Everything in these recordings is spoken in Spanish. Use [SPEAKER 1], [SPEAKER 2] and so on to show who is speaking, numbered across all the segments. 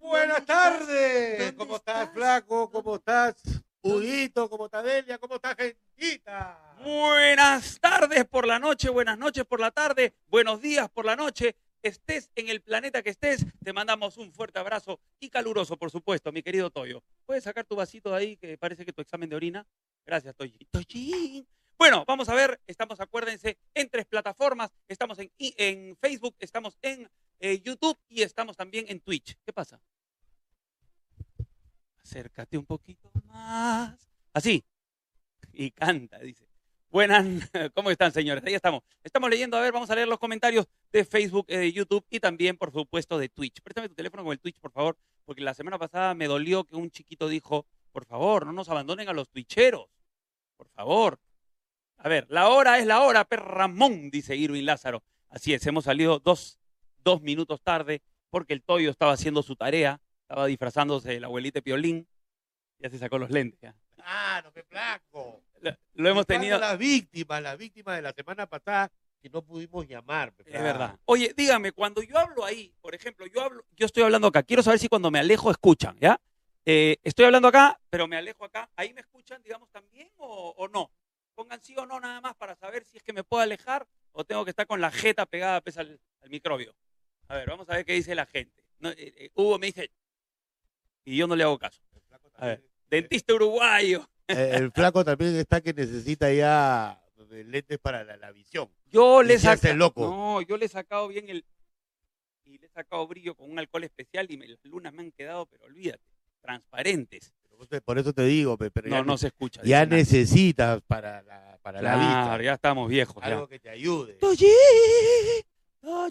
[SPEAKER 1] Buenas tardes.
[SPEAKER 2] ¿Dónde
[SPEAKER 1] ¿Cómo estás,
[SPEAKER 2] estás?
[SPEAKER 1] flaco? ¿Cómo estás, Udito? ¿Cómo estás, Delia? ¿Cómo estás, gentita?
[SPEAKER 2] Buenas tardes por la noche, buenas noches por la tarde, buenos días por la noche. Estés en el planeta que estés, te mandamos un fuerte abrazo y caluroso, por supuesto, mi querido Toyo. ¿Puedes sacar tu vasito de ahí que parece que tu examen de orina? Gracias, Toyi. Toyin. Bueno, vamos a ver, estamos, acuérdense, en tres plataformas. Estamos en, i- en Facebook, estamos en eh, YouTube y estamos también en Twitch. ¿Qué pasa? Acércate un poquito más. Así. Y canta, dice. Buenas, ¿cómo están, señores? Ahí estamos. Estamos leyendo, a ver, vamos a leer los comentarios de Facebook, eh, de YouTube y también, por supuesto, de Twitch. Préstame tu teléfono con el Twitch, por favor, porque la semana pasada me dolió que un chiquito dijo, por favor, no nos abandonen a los twitcheros. Por favor. A ver, la hora es la hora, perramón, dice Irwin Lázaro. Así es, hemos salido dos, dos minutos tarde porque el Toyo estaba haciendo su tarea, estaba disfrazándose de la abuelita Piolín, ya se sacó los lentes. ya.
[SPEAKER 1] Claro, Ah, qué flaco.
[SPEAKER 2] Lo, lo hemos
[SPEAKER 1] Buscando
[SPEAKER 2] tenido...
[SPEAKER 1] La víctima, la víctima de la semana pasada que no pudimos llamar. pe,
[SPEAKER 2] Es
[SPEAKER 1] flaco.
[SPEAKER 2] verdad. Oye, dígame, cuando yo hablo ahí, por ejemplo, yo hablo, yo estoy hablando acá, quiero saber si cuando me alejo escuchan, ¿ya? Eh, estoy hablando acá, pero me alejo acá, ¿ahí me escuchan, digamos, también o, o no? Pongan sí o no nada más para saber si es que me puedo alejar o tengo que estar con la jeta pegada pues, al, al microbio. A ver, vamos a ver qué dice la gente. No, eh, eh, Hugo me dice, y yo no le hago caso.
[SPEAKER 1] El flaco
[SPEAKER 2] A ver.
[SPEAKER 1] también-
[SPEAKER 2] Dentista uruguayo.
[SPEAKER 1] Eh, el flaco también está que necesita ya eh, lentes para la, la visión.
[SPEAKER 2] Yo le he
[SPEAKER 1] Y se hace
[SPEAKER 2] saca-
[SPEAKER 1] loco.
[SPEAKER 2] No, yo le he sacado bien el. Y le he sacado brillo con un alcohol especial y me- las lunas me han quedado, pero olvídate, transparentes.
[SPEAKER 1] Pero vos te- Por eso te digo, pe, pero
[SPEAKER 2] No,
[SPEAKER 1] ya,
[SPEAKER 2] no se escucha.
[SPEAKER 1] ya
[SPEAKER 2] dice nada.
[SPEAKER 1] necesitas para la, para la
[SPEAKER 2] Claro,
[SPEAKER 1] vista
[SPEAKER 2] ya estamos viejos. ya.
[SPEAKER 1] algo que te ayude.
[SPEAKER 2] Tollín,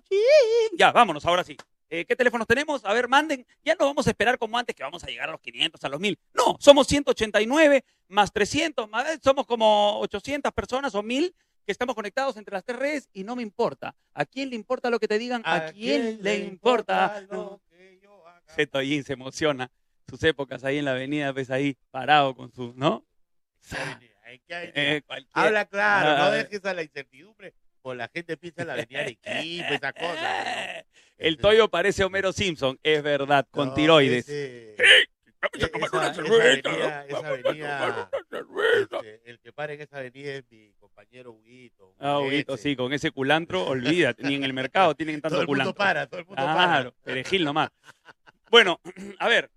[SPEAKER 2] Tollín. Ya, vámonos, ahora sí. Eh, ¿Qué teléfonos tenemos? A ver, manden. Ya no vamos a esperar como antes que vamos a llegar a los 500, a los 1000. No, somos 189 más 300, más, somos como 800 personas o 1000 que estamos conectados entre las tres redes y no me importa. ¿A quién le importa lo que te digan? ¿A, quién, le importa? No.
[SPEAKER 1] lo que yo haga?
[SPEAKER 2] Ese Tollín se emociona. Sus épocas ahí en la avenida, ves ahí parado con su, ¿no?
[SPEAKER 1] Hay que hay-
[SPEAKER 2] Eh, cualquier-
[SPEAKER 1] Habla claro,
[SPEAKER 2] Ah,
[SPEAKER 1] no
[SPEAKER 2] eh.
[SPEAKER 1] dejes a la incertidumbre. O la gente piensa en la avenida Arequipa, esas cosas. ¿no?
[SPEAKER 2] El Toyo parece Homero Simpson, es verdad, con
[SPEAKER 1] No,
[SPEAKER 2] tiroides.
[SPEAKER 1] ese-
[SPEAKER 2] Vamos a tomar
[SPEAKER 1] esa-
[SPEAKER 2] una
[SPEAKER 1] esa
[SPEAKER 2] cerveza,
[SPEAKER 1] avenida- esa
[SPEAKER 2] vamos a
[SPEAKER 1] avenida-
[SPEAKER 2] tomar una cerveza.
[SPEAKER 1] este, el que para en esa avenida es mi compañero Huguito.
[SPEAKER 2] Ah, Huguito,
[SPEAKER 1] ese.
[SPEAKER 2] sí, con ese culantro, olvídate, ni en el mercado tienen
[SPEAKER 1] Todo
[SPEAKER 2] tanto
[SPEAKER 1] el mundo
[SPEAKER 2] culantro.
[SPEAKER 1] para, todo el mundo para.
[SPEAKER 2] Claro, perejil nomás. Bueno, a ver.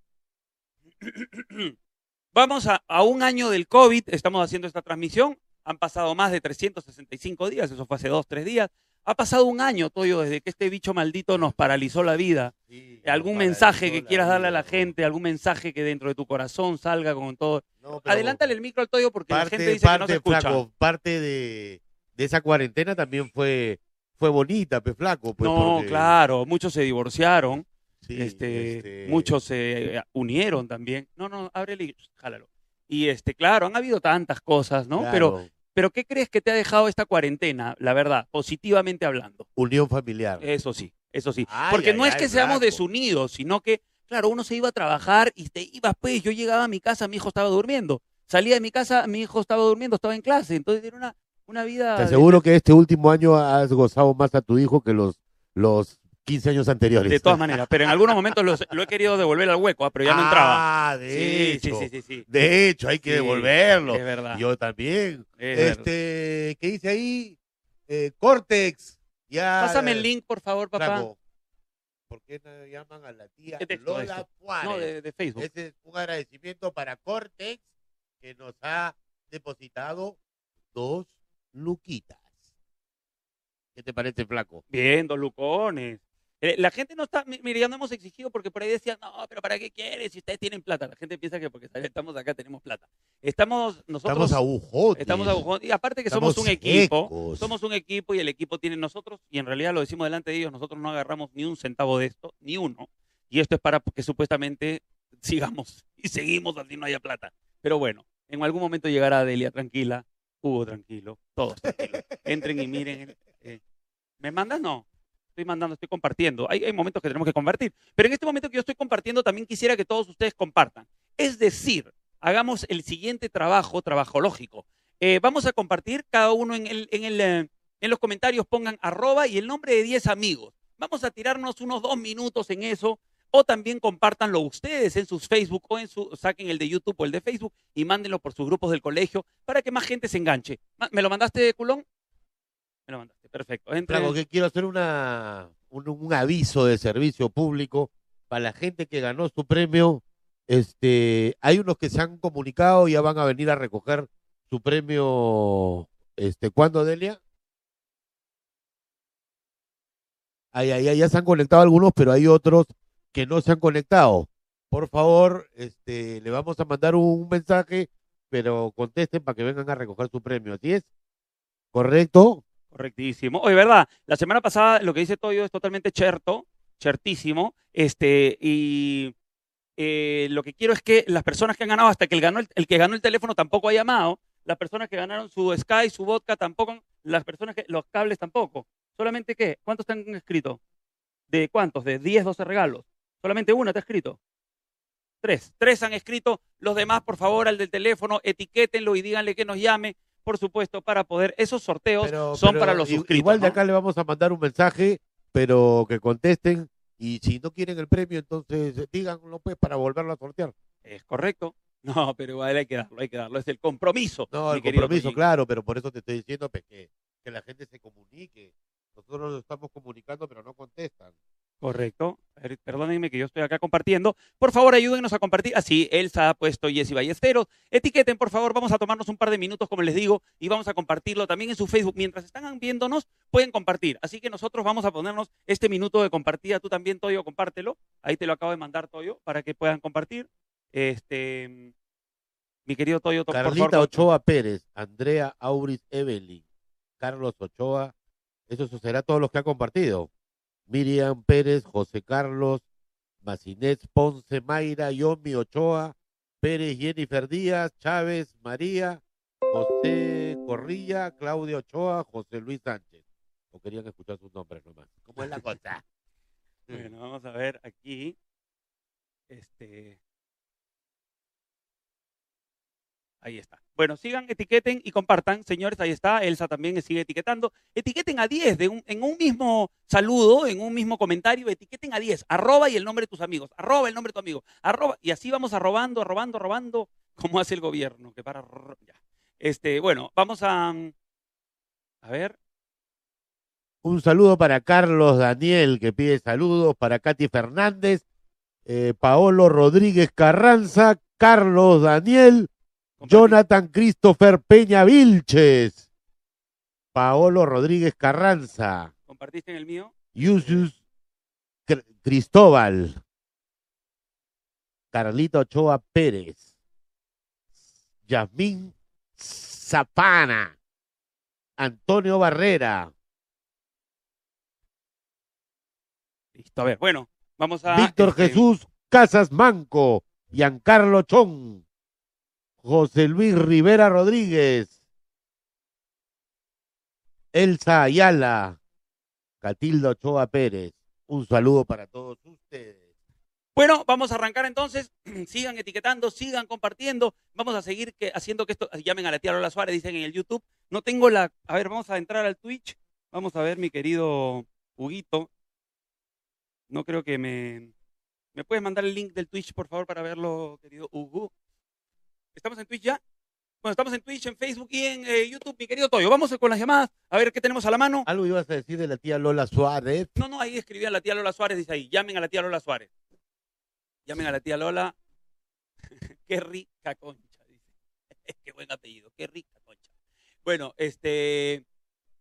[SPEAKER 2] Vamos a, a un año del COVID, estamos haciendo esta transmisión. Han pasado más de 365 días, eso fue hace dos, tres días. Ha pasado un año, Toyo, desde que este bicho maldito nos paralizó la vida.
[SPEAKER 1] Sí,
[SPEAKER 2] ¿Algún
[SPEAKER 1] nos
[SPEAKER 2] mensaje
[SPEAKER 1] paralizó
[SPEAKER 2] que
[SPEAKER 1] la
[SPEAKER 2] quieras darle a la
[SPEAKER 1] vida,
[SPEAKER 2] gente? ¿Algún mensaje que dentro de tu corazón salga con todo?
[SPEAKER 1] No, pero
[SPEAKER 2] Adelántale el micro al Toyo porque la
[SPEAKER 1] parte,
[SPEAKER 2] gente dice que
[SPEAKER 1] parte,
[SPEAKER 2] no se escucha.
[SPEAKER 1] flaco, parte de, de esa cuarentena también fue, fue bonita, pues flaco. Pues,
[SPEAKER 2] no,
[SPEAKER 1] porque-
[SPEAKER 2] claro, muchos se divorciaron,
[SPEAKER 1] sí,
[SPEAKER 2] este,
[SPEAKER 1] este,
[SPEAKER 2] muchos se eh, unieron también. No, no, ábrele y jálalo. Y este, claro, han habido tantas cosas, ¿no? Pero,
[SPEAKER 1] claro,
[SPEAKER 2] pero ¿qué crees que te ha dejado esta cuarentena, la verdad, positivamente hablando?
[SPEAKER 1] Unión familiar.
[SPEAKER 2] Eso sí, eso sí.
[SPEAKER 1] Ay,
[SPEAKER 2] Porque
[SPEAKER 1] ay,
[SPEAKER 2] no es
[SPEAKER 1] ay,
[SPEAKER 2] que seamos
[SPEAKER 1] flaco.
[SPEAKER 2] desunidos, sino que, claro, uno se iba a trabajar y te ibas, pues, yo llegaba a mi casa, mi hijo estaba durmiendo. Salía de mi casa, mi hijo estaba durmiendo, estaba en clase. Entonces era una, una vida...
[SPEAKER 1] Te
[SPEAKER 2] de-
[SPEAKER 1] aseguro que este último año has gozado más a tu hijo que los, los 15 años anteriores.
[SPEAKER 2] De todas maneras, pero en algunos momentos los- lo he querido devolver al hueco, ah, pero ya no entraba.
[SPEAKER 1] Ah, de
[SPEAKER 2] Sí, sí,
[SPEAKER 1] hecho.
[SPEAKER 2] sí, sí, sí.
[SPEAKER 1] De hecho, hay que
[SPEAKER 2] Sí,
[SPEAKER 1] devolverlo.
[SPEAKER 2] Es verdad.
[SPEAKER 1] Yo también.
[SPEAKER 2] es verdad.
[SPEAKER 1] Este, ¿qué dice ahí? Eh, Cortex. Ya.
[SPEAKER 2] Pásame el link, por favor, papá.
[SPEAKER 1] Flaco, ¿Por qué no llaman a la tía
[SPEAKER 2] ¿Qué texto es
[SPEAKER 1] Lola
[SPEAKER 2] esto?
[SPEAKER 1] Juárez?
[SPEAKER 2] No, de, de Facebook.
[SPEAKER 1] Ese es un agradecimiento para Cortex que nos ha depositado dos luquitas. ¿Qué te parece, flaco?
[SPEAKER 2] Bien, dos lucones. Eh, La gente no está, mi- mire, ya no hemos exigido porque por ahí decían, no, pero ¿para qué quieres si ustedes tienen plata? La gente piensa que porque estamos acá tenemos plata. Estamos nosotros...
[SPEAKER 1] Estamos agujotes.
[SPEAKER 2] Estamos agujón. Y aparte que
[SPEAKER 1] Estamos
[SPEAKER 2] somos un equipo,
[SPEAKER 1] secos.
[SPEAKER 2] somos un equipo y el equipo tiene nosotros, y en realidad lo decimos delante de ellos, nosotros no agarramos ni un centavo de esto, ni uno. Y esto es para que supuestamente sigamos y seguimos así no haya plata. Pero bueno, en algún momento llegará Delia tranquila, Hugo tranquilo, todos tranquilos. Entren y miren. eh, ¿Me mandas? No. Estoy mandando, estoy compartiendo. Hay, hay momentos que tenemos que compartir. Pero en este momento que yo estoy compartiendo, también quisiera que todos ustedes compartan. Es decir, hagamos el siguiente trabajo, trabajo lógico. Eh, vamos a compartir cada uno en, el, en, el, eh, en los comentarios pongan arroba y el nombre de 10 amigos. Vamos a tirarnos unos dos minutos en eso. O también compártanlo ustedes en sus Facebook o en su, saquen el de YouTube o el de Facebook y mándenlo por sus grupos del colegio para que más gente se enganche. Ma- ¿Me lo mandaste, culón? Me lo mandaste, perfecto. Entre-
[SPEAKER 1] Flaco, que quiero hacer una, un, un aviso de servicio público para la gente que ganó su premio. Este, hay unos que se han comunicado y ya van a venir a recoger su premio. Este, ¿cuándo, Delia? Ay, ay, ay, ya se han conectado algunos, pero hay otros que no se han conectado. Por favor, este, le vamos a mandar un mensaje, pero contesten para que vengan a recoger su premio. ¿Así es? ¿Correcto?
[SPEAKER 2] Correctísimo. Oye, ¿verdad? La semana pasada lo que dice Toyo es totalmente cierto, certísimo. Este, y eh, lo que quiero es que las personas que han ganado, hasta que el, ganó el, el que ganó el teléfono tampoco ha llamado, las personas que ganaron su Sky, su vodka tampoco, han- las personas que, los cables tampoco. Solamente qué? ¿Cuántos te han escrito? ¿De cuántos? ¿De 10, 12 regalos? Solamente una te ha escrito. Tres. Tres han escrito. Los demás, por favor, al del teléfono, etiquétenlo y díganle que nos llame, por supuesto, para poder. Esos sorteos
[SPEAKER 1] Pero-
[SPEAKER 2] son
[SPEAKER 1] pero
[SPEAKER 2] para los
[SPEAKER 1] i-
[SPEAKER 2] suscritos.
[SPEAKER 1] Igual de
[SPEAKER 2] ¿no?
[SPEAKER 1] acá le vamos a mandar un mensaje, pero que contesten. Y si no quieren el premio, entonces eh, díganlo pues para volverlo a sortear.
[SPEAKER 2] Es correcto. No, pero igual hay que darlo, hay que darlo. Es el compromiso.
[SPEAKER 1] No,
[SPEAKER 2] mi
[SPEAKER 1] el
[SPEAKER 2] querido
[SPEAKER 1] compromiso,
[SPEAKER 2] Toñín.
[SPEAKER 1] claro, pero por eso te estoy diciendo pues, que, que la gente se comunique. Nosotros nos estamos comunicando, pero no contestan.
[SPEAKER 2] Correcto. Per- Perdónenme que yo estoy acá compartiendo. Por favor, ayúdenos a compartir. Así, Elsa ha puesto Jessy Ballesteros. Etiqueten, por favor. Vamos a tomarnos un par de minutos, como les digo, y vamos a compartirlo también en su Facebook. Mientras están viéndonos, pueden compartir. Así que nosotros vamos a ponernos este minuto de compartida. Tú también, Toyo, compártelo. Ahí te lo acabo de mandar, Toyo, para que puedan compartir. Este, mi querido Toyo, to- por favor,
[SPEAKER 1] Carlita
[SPEAKER 2] con-
[SPEAKER 1] Ochoa Pérez, Andrea Auris Evelyn, Carlos Ochoa, eso será todos los que ha compartido. Miriam Pérez, José Carlos, Macinés Ponce, Mayra, Yomi Ochoa, Pérez, Jennifer Díaz, Chávez, María, José Corrilla, Claudia Ochoa, José Luis Sánchez. O querían escuchar sus nombres nomás. ¿Cómo es la cosa?
[SPEAKER 2] Bueno, vamos a ver aquí. Este. Ahí está. Bueno, sigan, etiqueten y compartan. Señores, ahí está. Elsa también sigue etiquetando. Etiqueten a 10 de un- en un mismo saludo, en un mismo comentario. Etiqueten a 10. Arroba y el nombre de tus amigos. Arroba el nombre de tu amigo. Arroba. Y así vamos arrobando, arrobando, arrobando. Como hace el gobierno. Que para. arro- ya. Este, bueno, vamos a. mm, A ver.
[SPEAKER 1] Un saludo para Carlos Daniel, que pide saludos, para Katy Fernández, eh, Paolo Rodríguez Carranza, Carlos Daniel, Jonathan Christopher Peña Vilches, Paolo Rodríguez Carranza,
[SPEAKER 2] ¿Compartiste en el mío?
[SPEAKER 1] Yusus Cr- Cristóbal, Carlita Ochoa Pérez, Yasmín Zapana, Antonio Barrera,
[SPEAKER 2] Listo, a ver, bueno, vamos a.
[SPEAKER 1] Víctor
[SPEAKER 2] este,
[SPEAKER 1] Jesús Casas Manco, Giancarlo Chong, José Luis Rivera Rodríguez, Elsa Ayala, Catilda Ochoa Pérez. Un saludo para todos ustedes.
[SPEAKER 2] Bueno, vamos a arrancar entonces. sigan etiquetando, sigan compartiendo. Vamos a seguir que, haciendo que esto. Llamen a la tía Lola Suárez, dicen en el YouTube. No tengo la. A ver, vamos a entrar al Twitch. Vamos a ver, mi querido Huguito. No creo que me. ¿Me puedes mandar el link del Twitch, por favor, para verlo, querido Hugo? ¿Estamos en Twitch ya? Bueno, estamos en Twitch, en Facebook y en eh, YouTube, mi querido Toyo. Vamos con las llamadas, a ver qué tenemos a la mano.
[SPEAKER 1] Algo ibas a decir de la tía Lola Suárez.
[SPEAKER 2] No, no, ahí escribí a la tía Lola Suárez, dice ahí, llamen a la tía Lola Suárez. Llamen a la tía Lola. qué rica concha, dice. qué buen apellido, qué rica concha. Bueno, este,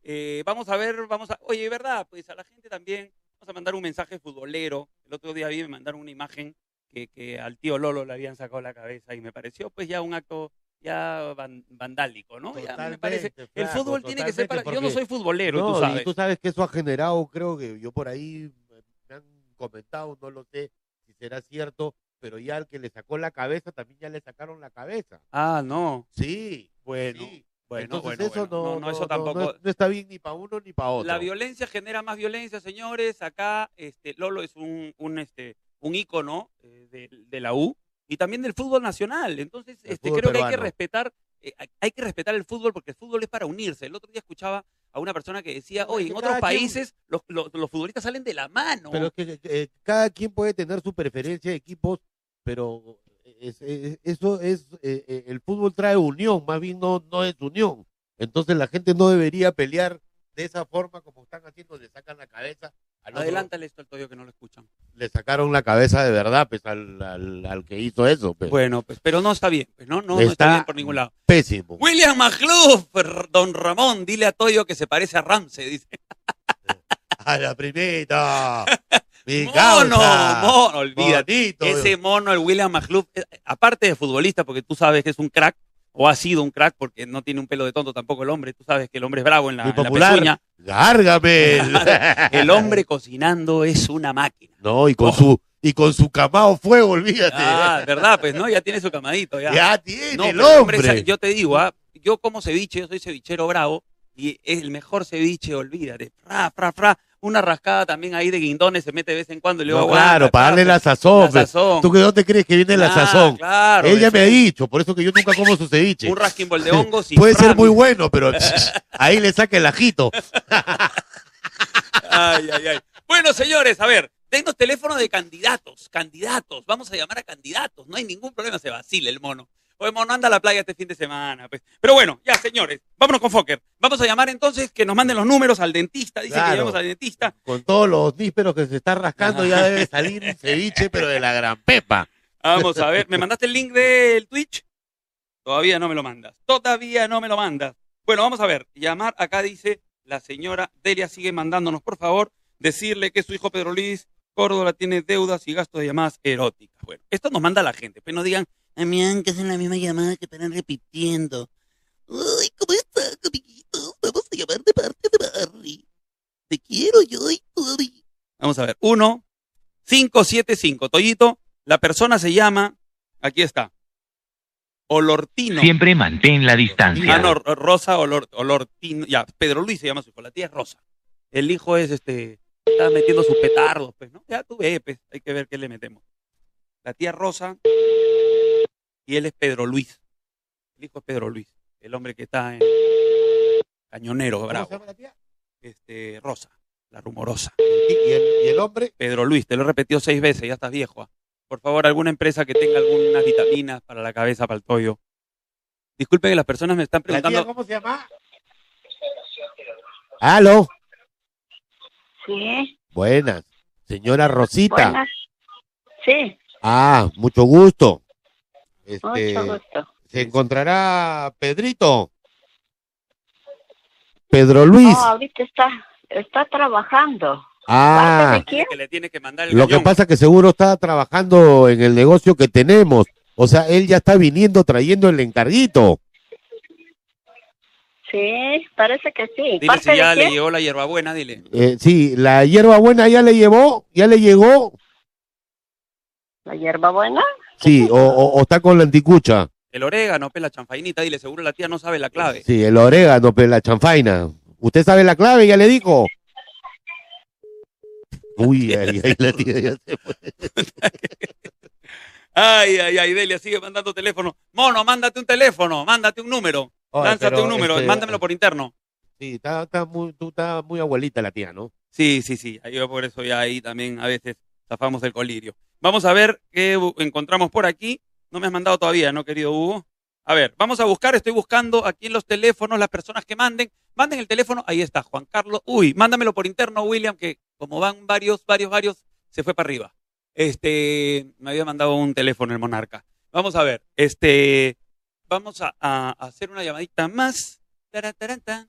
[SPEAKER 2] eh, vamos a ver, vamos a, oye, ¿verdad? Pues a la gente también, vamos a mandar un mensaje futbolero. El otro día vi, me mandaron una imagen que, que al tío Lolo le habían sacado la cabeza y me pareció pues ya un acto ya van- vandálico, ¿no? Ya me parece.
[SPEAKER 1] Totalmente,
[SPEAKER 2] El
[SPEAKER 1] flaco,
[SPEAKER 2] fútbol tiene que ser
[SPEAKER 1] totalmente,
[SPEAKER 2] para... Yo no
[SPEAKER 1] porque-
[SPEAKER 2] soy futbolero,
[SPEAKER 1] No,
[SPEAKER 2] tú sabes.
[SPEAKER 1] Y tú sabes que eso ha generado, creo que yo por ahí eh, me han comentado, no lo sé si será cierto, pero ya al que le sacó la cabeza, también ya le sacaron la cabeza.
[SPEAKER 2] Ah, no.
[SPEAKER 1] Sí,
[SPEAKER 2] Bueno,
[SPEAKER 1] sí.
[SPEAKER 2] Bueno,
[SPEAKER 1] Entonces
[SPEAKER 2] bueno,
[SPEAKER 1] eso
[SPEAKER 2] bueno.
[SPEAKER 1] No, no,
[SPEAKER 2] eso
[SPEAKER 1] no,
[SPEAKER 2] tampoco.
[SPEAKER 1] no, no está bien ni para uno ni para otro.
[SPEAKER 2] La violencia genera más violencia, señores. Acá este, Lolo es un, un, este, un ícono eh, de, de la U y también del fútbol nacional. Entonces,
[SPEAKER 1] Del
[SPEAKER 2] este,
[SPEAKER 1] fútbol
[SPEAKER 2] creo que hay que
[SPEAKER 1] peruano.
[SPEAKER 2] respetar, eh, hay- hay que respetar el fútbol porque el fútbol es para unirse. El otro día escuchaba a una persona que decía,
[SPEAKER 1] Es
[SPEAKER 2] oye,
[SPEAKER 1] que
[SPEAKER 2] en otros
[SPEAKER 1] cada quien-
[SPEAKER 2] países los, los- los futbolistas salen de la mano.
[SPEAKER 1] Pero es que eh, cada quien puede tener su preferencia de equipos, pero eh, es- es- eso es, eh, eh, el fútbol trae unión, más bien no, no es unión. Entonces la gente no debería pelear de esa forma como están haciendo, le sacan la cabeza. al otro.
[SPEAKER 2] Adelántale esto al Toyo que no lo escuchan.
[SPEAKER 1] Le sacaron la cabeza de verdad pues, al, al- al que hizo eso. pues.
[SPEAKER 2] Bueno, pues, pero no está bien, pues, ¿no? No, no está...
[SPEAKER 1] Está-
[SPEAKER 2] bien por ningún lado.
[SPEAKER 1] Pésimo.
[SPEAKER 2] William McClough, don Ramón, dile a Toyo que se parece a Ramsey, dice.
[SPEAKER 1] A la primita. Mi
[SPEAKER 2] Mono,
[SPEAKER 1] causa.
[SPEAKER 2] mono, olvídate.
[SPEAKER 1] Bonito.
[SPEAKER 2] Ese mono, el William McClough, eh, aparte de futbolista, porque tú sabes que es un crack, o ha sido un crack, porque no tiene un pelo de tonto tampoco el hombre, tú sabes que el hombre es bravo en la,
[SPEAKER 1] Muy
[SPEAKER 2] en la
[SPEAKER 1] popular.
[SPEAKER 2] pezuña.
[SPEAKER 1] Gárgame.
[SPEAKER 2] El hombre cocinando es una máquina.
[SPEAKER 1] No, y con
[SPEAKER 2] Oh.
[SPEAKER 1] su y con su camado fuego, olvídate.
[SPEAKER 2] Ah, ¿verdad? Pues no, ya tiene su camadito, ya.
[SPEAKER 1] ya tiene
[SPEAKER 2] No, pero
[SPEAKER 1] el
[SPEAKER 2] el
[SPEAKER 1] hombre.
[SPEAKER 2] hombre sa- yo te digo, ah, yo como ceviche, yo soy cevichero bravo, y es el mejor ceviche, olvídate. Fra, fra, fra. Una rascada también ahí de guindones se mete de vez en cuando y
[SPEAKER 1] No,
[SPEAKER 2] luego
[SPEAKER 1] claro, para darle la sazón. pues.
[SPEAKER 2] sazón.
[SPEAKER 1] ¿Tú que dónde crees que viene la
[SPEAKER 2] Ah,
[SPEAKER 1] sazón?
[SPEAKER 2] Claro,
[SPEAKER 1] Ella
[SPEAKER 2] de-
[SPEAKER 1] me ha dicho, por eso que yo nunca como su ceviche.
[SPEAKER 2] Un rasquín de hongos y
[SPEAKER 1] Puede ser
[SPEAKER 2] fram.
[SPEAKER 1] muy bueno, pero ahí le saca el ajito.
[SPEAKER 2] Ay, ay, ay. Bueno, señores, a ver, denos teléfono de candidatos, candidatos, vamos a llamar a candidatos, no hay ningún problema, se vacila el mono. Oye, mono, anda a la playa este fin de semana, pues. Pero bueno, ya, señores, vámonos con Fokker. Vamos a llamar entonces que nos manden los números al dentista, dice
[SPEAKER 1] Claro.
[SPEAKER 2] que llamemos al dentista.
[SPEAKER 1] Con todos los nísperos que se están rascando, ya debe salir un ceviche, pero de la gran pepa.
[SPEAKER 2] Vamos a ver, ¿me mandaste el link del Twitch? Todavía no me lo mandas, todavía no me lo mandas. Bueno, vamos a ver, llamar acá dice la señora Delia, sigue mandándonos, por favor, decirle que su hijo Pedro Luis Córdoba tiene deudas y gastos de llamadas eróticas. Bueno, esto nos manda la gente, pero no digan,
[SPEAKER 3] Damián, que es la misma llamada que están repitiendo. Ay, ¿cómo estás, amiguitos? Vamos a llamar de parte de Barry. Te quiero yo y Toby.
[SPEAKER 2] vamos a ver, 1, 5, 7, 5, Toyito, la persona se llama, aquí está, Olortino.
[SPEAKER 4] Siempre mantén la distancia.
[SPEAKER 2] Ah, no, Ro- Rosa Olor, Olortino. Ya, Pedro Luis se llama su hijo, la tía es Rosa. El hijo es este. Está metiendo sus petardos, pues, ¿no? Ya tú ves, pues, hay que ver qué le metemos. La tía Rosa y él es Pedro Luis. El hijo es Pedro Luis, el hombre que está en. Cañonero,
[SPEAKER 1] ¿Cómo se
[SPEAKER 2] bravo.
[SPEAKER 1] llama la tía?
[SPEAKER 2] Este, Rosa, la rumorosa.
[SPEAKER 1] ¿Y, y el, y el hombre?
[SPEAKER 2] Pedro Luis, te lo he repetido seis veces, ya estás viejo. ah. Por favor, alguna empresa que tenga algunas vitaminas para la cabeza, para el toyo. Disculpen que las personas me están
[SPEAKER 1] ¿La
[SPEAKER 2] preguntando.
[SPEAKER 1] tía cómo se llama? Aló.
[SPEAKER 5] Sí,
[SPEAKER 1] Buenas. Señora Rosita.
[SPEAKER 5] buenas. Sí,
[SPEAKER 1] Ah, mucho gusto.
[SPEAKER 5] mucho
[SPEAKER 1] Este,
[SPEAKER 5] gusto.
[SPEAKER 1] se encontrará Pedrito. Pedro Luis.
[SPEAKER 5] No, ahorita está, está trabajando.
[SPEAKER 1] ah,
[SPEAKER 5] ¿Parte de quién?
[SPEAKER 2] que le tiene que mandar el
[SPEAKER 1] lo que
[SPEAKER 2] cañón.
[SPEAKER 1] pasa que seguro está trabajando en el negocio que tenemos. O sea, él ya está viniendo trayendo el encarguito.
[SPEAKER 5] Sí, parece que sí.
[SPEAKER 2] Dile
[SPEAKER 5] ¿Parte
[SPEAKER 2] si ya
[SPEAKER 5] de
[SPEAKER 2] le
[SPEAKER 5] quién?
[SPEAKER 2] llegó la hierbabuena, dile.
[SPEAKER 1] Eh, sí, la hierba buena ya le llevó, ya le llegó.
[SPEAKER 5] ¿La hierbabuena?
[SPEAKER 1] Sí, o, o- o está con la anticucha.
[SPEAKER 2] El orégano, pues, la chanfainita, dile, seguro la tía no sabe la clave.
[SPEAKER 1] Sí, el orégano, pero la chanfaina. ¿Usted sabe la clave? Ya le dijo. Uy, ay, ay, la tía ya se fue.
[SPEAKER 2] Ay, ay, ay, Delia, sigue mandando teléfono. Mono, mándate un teléfono, mándate un número, lánzate
[SPEAKER 1] Pero,
[SPEAKER 2] un número,
[SPEAKER 1] este,
[SPEAKER 2] mándamelo por interno.
[SPEAKER 1] Sí, está, está muy, tú estás muy abuelita la tía, ¿no?
[SPEAKER 2] Sí, sí, sí, ahí yo por eso ya ahí también a veces zafamos del colirio. Vamos a ver qué bu- encontramos por aquí. No me has mandado todavía, ¿no, querido Hugo? A ver, vamos a buscar, estoy buscando aquí en los teléfonos las personas que manden. Manden el teléfono, ahí está, Juan Carlos. Uy, mándamelo por interno, William, que como van varios, varios, varios, se fue para arriba. Este, me había mandado un teléfono el monarca. Vamos a ver, este, vamos a, a hacer una llamadita más. Taratarantán.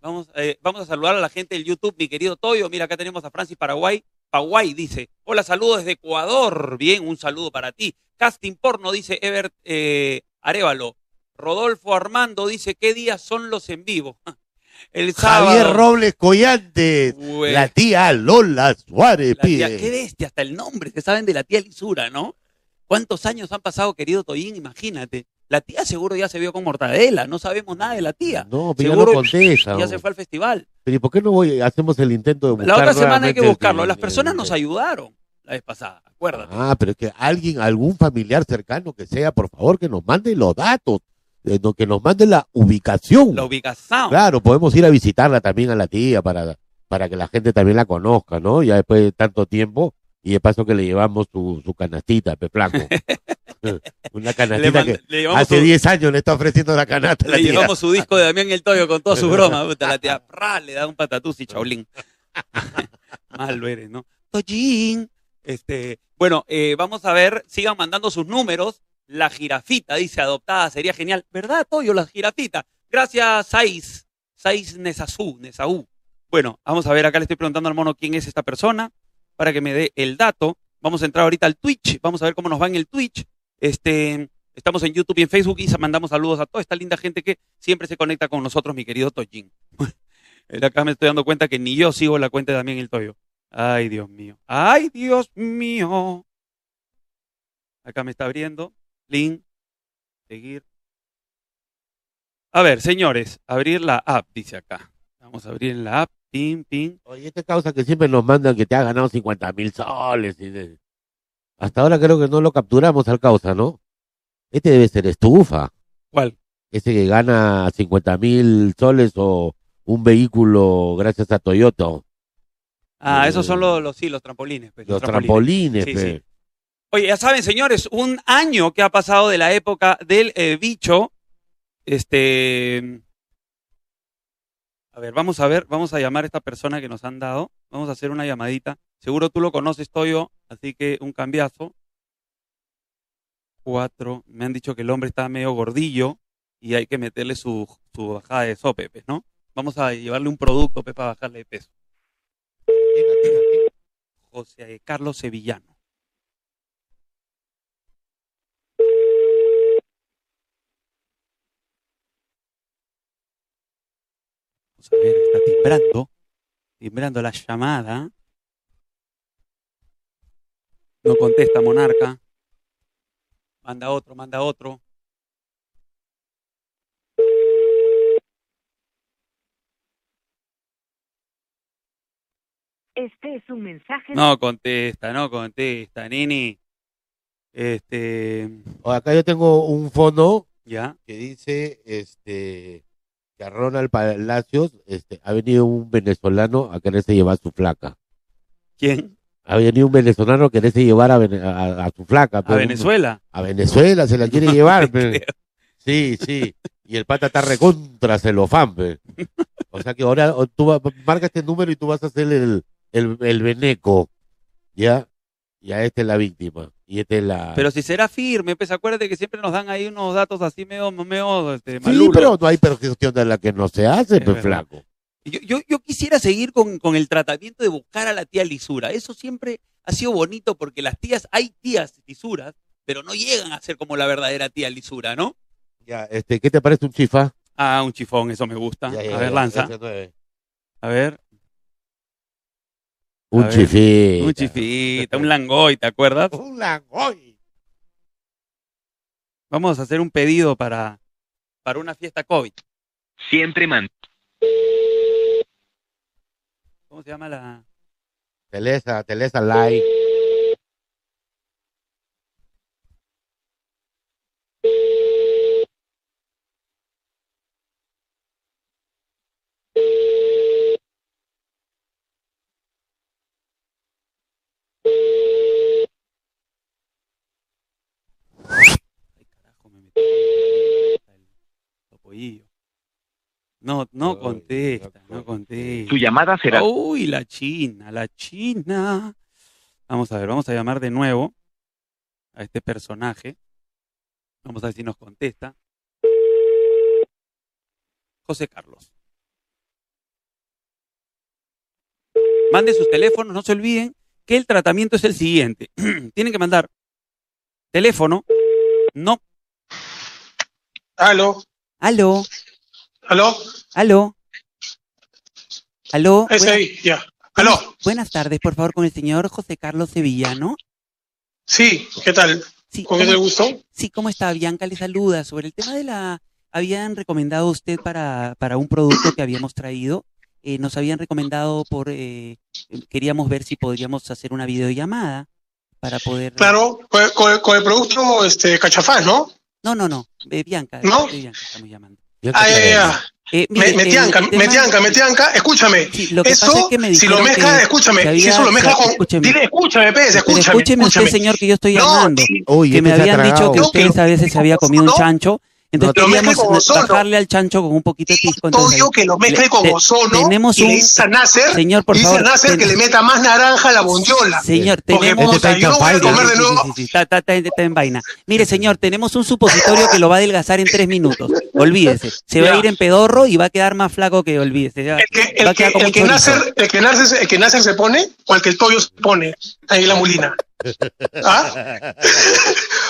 [SPEAKER 2] Vamos, eh, vamos a saludar a la gente del YouTube, mi querido Toyo. Mira, acá tenemos a Francis Paraguay. Paraguay dice, hola, saludos desde Ecuador. Bien, un saludo para ti. Casting porno, dice Ebert eh, Arevalo. Rodolfo Armando dice, ¿qué días son los en vivo? El sábado.
[SPEAKER 1] Javier Robles Collantes,
[SPEAKER 2] Bueno.
[SPEAKER 1] la tía Lola Suárez
[SPEAKER 2] La tía,
[SPEAKER 1] pide.
[SPEAKER 2] qué bestia, hasta el nombre se saben de la tía Lisura, ¿no? ¿Cuántos años han pasado, querido Toyín? Imagínate. La tía seguro ya se vio con mortadela, no sabemos nada de la tía.
[SPEAKER 1] No, pero ya no
[SPEAKER 2] Seguro
[SPEAKER 1] contesta.
[SPEAKER 2] Ya se fue al festival.
[SPEAKER 1] Pero ¿y por qué no voy? Hacemos el intento de buscar
[SPEAKER 2] La otra semana hay que
[SPEAKER 1] nuevamente
[SPEAKER 2] buscarlo.
[SPEAKER 1] el-
[SPEAKER 2] Las
[SPEAKER 1] el-
[SPEAKER 2] personas nos
[SPEAKER 1] el-
[SPEAKER 2] ayudaron la vez pasada, acuérdate.
[SPEAKER 1] Ah, pero es que alguien, algún familiar cercano que sea, por favor, que nos mande los datos. eh, no- que nos mande la ubicación.
[SPEAKER 2] La ubicación.
[SPEAKER 1] Ah. Claro, podemos ir a visitarla también a la tía para, para que la gente también la conozca, ¿no? Ya después de tanto tiempo y de paso que le llevamos su, su canastita, pe flaco. Una
[SPEAKER 2] le,
[SPEAKER 1] canastita
[SPEAKER 2] mand-
[SPEAKER 1] que
[SPEAKER 2] le llevamos,
[SPEAKER 1] hace
[SPEAKER 2] su,
[SPEAKER 1] 10 años le está ofreciendo la canasta a la
[SPEAKER 2] le
[SPEAKER 1] tía.
[SPEAKER 2] llevamos su disco de Damián El Toyo con todas sus bromas. puta, la tía pra, le da un patatús y chaulín. Malo eres, ¿no? Toyín. Este, bueno, eh, vamos a ver, sigan mandando sus números. La jirafita, dice, adoptada, sería genial. ¿Verdad, Toyo, la jirafita? Gracias, Saiz. Saiz Nesazú, Nesaú. Bueno, vamos a ver, acá le estoy preguntando al mono quién es esta persona para que me dé el dato. Vamos a entrar ahorita al Twitch, vamos a ver cómo nos va en el Twitch. Este, estamos en YouTube y en Facebook y se- mandamos saludos a toda esta linda gente que siempre se conecta con nosotros, mi querido Toyin. acá me estoy dando cuenta que ni yo sigo la cuenta de Damián El Toyo. Ay, Dios mío. Ay, Dios mío. Acá me está abriendo. Link. Seguir. A ver, señores, abrir la app, dice acá. Vamos a abrir la app. Pim, pim.
[SPEAKER 1] Oye, esta causa que siempre nos mandan que te ha ganado 50 mil soles. y de- Hasta ahora creo que no lo capturamos al causa, ¿no? Este debe ser estufa.
[SPEAKER 2] ¿Cuál?
[SPEAKER 1] Ese que gana 50 mil soles o un vehículo gracias a Toyota.
[SPEAKER 2] Ah, esos
[SPEAKER 1] Eh,
[SPEAKER 2] son los, los- sí, los trampolines. pues,
[SPEAKER 1] Los trampolines,
[SPEAKER 2] Sí,
[SPEAKER 1] pe.
[SPEAKER 2] sí. Oye, ya saben, señores, un año que ha pasado de la época del eh, bicho. Este. A ver, vamos a ver, vamos a llamar a esta persona que nos han dado. Vamos a hacer una llamadita. Seguro tú lo conoces, Toyo, así que un cambiazo. Cuatro. Me han dicho que el hombre está medio gordillo y hay que meterle su, su bajada de sope, pues, ¿no? Vamos a llevarle un producto, pues, para bajarle de peso. Atienda, atienda, atienda. José eh, Carlos Sevillano. Vamos a ver, está timbrando. Timbrando la llamada. No contesta Monarca. Manda otro, manda otro.
[SPEAKER 4] Este es un mensaje.
[SPEAKER 2] No contesta, no contesta, Nini. Este.
[SPEAKER 1] O acá yo tengo un fono
[SPEAKER 2] Ya.
[SPEAKER 1] que dice este que a Ronald Palacios este, ha venido un venezolano a quererse llevar su flaca.
[SPEAKER 2] ¿Quién?
[SPEAKER 1] Ha venido un venezolano a quererse llevar a, Vene- a- a su flaca. pe,
[SPEAKER 2] A
[SPEAKER 1] un-
[SPEAKER 2] Venezuela.
[SPEAKER 1] A Venezuela se la quiere llevar. pe.
[SPEAKER 2] creo.
[SPEAKER 1] Sí, sí. Y el pata está recontra celofán. pe. O sea que ahora o tú va- marca este número y tú vas a ser el, el, el veneco. ¿Ya? Ya este es la víctima. Y este es la...
[SPEAKER 2] Pero si será firme, pues acuérdate que siempre nos dan ahí unos datos así medio, medio este,
[SPEAKER 1] sí,
[SPEAKER 2] malulos.
[SPEAKER 1] pero no hay percepción de la que no se hace,
[SPEAKER 2] Es
[SPEAKER 1] pe,
[SPEAKER 2] verdad.
[SPEAKER 1] flaco.
[SPEAKER 2] Yo, yo, yo quisiera seguir con, con el tratamiento de buscar a la tía lisura. Eso siempre ha sido bonito porque las tías, hay tías lisuras, pero no llegan a ser como la verdadera tía lisura, ¿no?
[SPEAKER 1] Ya, este, ¿qué te parece un chifa?
[SPEAKER 2] Ah, un chifón, eso me gusta.
[SPEAKER 1] Ya,
[SPEAKER 2] Ah, a
[SPEAKER 1] ya,
[SPEAKER 2] ver,
[SPEAKER 1] ya,
[SPEAKER 2] lanza.
[SPEAKER 1] ese nueve.
[SPEAKER 2] A ver,
[SPEAKER 1] Un
[SPEAKER 2] ver,
[SPEAKER 1] chifita.
[SPEAKER 2] un chifita, un langoy, ¿te acuerdas?
[SPEAKER 1] Un langoy.
[SPEAKER 2] Vamos a hacer un pedido para, para una fiesta COVID.
[SPEAKER 6] Siempre man.
[SPEAKER 2] ¿Cómo se llama la...?
[SPEAKER 1] Telesa, Telesa Light.
[SPEAKER 2] Ay, carajo, me metí hasta el topollillo. No, no
[SPEAKER 1] Ay,
[SPEAKER 2] contesta,
[SPEAKER 1] no
[SPEAKER 2] no
[SPEAKER 1] contesta.
[SPEAKER 2] contesta.
[SPEAKER 6] Tu llamada será.
[SPEAKER 2] Uy, la China, la China. Vamos a ver, vamos a llamar de nuevo a este personaje. Vamos a ver si nos contesta. José Carlos. Mande sus teléfonos, no se olviden que el tratamiento es el siguiente. Tienen que mandar teléfono. No.
[SPEAKER 7] Aló,
[SPEAKER 2] Aló,
[SPEAKER 7] aló,
[SPEAKER 2] aló. Aló.
[SPEAKER 7] ese ahí, ya. Aló,
[SPEAKER 2] Buenas tardes, por favor, con el señor José Carlos Sevillano.
[SPEAKER 7] sí, ¿qué tal?
[SPEAKER 2] Sí,
[SPEAKER 7] ¿Con
[SPEAKER 2] ¿cómo,
[SPEAKER 7] qué te gustó?
[SPEAKER 2] sí, ¿cómo está? Bianca le saluda. Sobre el tema de la... Habían recomendado a usted para, para un producto que habíamos traído. Eh, nos habían recomendado por... eh, queríamos ver si podríamos hacer una videollamada para poder...
[SPEAKER 7] Claro, con, con- con el producto este, cachafaz, ¿no?
[SPEAKER 2] No, no, no. eh, Bianca.
[SPEAKER 7] ¿No?
[SPEAKER 2] de Bianca estamos llamando.
[SPEAKER 1] Bianca
[SPEAKER 7] Ah, ya,
[SPEAKER 1] Clavel.
[SPEAKER 7] ya.
[SPEAKER 2] Eh,
[SPEAKER 7] Me-
[SPEAKER 2] mire, eh,
[SPEAKER 7] Metianca,
[SPEAKER 2] el tema-
[SPEAKER 7] Metianca, Metianca, escúchame.
[SPEAKER 2] Sí, lo que pasa es
[SPEAKER 7] Eso,
[SPEAKER 2] que me
[SPEAKER 7] si lo
[SPEAKER 2] dijeron
[SPEAKER 7] mezclas,
[SPEAKER 2] que-
[SPEAKER 7] escúchame.
[SPEAKER 2] que
[SPEAKER 7] si
[SPEAKER 2] había-
[SPEAKER 7] eso lo mezclas
[SPEAKER 2] que-
[SPEAKER 7] con.
[SPEAKER 2] escúcheme.
[SPEAKER 7] Dile, escúchame, pez,
[SPEAKER 2] Pero
[SPEAKER 7] escúchame.
[SPEAKER 2] escúcheme usted,
[SPEAKER 7] escúchame.
[SPEAKER 2] señor, que yo estoy
[SPEAKER 7] No,
[SPEAKER 2] llamando.
[SPEAKER 1] Uy,
[SPEAKER 2] que me
[SPEAKER 1] este se ha
[SPEAKER 2] habían dicho
[SPEAKER 1] tragado.
[SPEAKER 2] que
[SPEAKER 7] No,
[SPEAKER 2] ustedes
[SPEAKER 7] que-
[SPEAKER 2] a veces se había comido un
[SPEAKER 7] no.
[SPEAKER 2] chancho. Entonces
[SPEAKER 7] Lo mezcle
[SPEAKER 2] queríamos
[SPEAKER 7] con ozono.
[SPEAKER 2] bajarle al chancho con un poquito de pisco. Entonces,
[SPEAKER 7] Custodio que lo mezcle con
[SPEAKER 2] te-
[SPEAKER 7] ozono
[SPEAKER 2] tenemos
[SPEAKER 7] y
[SPEAKER 2] un-
[SPEAKER 7] le dice a Nasser,
[SPEAKER 2] señor, por
[SPEAKER 7] le dice a
[SPEAKER 2] favor.
[SPEAKER 7] Nasser
[SPEAKER 2] ten-
[SPEAKER 7] que le meta más naranja a la bondiola.
[SPEAKER 2] Señor,
[SPEAKER 7] Porque
[SPEAKER 2] tenemos...
[SPEAKER 1] Este está en
[SPEAKER 7] puta, yo voy a
[SPEAKER 1] campaña.
[SPEAKER 7] comer de
[SPEAKER 2] Sí,
[SPEAKER 7] nuevo.
[SPEAKER 2] sí, sí, está, está- está en- está en vaina. Mire, señor, tenemos un supositorio que lo va a adelgazar en tres minutos. Olvídese. Se va a
[SPEAKER 7] Ya.
[SPEAKER 2] ir en pedorro y va a quedar más flaco que olvídese. ya.
[SPEAKER 7] El que,
[SPEAKER 2] Va
[SPEAKER 7] el
[SPEAKER 2] a
[SPEAKER 7] que,
[SPEAKER 2] quedar como
[SPEAKER 7] el
[SPEAKER 2] un
[SPEAKER 7] que
[SPEAKER 2] chorizo.
[SPEAKER 7] Nasser, el que Nasser, se- el que Nasser se pone o el que el Toyo se pone ahí en la mulina. ¿Ah?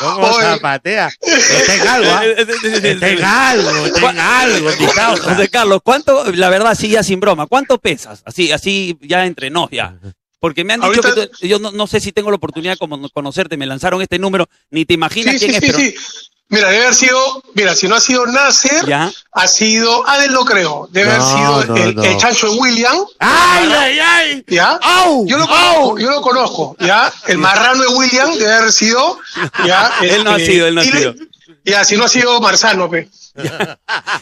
[SPEAKER 1] ¿Cómo
[SPEAKER 7] Oye.
[SPEAKER 1] zapatea? Está en algo, ¿ah?
[SPEAKER 2] Eh, eh, eh, eh, eh,
[SPEAKER 1] Está en
[SPEAKER 2] eh,
[SPEAKER 1] algo, está en algo, mi causa.
[SPEAKER 2] José Carlos, ¿cuánto, la verdad, sí, ya sin broma, ¿cuánto pesas? Así, así ya entre nos, ya. Porque me han dicho
[SPEAKER 7] Ahorita-
[SPEAKER 2] que tú- yo no, no sé si tengo la oportunidad de como- conocerte, me lanzaron este número, ni te imaginas
[SPEAKER 7] Sí,
[SPEAKER 2] quién
[SPEAKER 7] sí,
[SPEAKER 2] es,
[SPEAKER 7] sí,
[SPEAKER 2] pero
[SPEAKER 7] sí. Mira, debe haber sido, mira, si no ha sido Nasser,
[SPEAKER 2] ya.
[SPEAKER 7] ha sido, Adel no creo, debe haber
[SPEAKER 1] No,
[SPEAKER 7] sido
[SPEAKER 1] no,
[SPEAKER 7] el,
[SPEAKER 1] no.
[SPEAKER 7] el chancho de William,
[SPEAKER 1] ¡Ay, ay, ay!
[SPEAKER 7] ¿ya?
[SPEAKER 1] ¡Au!
[SPEAKER 7] Yo lo
[SPEAKER 1] ¡Au!
[SPEAKER 7] conozco, yo lo conozco, ¿ya? El marrano de William debe haber sido, ¿ya?
[SPEAKER 2] Él no ha
[SPEAKER 7] este,
[SPEAKER 2] sido, él no ha
[SPEAKER 7] y le-
[SPEAKER 2] sido.
[SPEAKER 7] Ya, si no ha sido Marzano, pe.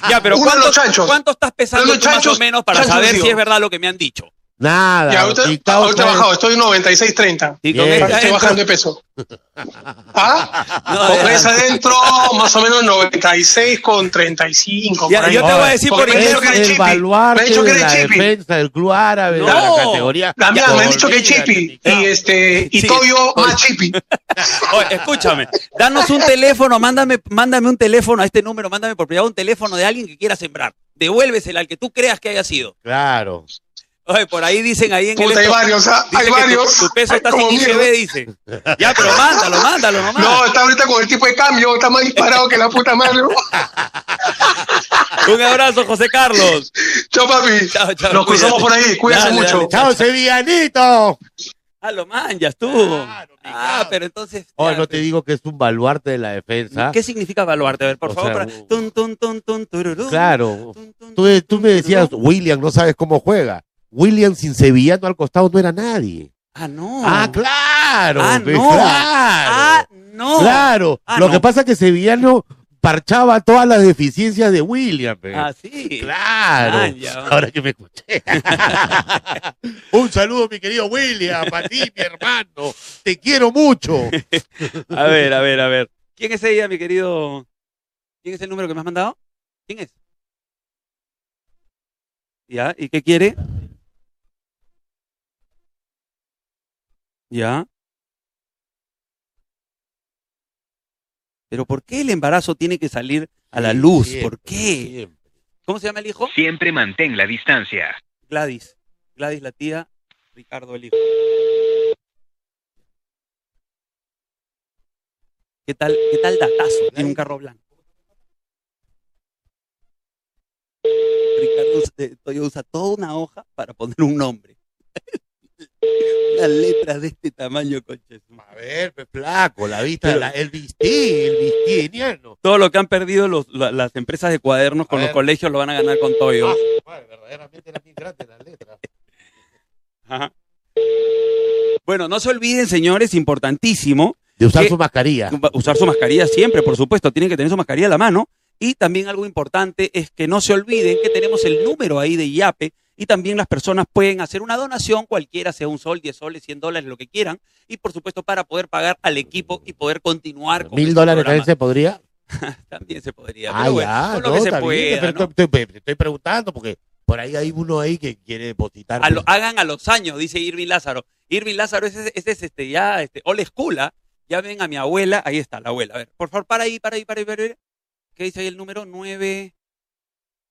[SPEAKER 2] Ya, pero
[SPEAKER 7] Uno de
[SPEAKER 2] ¿cuánto,
[SPEAKER 7] los chanchos.
[SPEAKER 2] cuánto estás pesando
[SPEAKER 7] Uno de
[SPEAKER 2] tú
[SPEAKER 7] los
[SPEAKER 2] más o
[SPEAKER 7] chanchos-
[SPEAKER 2] menos para
[SPEAKER 7] chanchos,
[SPEAKER 2] saber
[SPEAKER 7] digo.
[SPEAKER 2] si es verdad lo que me han dicho?
[SPEAKER 1] Nada,
[SPEAKER 7] Ya, ahorita,
[SPEAKER 1] mi causa
[SPEAKER 7] ahorita he
[SPEAKER 1] es-
[SPEAKER 7] bajado, estoy 96, 30.
[SPEAKER 2] Y con
[SPEAKER 1] Bien.
[SPEAKER 2] esta
[SPEAKER 7] Estoy
[SPEAKER 2] entro-
[SPEAKER 7] bajando de peso. ¿Ah?
[SPEAKER 2] No,
[SPEAKER 7] Con
[SPEAKER 2] ya,
[SPEAKER 7] esa adentro, más o menos 96 con 35.
[SPEAKER 2] Ya,
[SPEAKER 7] por ahí.
[SPEAKER 2] yo te voy a decir
[SPEAKER 7] Porque
[SPEAKER 2] por
[SPEAKER 7] me han
[SPEAKER 2] qué.
[SPEAKER 7] dicho que
[SPEAKER 1] Es
[SPEAKER 7] eres
[SPEAKER 1] el
[SPEAKER 7] chipi. Me han
[SPEAKER 1] baluarte
[SPEAKER 7] dicho que
[SPEAKER 1] de la
[SPEAKER 7] eres chipi.
[SPEAKER 1] defensa del club árabe, de
[SPEAKER 2] No.
[SPEAKER 1] la categoría.
[SPEAKER 7] También me han dicho que es
[SPEAKER 1] Olvídate,
[SPEAKER 7] chipi.
[SPEAKER 1] mi
[SPEAKER 7] Y, este, y
[SPEAKER 2] Sí.
[SPEAKER 7] Toyo más chipi.
[SPEAKER 2] Oye, escúchame, danos un teléfono, mándame, mándame un teléfono a este número, mándame por privado un teléfono de alguien que quiera sembrar. Devuélvesela al que tú creas que haya sido.
[SPEAKER 1] Claro.
[SPEAKER 2] Oye, por ahí dicen ahí en el
[SPEAKER 7] Puta, hay
[SPEAKER 2] esto-
[SPEAKER 7] varios, ¿ah?
[SPEAKER 2] dice
[SPEAKER 7] Hay
[SPEAKER 2] que tu-
[SPEAKER 7] varios.
[SPEAKER 2] Tu, peso
[SPEAKER 7] Ay,
[SPEAKER 2] está
[SPEAKER 7] como
[SPEAKER 2] sin IGB,
[SPEAKER 7] mierda.
[SPEAKER 2] dice. Ya, pero mándalo, mándalo nomás.
[SPEAKER 7] No, está ahorita con el tipo de cambio, está más disparado que la puta madre.
[SPEAKER 2] Un abrazo, José Carlos.
[SPEAKER 7] Chao, papi.
[SPEAKER 2] Chao, chao,
[SPEAKER 7] Nos
[SPEAKER 2] cuídate.
[SPEAKER 7] cruzamos por ahí, cuídense
[SPEAKER 2] Dale,
[SPEAKER 7] mucho.
[SPEAKER 2] dale,
[SPEAKER 1] ¡Chao, Sevillanito!
[SPEAKER 2] Ah, lo manjas tú.
[SPEAKER 1] Claro, mi
[SPEAKER 2] ah,
[SPEAKER 1] causa.
[SPEAKER 2] pero entonces.
[SPEAKER 1] Oh,
[SPEAKER 2] ya,
[SPEAKER 1] no te digo que es un baluarte de la defensa.
[SPEAKER 2] ¿Qué significa baluarte? A ver, por
[SPEAKER 1] O
[SPEAKER 2] favor.
[SPEAKER 1] sea,
[SPEAKER 2] para-
[SPEAKER 1] un-
[SPEAKER 2] tun, tun, tun, tun, tururú.
[SPEAKER 1] Claro.
[SPEAKER 2] Tun, tun, tun,
[SPEAKER 1] Tú, tú me
[SPEAKER 2] tun,
[SPEAKER 1] decías,
[SPEAKER 2] tururú.
[SPEAKER 1] William, no sabes cómo juega. William sin sevillano al costado no era nadie.
[SPEAKER 2] Ah, no.
[SPEAKER 1] Ah, claro.
[SPEAKER 2] Ah,
[SPEAKER 1] pe,
[SPEAKER 2] no. Ah,
[SPEAKER 1] Claro.
[SPEAKER 2] no.
[SPEAKER 1] Claro.
[SPEAKER 2] Ah,
[SPEAKER 1] Lo
[SPEAKER 2] no.
[SPEAKER 1] que pasa es que sevillano parchaba todas las deficiencias de William. pe.
[SPEAKER 2] Ah, sí.
[SPEAKER 1] Claro.
[SPEAKER 2] Ah, ya.
[SPEAKER 1] Ahora que me escuché. Un saludo, mi querido William, para ti, mi hermano. Te quiero mucho.
[SPEAKER 2] A ver, a ver, a ver. ¿Quién es ella, mi querido? ¿Quién es el número que me has mandado? ¿Quién es? ¿Ya? ¿Y qué quiere? ¿Ya? ¿Pero por qué el embarazo tiene que salir a la luz? ¿Por qué? ¿Cómo se llama el hijo?
[SPEAKER 4] Siempre mantén la distancia.
[SPEAKER 2] Gladys. Gladys la tía, Ricardo el hijo. ¿Qué tal, qué tal datazo? Tiene un carro blanco. Ricardo eh, Toyo usa toda una hoja para poner un nombre. Las letras de este tamaño, coche.
[SPEAKER 1] A ver, pe, flaco, la vista,
[SPEAKER 2] Pero-
[SPEAKER 1] de la- el vistí, el vistiniano.
[SPEAKER 2] Todo lo que han perdido los- la- las empresas de cuadernos con
[SPEAKER 1] A
[SPEAKER 2] los
[SPEAKER 1] ver.
[SPEAKER 2] colegios lo van a ganar con Toyo.
[SPEAKER 1] Ah, verdaderamente era bien grande la letra. Ah.
[SPEAKER 2] Ajá. Bueno, no se olviden, señores, importantísimo,
[SPEAKER 1] De usar
[SPEAKER 2] ¿Qué?
[SPEAKER 1] su mascarilla.
[SPEAKER 2] usar su mascarilla siempre, por supuesto, tienen que tener su mascarilla a la mano. Y también algo importante es que no se olviden que tenemos el número ahí de IAPE y también las personas pueden hacer una donación cualquiera, sea un sol, 10 soles, 100 dólares, lo que quieran. Y por supuesto para poder pagar al equipo y poder continuar con
[SPEAKER 1] ¿Mil
[SPEAKER 2] este
[SPEAKER 1] dólares
[SPEAKER 2] programa.
[SPEAKER 1] también se podría?
[SPEAKER 2] También se podría.
[SPEAKER 1] Ah,
[SPEAKER 2] pero bueno,
[SPEAKER 1] ya,
[SPEAKER 2] con lo que
[SPEAKER 1] no,
[SPEAKER 2] se
[SPEAKER 1] está bien,
[SPEAKER 2] pueda,
[SPEAKER 1] pero
[SPEAKER 2] ¿no?
[SPEAKER 1] te- te- te estoy preguntando porque por ahí hay uno ahí que quiere depositar.
[SPEAKER 2] A lo-
[SPEAKER 1] pues.
[SPEAKER 2] hagan a los años, dice Irving Lázaro. Irving Lázaro, ese ese es este, ya, este, old school, ¿ah? ya ven a mi abuela, ahí está la abuela. A ver, por favor, para ahí, para ahí, para ahí, para ahí. ¿Qué dice ahí el número? 9,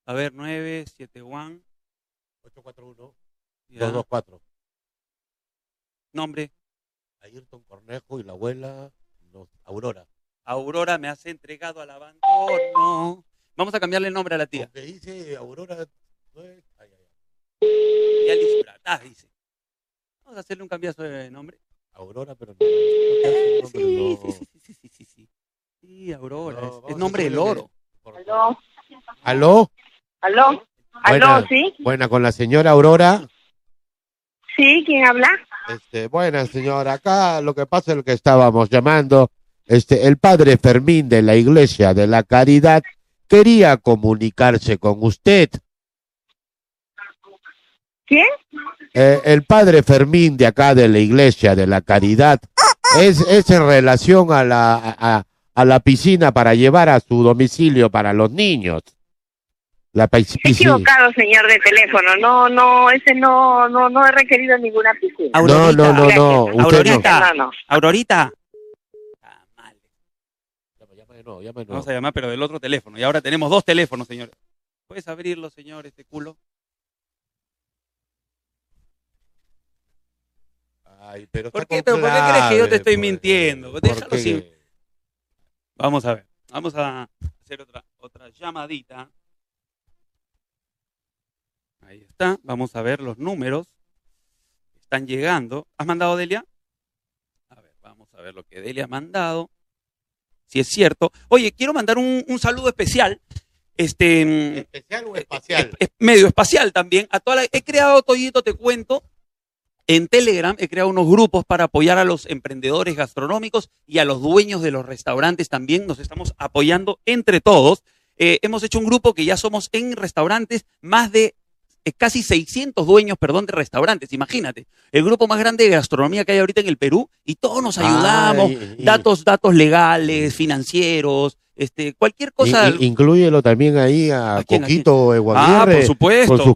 [SPEAKER 2] a ver, 9, 7, 1,
[SPEAKER 1] 841 224.
[SPEAKER 2] nombre.
[SPEAKER 1] Ayrton Cornejo y la abuela no, Aurora.
[SPEAKER 2] Aurora me has entregado al abandono. Vamos a cambiarle el nombre a la tía.
[SPEAKER 1] Aunque dice Aurora no es- ay, ay, ay.
[SPEAKER 2] Ya Lisbra, ah, dice. Vamos a hacerle un cambiazo de nombre.
[SPEAKER 1] Aurora, pero no. no, pero
[SPEAKER 2] Sí,
[SPEAKER 1] no.
[SPEAKER 2] sí, sí, sí, sí, sí, sí, sí. Sí, Aurora,
[SPEAKER 1] No,
[SPEAKER 2] es- es,
[SPEAKER 1] vamos a
[SPEAKER 2] nombre del
[SPEAKER 1] ponerle-
[SPEAKER 2] oro.
[SPEAKER 1] Por favor.
[SPEAKER 5] Aló,
[SPEAKER 1] ¿Aló?
[SPEAKER 5] aló,
[SPEAKER 1] Buena.
[SPEAKER 5] aló, ¿sí?
[SPEAKER 1] Buena, con la señora Aurora.
[SPEAKER 5] ¿Sí? ¿Quién habla?
[SPEAKER 1] Este, buena, señora. Acá lo que pasa es lo que estábamos llamando Este, el padre Fermín de la Iglesia de la Caridad quería comunicarse con usted.
[SPEAKER 5] ¿Quién?
[SPEAKER 1] Eh, el padre Fermín de acá de la Iglesia de la Caridad es, es en relación a la, a, a la piscina para llevar a su domicilio para los niños. La pis-
[SPEAKER 5] Se ha
[SPEAKER 1] piscina.
[SPEAKER 5] equivocado, señor de teléfono. No, no, ese no, no, no he requerido ninguna piscina.
[SPEAKER 1] No,
[SPEAKER 2] Aurorita.
[SPEAKER 1] no, no, no.
[SPEAKER 5] Gracias.
[SPEAKER 1] Usted no.
[SPEAKER 2] Aurorita.
[SPEAKER 5] No, no.
[SPEAKER 2] Aurorita. Ah, mal.
[SPEAKER 1] Llama de nuevo, llama de nuevo.
[SPEAKER 2] Vamos a llamar, pero del otro teléfono. Y ahora tenemos dos teléfonos, señores. ¿Puedes abrirlo, señor, este culo?
[SPEAKER 1] Ay, pero
[SPEAKER 2] ¿Por
[SPEAKER 1] está
[SPEAKER 2] qué?
[SPEAKER 1] con
[SPEAKER 2] Pero ¿por qué crees que yo te estoy
[SPEAKER 1] clave, pues?
[SPEAKER 2] mintiendo?
[SPEAKER 1] ¿Por
[SPEAKER 2] Déjalo
[SPEAKER 1] qué?
[SPEAKER 2] así. Vamos a ver. Vamos a hacer otra, otra llamadita. Ahí está. Vamos a ver los números. Están llegando. ¿Has mandado, Delia? A ver, vamos a ver lo que Delia ha mandado. Si es cierto. Oye, quiero mandar un, un saludo especial. Este. mm,
[SPEAKER 1] ¿Especial o
[SPEAKER 2] eh,
[SPEAKER 1] espacial?
[SPEAKER 2] es- es medio espacial también. A toda la- he creado, Toyito, te cuento, en Telegram he creado unos grupos para apoyar a los emprendedores gastronómicos y a los dueños de los restaurantes también. Nos estamos apoyando entre todos. Eh, hemos hecho un grupo que ya somos en restaurantes más de eh, casi 600 dueños, perdón, de restaurantes. Imagínate, el grupo más grande de gastronomía que hay ahorita en el Perú y todos nos ayudamos.
[SPEAKER 1] Ay, y-
[SPEAKER 2] datos, datos legales, financieros, este, cualquier
[SPEAKER 1] y-
[SPEAKER 2] cosa.
[SPEAKER 1] y- inclúyelo también ahí a,
[SPEAKER 2] ¿A quién, a
[SPEAKER 1] Coquito
[SPEAKER 2] ah, por
[SPEAKER 1] Eguaguirre
[SPEAKER 2] supuesto.
[SPEAKER 1] con sus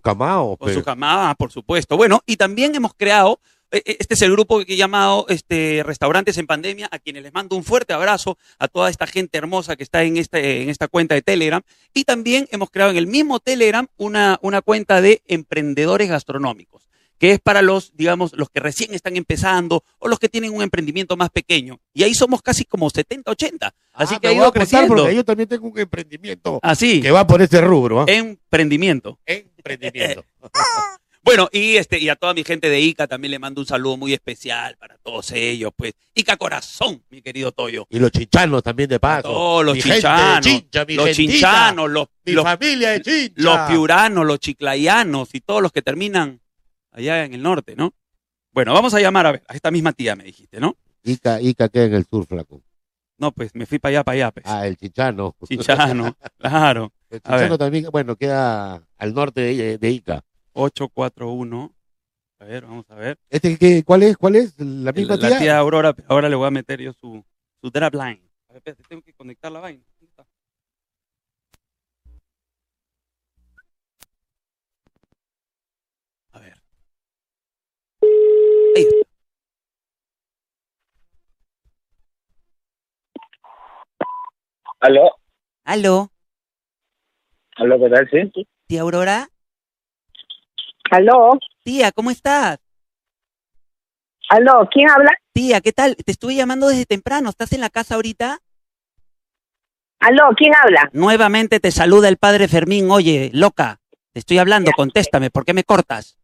[SPEAKER 2] Con
[SPEAKER 1] camaos. pues.
[SPEAKER 2] su camada, por supuesto. Bueno, y también hemos creado, eh, eh, este es el grupo que he llamado este, Restaurantes en Pandemia, a quienes les mando un fuerte abrazo a toda esta gente hermosa que está en, este, en esta cuenta de Telegram. Y también hemos creado en el mismo Telegram una, una cuenta de emprendedores gastronómicos que es para los, digamos, los que recién están empezando o los que tienen un emprendimiento más pequeño. Y ahí somos casi como 70, 80. Así
[SPEAKER 1] Ah,
[SPEAKER 2] que ha
[SPEAKER 1] me voy a
[SPEAKER 2] ido
[SPEAKER 1] apuntar
[SPEAKER 2] creciendo. Eh.
[SPEAKER 1] Porque yo también tengo un emprendimiento
[SPEAKER 2] Así,
[SPEAKER 1] que va por ese rubro. ¿ah?
[SPEAKER 2] emprendimiento.
[SPEAKER 1] Emprendimiento.
[SPEAKER 2] Bueno, y este, y a toda mi gente de Ica también le mando un saludo muy especial para todos ellos, pues. Ica Corazón, mi querido Toyo.
[SPEAKER 1] Y los chinchanos también de paso.
[SPEAKER 2] todos los
[SPEAKER 1] Mi gente de
[SPEAKER 2] chinchanos,
[SPEAKER 1] Chincha, mi
[SPEAKER 2] Los
[SPEAKER 1] gentita,
[SPEAKER 2] chinchanos, los,
[SPEAKER 1] Mi
[SPEAKER 2] los,
[SPEAKER 1] familia de chincha.
[SPEAKER 2] los piuranos, los chiclayanos y todos los que terminan allá en el norte, ¿no? Bueno, vamos a llamar a ver, a esta misma tía me dijiste, ¿no?
[SPEAKER 1] Ica, Ica queda en el sur, flaco.
[SPEAKER 2] No, pues me fui para allá, para allá, pues.
[SPEAKER 1] Ah, el chinchano.
[SPEAKER 2] Chinchano, claro.
[SPEAKER 1] El
[SPEAKER 2] A ver.
[SPEAKER 1] chinchano Eh, también, bueno, queda al norte de, de Ica.
[SPEAKER 2] 841. A ver, vamos a ver.
[SPEAKER 1] Este, ¿qué, ¿Cuál es? ¿Cuál es? ¿La misma
[SPEAKER 2] la,
[SPEAKER 1] tía?
[SPEAKER 2] la tía Aurora, ahora le voy a meter yo su, su drop line. A ver, espérate, tengo que conectar la vaina. ¿Dónde está? A ver. Ahí está.
[SPEAKER 6] Aló,
[SPEAKER 3] Aló,
[SPEAKER 6] aló, ¿qué tal? Sí,
[SPEAKER 3] tía Aurora.
[SPEAKER 5] Aló,
[SPEAKER 3] Tía, ¿cómo estás?
[SPEAKER 5] aló, ¿quién habla?
[SPEAKER 3] Tía, ¿qué tal? Te estuve llamando desde temprano. ¿Estás en la casa ahorita?
[SPEAKER 5] Aló, ¿quién habla?
[SPEAKER 3] Nuevamente te saluda el padre Fermín. Oye, loca, te estoy hablando, contéstame, ¿por qué me cortas?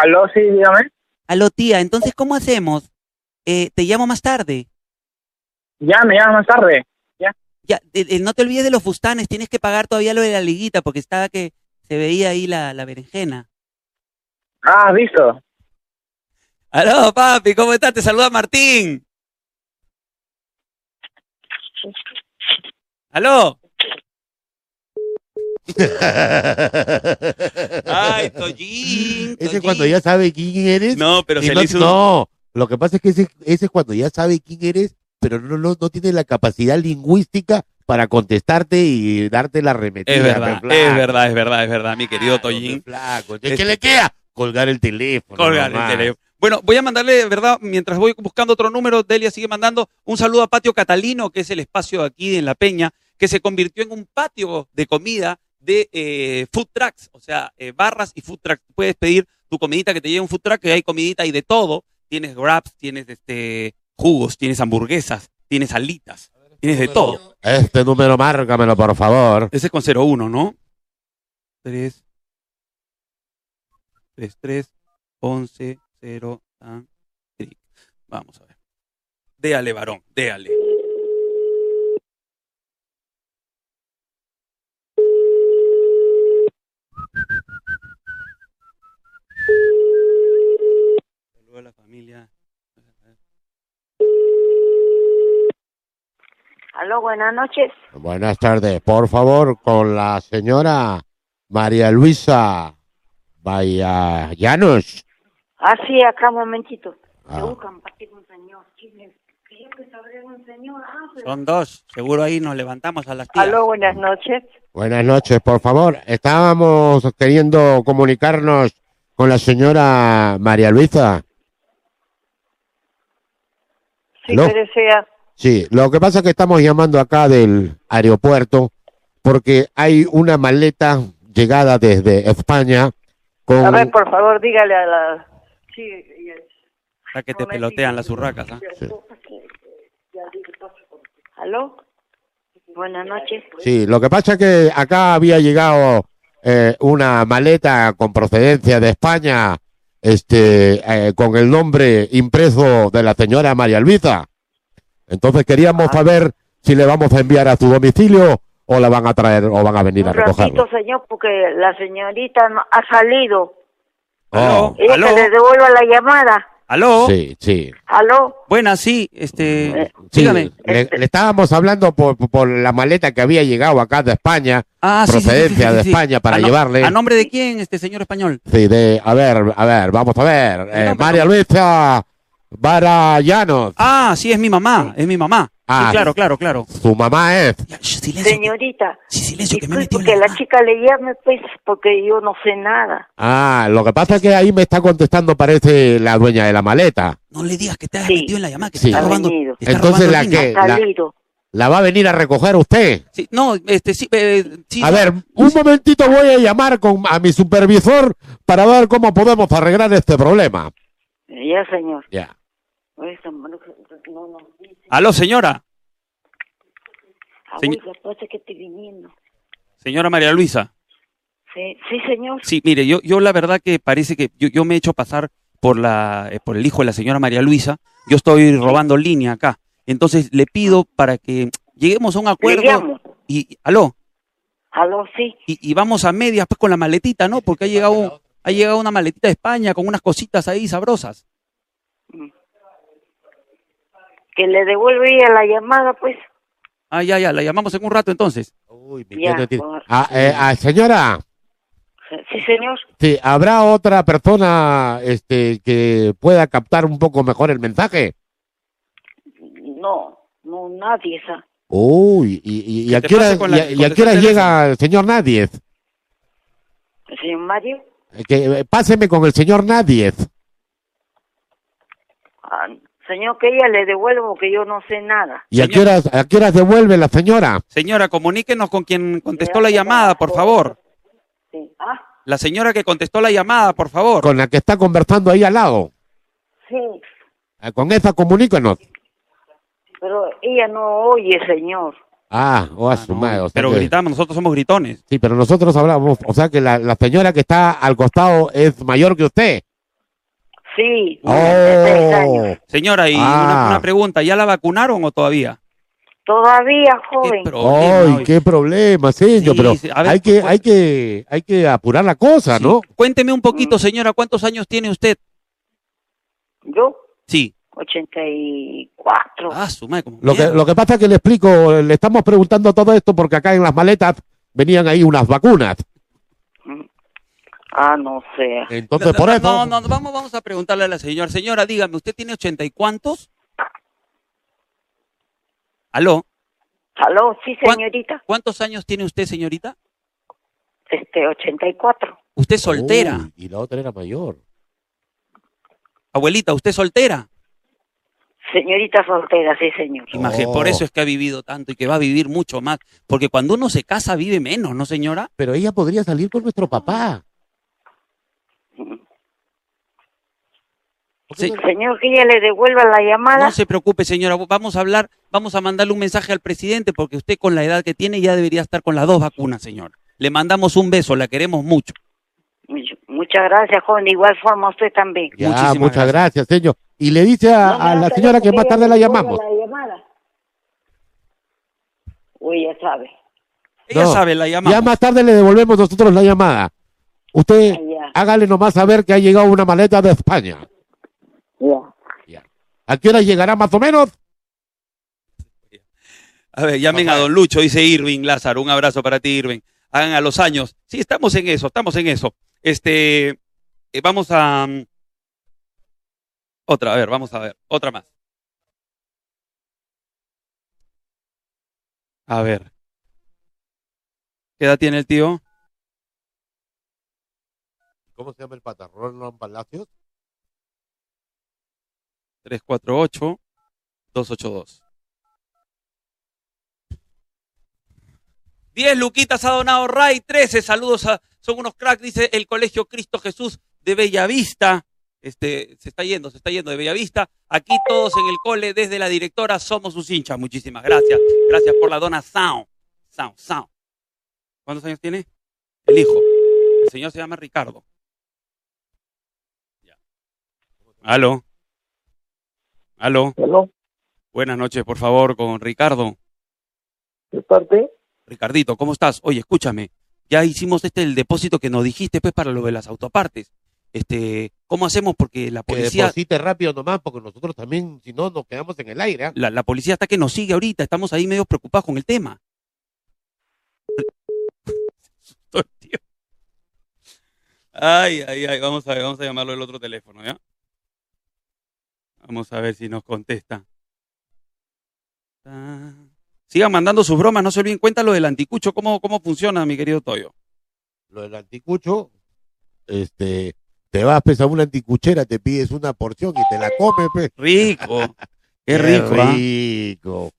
[SPEAKER 6] aló, sí, dígame.
[SPEAKER 3] Aló, tía, entonces, ¿cómo hacemos? Eh, te llamo más tarde.
[SPEAKER 6] Ya, me llamas más tarde.
[SPEAKER 3] Ya, eh, eh, no te olvides de los fustanes, tienes que pagar todavía lo de la liguita, porque estaba que se veía ahí la, la berenjena.
[SPEAKER 6] Ah, ¿has visto?
[SPEAKER 2] Aló, papi, ¿cómo estás? Te saluda Martín. Aló. Ay, Tollín. Tollín.
[SPEAKER 1] Ese es cuando ya sabe quién eres.
[SPEAKER 2] No, pero
[SPEAKER 1] y
[SPEAKER 2] se
[SPEAKER 1] no,
[SPEAKER 2] le hizo. un-
[SPEAKER 1] no, lo que pasa es que ese, ese es cuando ya sabe quién eres, pero no, no, no tiene la capacidad lingüística para contestarte y darte la remetida.
[SPEAKER 2] Es verdad,
[SPEAKER 1] pe,
[SPEAKER 2] es
[SPEAKER 1] flaco.
[SPEAKER 2] verdad, es verdad, es verdad, mi querido
[SPEAKER 1] Claro,
[SPEAKER 2] Tollín.
[SPEAKER 1] pe, flaco. Entonces,
[SPEAKER 2] Este-
[SPEAKER 1] ¿Qué le queda? Colgar el teléfono.
[SPEAKER 2] Colgar el
[SPEAKER 1] nomás.
[SPEAKER 2] teléfono. Bueno, voy a mandarle, ¿verdad? Mientras voy buscando otro número, Delia sigue mandando un saludo a Patio Catalino, que es el espacio aquí en La Peña, que se convirtió en un patio de comida de eh, food trucks, o sea, eh, barras y food trucks. Puedes pedir tu comidita que te lleve un food truck, que hay comidita y de todo. Tienes wraps, tienes este, jugos, tienes hamburguesas, tienes alitas, tienes de todo.
[SPEAKER 1] Este número, márcamelo, por favor.
[SPEAKER 2] Ese es con 01, ¿no? 3, 3, 3, 11, 0, tan, tri. Vamos a ver. Déale, varón, déale. Saludos a la familia.
[SPEAKER 8] Aló, buenas noches.
[SPEAKER 1] Buenas tardes, por favor, con la señora María Luisa Vallallanos.
[SPEAKER 8] Ah, sí, acá un momentito.
[SPEAKER 1] Ah.
[SPEAKER 8] Se buscan partir un señor. ¿Quién es? Creo que sabré un señor. Ah, pero-
[SPEAKER 2] Son dos. Seguro ahí nos levantamos a las tías.
[SPEAKER 5] Aló, buenas noches.
[SPEAKER 1] Buenas noches, por favor. Estábamos queriendo comunicarnos con la señora María Luisa.
[SPEAKER 5] Si
[SPEAKER 1] Aló.
[SPEAKER 5] que desea.
[SPEAKER 1] Sí, lo que pasa es que estamos llamando acá del aeropuerto porque hay una maleta llegada desde España con...
[SPEAKER 5] A ver, por favor, dígale a la... Sí, y el-
[SPEAKER 2] Para que te pelotean las urracas. ¿ah?
[SPEAKER 5] ¿Aló?
[SPEAKER 8] Buenas noches.
[SPEAKER 1] Sí, lo que pasa es que acá había llegado eh, una maleta con procedencia de España, este, eh, con el nombre impreso de la señora María Luisa. Entonces queríamos
[SPEAKER 8] Ah.
[SPEAKER 1] saber si le vamos a enviar a su domicilio o la van a traer o van a venir a
[SPEAKER 8] Un ratito,
[SPEAKER 1] recogerla.
[SPEAKER 8] señor, porque la señorita no- ha salido.
[SPEAKER 1] Oh,
[SPEAKER 8] Ella
[SPEAKER 2] Aló.
[SPEAKER 8] que le devuelva la llamada.
[SPEAKER 2] Aló.
[SPEAKER 1] sí, sí.
[SPEAKER 8] Aló.
[SPEAKER 2] Buenas, sí. Este,
[SPEAKER 8] Eh,
[SPEAKER 1] Sí,
[SPEAKER 2] dígame.
[SPEAKER 1] le, le estábamos hablando por, por la maleta que había llegado acá de España,
[SPEAKER 2] Ah, sí, sí, sí,
[SPEAKER 1] procedencia
[SPEAKER 2] sí, sí,
[SPEAKER 1] de
[SPEAKER 2] sí.
[SPEAKER 1] España para
[SPEAKER 2] ¿A no-
[SPEAKER 1] llevarle.
[SPEAKER 2] ¿A nombre de quién, este señor español?
[SPEAKER 1] Sí, de, a ver, a ver, vamos a ver.
[SPEAKER 2] El
[SPEAKER 1] Eh,
[SPEAKER 2] nombre,
[SPEAKER 1] María Luisa Barallanos.
[SPEAKER 2] Ah, sí, es mi mamá. Es mi mamá.
[SPEAKER 1] Ah.
[SPEAKER 2] Sí, claro, claro, claro.
[SPEAKER 1] Su mamá es.
[SPEAKER 2] Ya, sh, silencio.
[SPEAKER 8] Señorita.
[SPEAKER 2] Sí, silencio, que me he
[SPEAKER 8] Disculpe
[SPEAKER 2] metido en
[SPEAKER 8] que
[SPEAKER 2] la
[SPEAKER 8] la
[SPEAKER 2] mamá.
[SPEAKER 8] chica le llame, pues, porque yo no sé nada.
[SPEAKER 1] Ah, lo que pasa es que ahí me está contestando, parece, la dueña de la maleta.
[SPEAKER 2] No le digas que te has
[SPEAKER 8] Sí.
[SPEAKER 2] metido en la llamada, que
[SPEAKER 1] Sí.
[SPEAKER 2] te está
[SPEAKER 1] Ha
[SPEAKER 2] robando.
[SPEAKER 8] venido.
[SPEAKER 2] te está
[SPEAKER 1] Entonces,
[SPEAKER 2] robando
[SPEAKER 1] ¿la
[SPEAKER 2] el
[SPEAKER 1] qué?
[SPEAKER 2] ritmo.
[SPEAKER 8] Ha salido.
[SPEAKER 1] ¿La va a venir a recoger usted?
[SPEAKER 2] Sí, no, este, sí, eh, sí,
[SPEAKER 1] A
[SPEAKER 2] no.
[SPEAKER 1] ver, un momentito voy a llamar con, a mi supervisor para ver cómo podemos arreglar este problema.
[SPEAKER 8] Eh, Ya, señor.
[SPEAKER 1] Ya.
[SPEAKER 8] Esa mano que- No, no. dice.
[SPEAKER 2] Aló, señora. Señor-
[SPEAKER 8] Abuela, pasa que estoy viniendo.
[SPEAKER 2] Señora María Luisa.
[SPEAKER 8] Sí, sí, señor.
[SPEAKER 2] Sí, mire, yo, yo la verdad que parece que yo, yo me he hecho pasar por la eh, por el hijo de la señora María Luisa. Yo estoy robando línea acá. Entonces le pido para que lleguemos a un
[SPEAKER 8] Le
[SPEAKER 2] acuerdo
[SPEAKER 8] llamo.
[SPEAKER 2] y aló
[SPEAKER 8] Aló, sí.
[SPEAKER 2] y, y vamos a medias pues con la maletita, ¿no? Porque ha llegado ha llegado una maletita de España con unas cositas ahí sabrosas.
[SPEAKER 8] Que le devuelva ella la llamada, pues.
[SPEAKER 2] Ah, ya, ya, la llamamos en un rato entonces.
[SPEAKER 1] Uy, mi
[SPEAKER 8] Ya,
[SPEAKER 1] pie no tiene-
[SPEAKER 8] por-
[SPEAKER 1] Ah, eh, ah, señora,
[SPEAKER 8] Sí, señor.
[SPEAKER 1] sí, ¿habrá otra persona este, que pueda captar un poco mejor el mensaje?
[SPEAKER 8] No, no, nadie esa.
[SPEAKER 1] Uy, ¿y, y- y
[SPEAKER 2] Que
[SPEAKER 1] a
[SPEAKER 2] te
[SPEAKER 1] qué hora,
[SPEAKER 2] pase con la-
[SPEAKER 1] y a- y a
[SPEAKER 2] con el
[SPEAKER 1] qué hora
[SPEAKER 2] teléfono.
[SPEAKER 1] llega el señor Nadie?
[SPEAKER 8] ¿El señor Mario?
[SPEAKER 1] Eh, Que, eh, páseme con el señor Nadie.
[SPEAKER 8] Ah, señor, que ella le devuelvo, que yo no sé nada.
[SPEAKER 1] ¿Y a
[SPEAKER 2] Señor.
[SPEAKER 1] qué, horas, a qué horas devuelve la señora?
[SPEAKER 2] Señora, comuníquenos con quien contestó la llamada, por favor.
[SPEAKER 8] Sí. Ah,
[SPEAKER 2] La señora que contestó la llamada, por favor.
[SPEAKER 1] Con la que está conversando ahí al lado.
[SPEAKER 8] sí,
[SPEAKER 1] Eh, Con esa comunícanos.
[SPEAKER 8] pero ella no oye, señor.
[SPEAKER 1] Ah, o a
[SPEAKER 2] Ah,
[SPEAKER 1] su
[SPEAKER 2] no,
[SPEAKER 1] madre, o sea
[SPEAKER 2] pero
[SPEAKER 1] que-
[SPEAKER 2] gritamos, nosotros somos gritones.
[SPEAKER 1] Sí, pero nosotros hablamos. O sea que la, la señora que está al costado es mayor que usted.
[SPEAKER 8] Sí. seis
[SPEAKER 1] ¡Oh!
[SPEAKER 8] años.
[SPEAKER 2] Señora, y
[SPEAKER 1] Ah.
[SPEAKER 2] una, una pregunta, ¿ya la vacunaron o todavía?
[SPEAKER 8] Todavía, joven.
[SPEAKER 2] ¿Qué problema,
[SPEAKER 1] oh, ¡Ay,
[SPEAKER 2] oye?
[SPEAKER 1] qué problema, señor!
[SPEAKER 2] Sí,
[SPEAKER 1] pero
[SPEAKER 2] sí, a ver,
[SPEAKER 1] hay, que,
[SPEAKER 2] pues-
[SPEAKER 1] hay, que, hay que apurar la cosa,
[SPEAKER 2] Sí.
[SPEAKER 1] ¿no? Mm.
[SPEAKER 2] Cuénteme un poquito, señora, ¿cuántos años tiene usted?
[SPEAKER 8] Yo,
[SPEAKER 2] Sí.
[SPEAKER 8] 84.
[SPEAKER 2] Ah, su madre, como
[SPEAKER 1] Lo que,
[SPEAKER 2] mierda.
[SPEAKER 1] lo que pasa es que le explico, le estamos preguntando todo esto porque acá en las maletas venían ahí unas vacunas.
[SPEAKER 8] Ah, no sé.
[SPEAKER 1] Entonces,
[SPEAKER 2] No,
[SPEAKER 1] por
[SPEAKER 2] no,
[SPEAKER 1] eso.
[SPEAKER 2] No, no, no, vamos, vamos a preguntarle a la señora. Señora, dígame, ¿usted tiene ochenta y cuántos? ¿Aló?
[SPEAKER 8] Aló, sí,
[SPEAKER 2] ¿Cuán-
[SPEAKER 8] señorita.
[SPEAKER 2] ¿Cuántos años tiene usted, señorita?
[SPEAKER 8] Este, 84.
[SPEAKER 2] Usted es soltera.
[SPEAKER 1] Uy, y la otra era mayor.
[SPEAKER 2] Abuelita, ¿usted es soltera?
[SPEAKER 8] Señorita soltera, sí, señor.
[SPEAKER 2] Imagínate,
[SPEAKER 1] Oh.
[SPEAKER 2] por eso es que ha vivido tanto y que va a vivir mucho más. Porque cuando uno se casa, vive menos, ¿no, señora?
[SPEAKER 1] Pero ella podría salir con nuestro papá.
[SPEAKER 2] Se-
[SPEAKER 8] Señor, que ella le devuelva la llamada.
[SPEAKER 2] No se preocupe, señora. Vamos a hablar, vamos a mandarle un mensaje al presidente porque usted con la edad que tiene ya debería estar con las dos vacunas, señora. Le mandamos un beso, la queremos mucho.
[SPEAKER 8] Much- Muchas gracias, joven. Igual forma usted también.
[SPEAKER 1] Ya,
[SPEAKER 2] Muchísimas
[SPEAKER 1] muchas gracias. señor. Y le dice a, Ah, a la señora que más tarde la llamamos.
[SPEAKER 8] Uy, ya sabe.
[SPEAKER 2] Ella
[SPEAKER 1] No,
[SPEAKER 2] sabe, la llamamos.
[SPEAKER 1] Ya más tarde le devolvemos nosotros la llamada. Usted
[SPEAKER 8] Ya,
[SPEAKER 1] hágale nomás saber que ha llegado una maleta de España.
[SPEAKER 8] ya.
[SPEAKER 1] ¿A qué hora llegará más o menos?
[SPEAKER 2] A ver, llamen a Don Lucho, dice Irving Lázaro. Un abrazo para ti, Irving. Hagan a los años. Sí, estamos en eso, estamos en eso. Este, eh, vamos a. mm, Otra, a ver, vamos a ver. Otra más. A ver. ¿Qué edad tiene el tío?
[SPEAKER 1] ¿Cómo se llama el pata? ¿Ronald Palacios?
[SPEAKER 2] 348 282. 10 luquitas ha donado Ray 13. Saludos a son unos cracks, dice el Colegio Cristo Jesús de Bellavista. Este, se está yendo, se está yendo de Bellavista. Aquí todos en el cole, desde la directora, somos sus hinchas. Muchísimas gracias. Gracias por la dona Sound. Sound, Sound. ¿Cuántos años tiene? El hijo. El señor se llama Ricardo. Ya. Aló. Aló.
[SPEAKER 6] ¿Aló?
[SPEAKER 2] Buenas noches, por favor, con Ricardo.
[SPEAKER 6] ¿De parte?
[SPEAKER 2] Ricardito, ¿cómo estás? Oye, escúchame. Ya hicimos este el depósito que nos dijiste pues para lo de las autopartes. Este, ¿cómo hacemos? Porque la
[SPEAKER 1] Que
[SPEAKER 2] policía,
[SPEAKER 1] deposite rápido nomás, porque nosotros también, si no, nos quedamos en el aire. ¿ah?
[SPEAKER 2] la, la policía está que nos sigue ahorita, estamos ahí medio preocupados con el tema. Se asustó el tío. Ay, ay, ay, vamos a ver, vamos a llamarlo el otro teléfono, ¿ya? Vamos a ver si nos contesta. Ah, Sigan mandando sus bromas, no se olviden, cuéntalo del anticucho, cómo, cómo funciona, mi querido Toyo.
[SPEAKER 1] Lo del anticucho, este, te vas pues, a una anticuchera, te pides una porción y te la comes, pues.
[SPEAKER 2] Rico. Qué rico, ¿ah?
[SPEAKER 1] rico.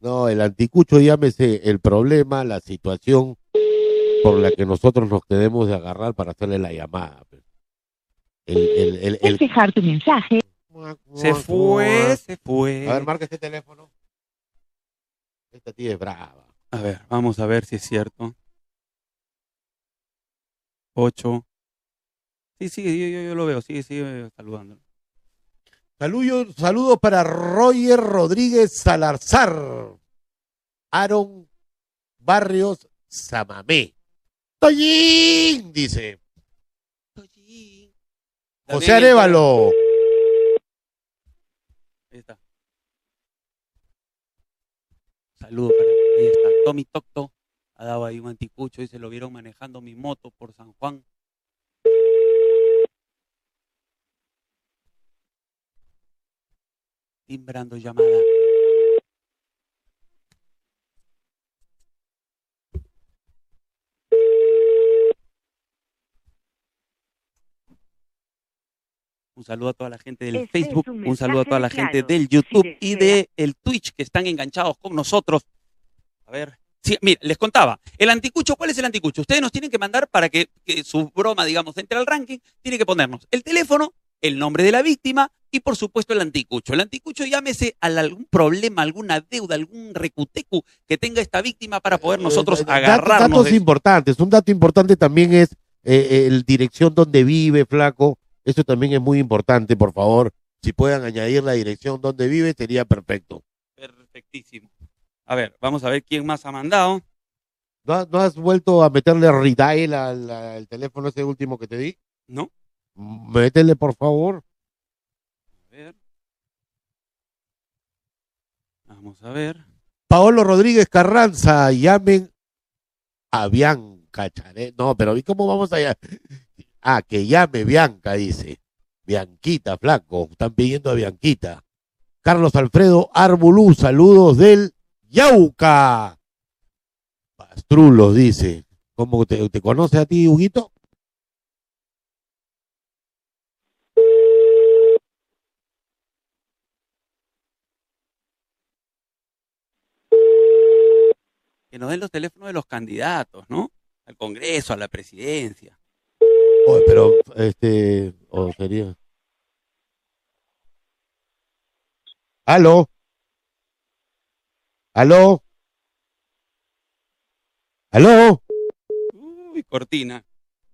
[SPEAKER 1] No, el anticucho, llámese el problema, la situación por la que nosotros nos tenemos de agarrar para hacerle la llamada. pues. El, el, el, el-
[SPEAKER 9] dejar tu mensaje.
[SPEAKER 2] Se fue, se
[SPEAKER 1] A
[SPEAKER 2] fue.
[SPEAKER 1] ver, marca este teléfono. Esta tía es brava.
[SPEAKER 2] A ver, vamos a ver si es cierto. Ocho. Sí, sí, yo, yo- yo lo veo, sí, sí, eh, saludando.
[SPEAKER 1] Saludo, saludos para Roger Rodríguez Salarzar, Aaron Barrios Samamé. Toyín, dice. José Arevalo.
[SPEAKER 2] Ahí está. Saludo para. Ahí está. Tommy Tocto ha dado ahí un anticucho y se lo vieron manejando mi moto por San Juan. Timbrando llamada. Un saludo a toda la gente del
[SPEAKER 9] Este es
[SPEAKER 2] Facebook,
[SPEAKER 9] un
[SPEAKER 2] un, saludo
[SPEAKER 9] mensaje
[SPEAKER 2] a toda la
[SPEAKER 9] claro.
[SPEAKER 2] gente del YouTube
[SPEAKER 9] Si
[SPEAKER 2] y
[SPEAKER 9] desea-
[SPEAKER 2] de el Twitch que están enganchados con nosotros. A ver. Sí, mira, les contaba, el anticucho, ¿cuál es el anticucho? Ustedes nos tienen que mandar para que, que su broma, digamos, entre al ranking, tiene que ponernos el teléfono, el nombre de la víctima y por supuesto el anticucho. El anticucho llámese a algún problema, alguna deuda, algún recutecu que tenga esta víctima para poder nosotros
[SPEAKER 1] Eh, eh, dat-
[SPEAKER 2] agarrarnos.
[SPEAKER 1] Datos
[SPEAKER 2] de-
[SPEAKER 1] importantes. Un dato importante también es eh, el dirección donde vive, flaco. Eso también es muy importante, por favor. Si puedan añadir la dirección donde vive, sería perfecto.
[SPEAKER 2] Perfectísimo. A ver, vamos a ver quién más ha mandado.
[SPEAKER 1] ¿No, ha- no has vuelto a meterle redial al, al teléfono ese último que te di?
[SPEAKER 2] No.
[SPEAKER 1] Métele, por favor.
[SPEAKER 2] A ver. Vamos a ver.
[SPEAKER 1] Paolo Rodríguez Carranza, llamen a Bianca Charé. No, pero ¿y cómo vamos allá? Ah, que llame Bianca, dice. Bianquita, flaco. Están pidiendo a Bianquita. Carlos Alfredo Arbulú, saludos del Yauca. Pastrulos, dice. ¿Cómo te, te conoce a ti, Huguito?
[SPEAKER 2] que nos den los teléfonos de los candidatos, ¿no? Al Congreso, a la presidencia.
[SPEAKER 1] Oye, Oh, pero, este, o sería. Aló. Aló. Aló.
[SPEAKER 2] Uy, cortina.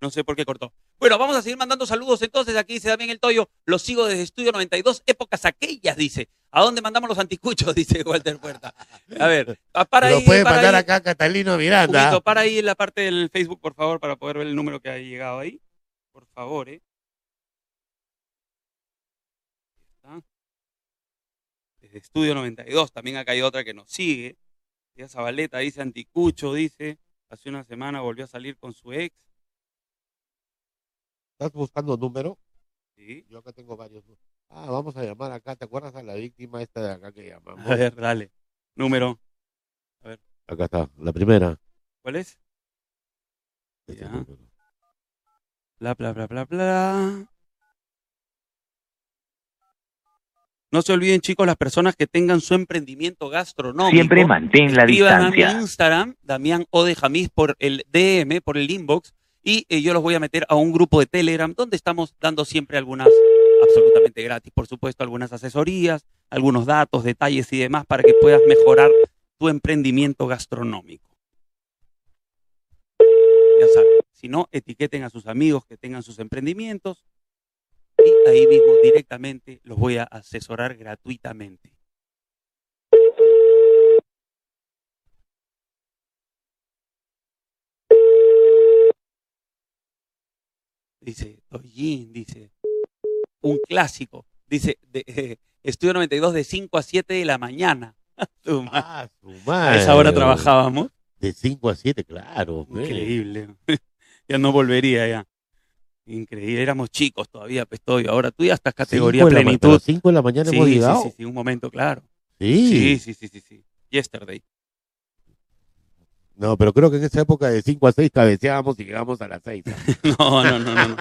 [SPEAKER 2] No sé por qué cortó. Bueno, vamos a seguir mandando saludos entonces. Aquí dice Damián El Toyo. Los sigo desde Estudio 92, épocas aquellas, dice. ¿A dónde mandamos los anticuchos? Dice Walter Puerta. A ver, pa- para
[SPEAKER 1] Lo
[SPEAKER 2] ahí.
[SPEAKER 1] puede
[SPEAKER 2] para
[SPEAKER 1] mandar
[SPEAKER 2] ahí,
[SPEAKER 1] acá a Catalino
[SPEAKER 2] Huguito,
[SPEAKER 1] Miranda.
[SPEAKER 2] para ahí en la parte del Facebook, por favor, para poder ver el número que ha llegado ahí. Por favor, ¿eh? Ahí está. desde Estudio 92. También acá hay otra que nos sigue. Ella Zabaleta dice, Anticucho dice, hace una semana volvió a salir con su ex.
[SPEAKER 1] ¿Estás buscando número?
[SPEAKER 2] Sí.
[SPEAKER 1] Yo acá tengo varios. ¿no? Ah, vamos a llamar acá. ¿Te acuerdas a la víctima esta de acá que llamamos?
[SPEAKER 2] A ver, dale. Número,
[SPEAKER 1] Acá está, la primera.
[SPEAKER 2] ¿cuál es?
[SPEAKER 1] Este
[SPEAKER 2] Ya.
[SPEAKER 1] número.
[SPEAKER 2] Bla, bla, bla, bla, bla. No se olviden, chicos, las personas que tengan su emprendimiento gastronómico.
[SPEAKER 4] Siempre mantén la
[SPEAKER 2] escriban a
[SPEAKER 4] distancia.
[SPEAKER 2] mi Instagram, Damián O de Jamís, por el DM, por el inbox, y eh, yo los voy a meter a un grupo de Telegram donde estamos dando siempre algunas absolutamente gratis, por supuesto, algunas asesorías, algunos datos, detalles y demás para que puedas mejorar tu emprendimiento gastronómico. Ya saben, si no, etiqueten a sus amigos que tengan sus emprendimientos y ahí mismo directamente los voy a asesorar gratuitamente. Dice, Toyin, dice, un clásico. Dice, de- eh, estudio 92 de 5 a 7 de la mañana. Tu madre.
[SPEAKER 1] Ah, su
[SPEAKER 2] a
[SPEAKER 1] madre.
[SPEAKER 2] esa hora trabajábamos.
[SPEAKER 1] De 5 a 7, claro. pues.
[SPEAKER 2] Increíble. ya no volvería ya. Increíble. Éramos chicos todavía, pues todavía. Ahora tú ya estás categoría
[SPEAKER 1] Cinco de la ma- pero
[SPEAKER 2] plenitud.
[SPEAKER 1] 5 de la mañana
[SPEAKER 2] Sí,
[SPEAKER 1] hemos
[SPEAKER 2] sí,
[SPEAKER 1] llegado.
[SPEAKER 2] sí, sí, un momento, claro.
[SPEAKER 1] Sí.
[SPEAKER 2] Sí, sí, sí, sí, sí. Yesterday.
[SPEAKER 1] No, pero creo que en esa época de 5 a 6 cabeceábamos y llegábamos a las 6.
[SPEAKER 2] No, no, no, no. no.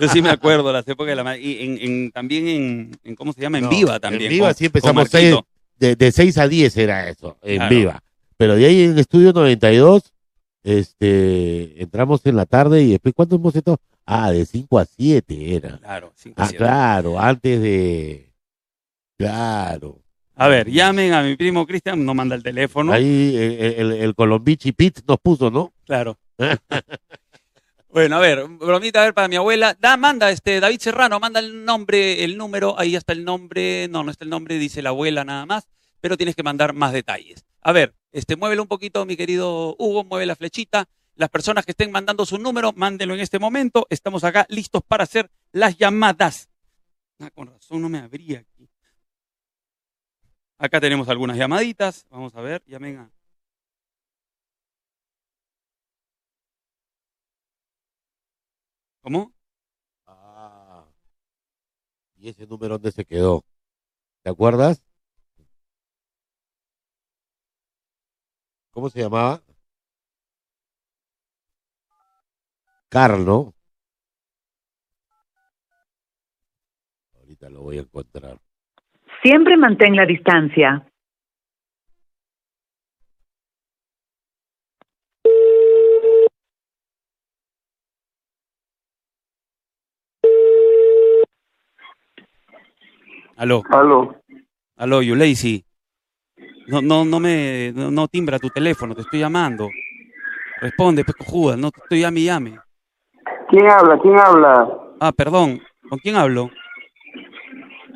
[SPEAKER 2] Yo sí me acuerdo las épocas de la ma- y en, en- también en, en ¿cómo se llama? En
[SPEAKER 1] No,
[SPEAKER 2] Viva también.
[SPEAKER 1] en Viva
[SPEAKER 2] con-
[SPEAKER 1] sí
[SPEAKER 2] con
[SPEAKER 1] empezamos
[SPEAKER 2] Marquito.
[SPEAKER 1] seis- De, de 6 a 10 era eso, en
[SPEAKER 2] Claro.
[SPEAKER 1] viva. Pero de ahí en Estudio 92, este, entramos en la tarde y después, ¿cuánto hemos estado? Ah, de 5 a 7 era.
[SPEAKER 2] Claro, sí,
[SPEAKER 1] Ah,
[SPEAKER 2] sí.
[SPEAKER 1] claro, antes de... Claro.
[SPEAKER 2] A ver, llamen a mi primo Cristian, no manda el teléfono.
[SPEAKER 1] Ahí eh, el, el Colombichi Pit nos puso, ¿no?
[SPEAKER 2] Claro. bueno, a ver, bromita, a ver, para mi abuela. Da, manda, este, David Serrano, manda el nombre, el número, ahí está el nombre, no, no está el nombre, dice la abuela nada más, pero tienes que mandar más detalles. A ver, este, muévelo un poquito, mi querido Hugo, mueve la flechita. Las personas que estén mandando su número, mándenlo en este momento. Estamos acá listos para hacer las llamadas. Ah, con razón no me abría aquí. Acá tenemos algunas llamaditas. Vamos a ver, llamen a... ¿Cómo?
[SPEAKER 1] Ah. ¿Y ese número dónde se quedó? ¿Te acuerdas? ¿Cómo se llamaba? Carlo. Ahorita lo voy a encontrar.
[SPEAKER 9] Siempre mantén la distancia.
[SPEAKER 2] Aló,
[SPEAKER 6] Aló.
[SPEAKER 2] aló, you lazy. No, no, no me, no, no timbra tu teléfono, te estoy llamando. Responde, pues cojuda, no te estoy llame y llame.
[SPEAKER 6] ¿Quién habla? ¿Quién habla?
[SPEAKER 2] Ah, perdón, ¿con quién hablo?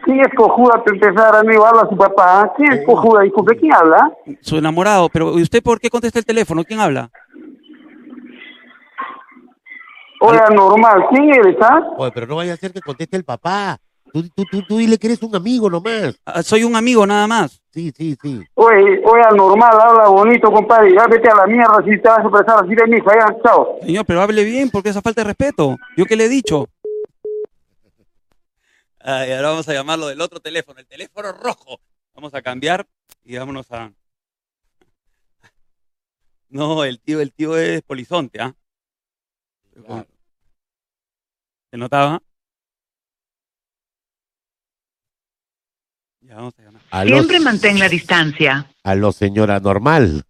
[SPEAKER 6] ¿Quién es cojuda para empezar, amigo? Habla su papá. ¿Quién es cojuda? Disculpe, ¿quién habla?
[SPEAKER 2] Su enamorado, pero ¿y usted por qué contesta el teléfono? ¿Quién habla?
[SPEAKER 6] Hola, normal. ¿Quién eres, ah?
[SPEAKER 1] Oye, pero no vaya a ser que conteste el papá. Tú, tú, tú, tú dile que eres un amigo nomás.
[SPEAKER 2] Ah, soy un amigo nada más.
[SPEAKER 1] Sí, sí, sí.
[SPEAKER 6] Oye, hola, normal. Habla bonito, compadre. Ya vete a la mierda si te vas a empezar así de mi hija. Ya, chao.
[SPEAKER 2] Señor, pero hable bien, porque esa falta de respeto. ¿Yo qué le he dicho? Ah, y ahora vamos a llamarlo del otro teléfono, el teléfono rojo. Vamos a cambiar y vámonos a. No, el tío, el tío es polizonte, ¿ah?
[SPEAKER 1] Claro.
[SPEAKER 2] ¿Se notaba? Ya vamos a llamar.
[SPEAKER 1] A los,
[SPEAKER 9] Siempre mantén la distancia.
[SPEAKER 1] a los señora normal.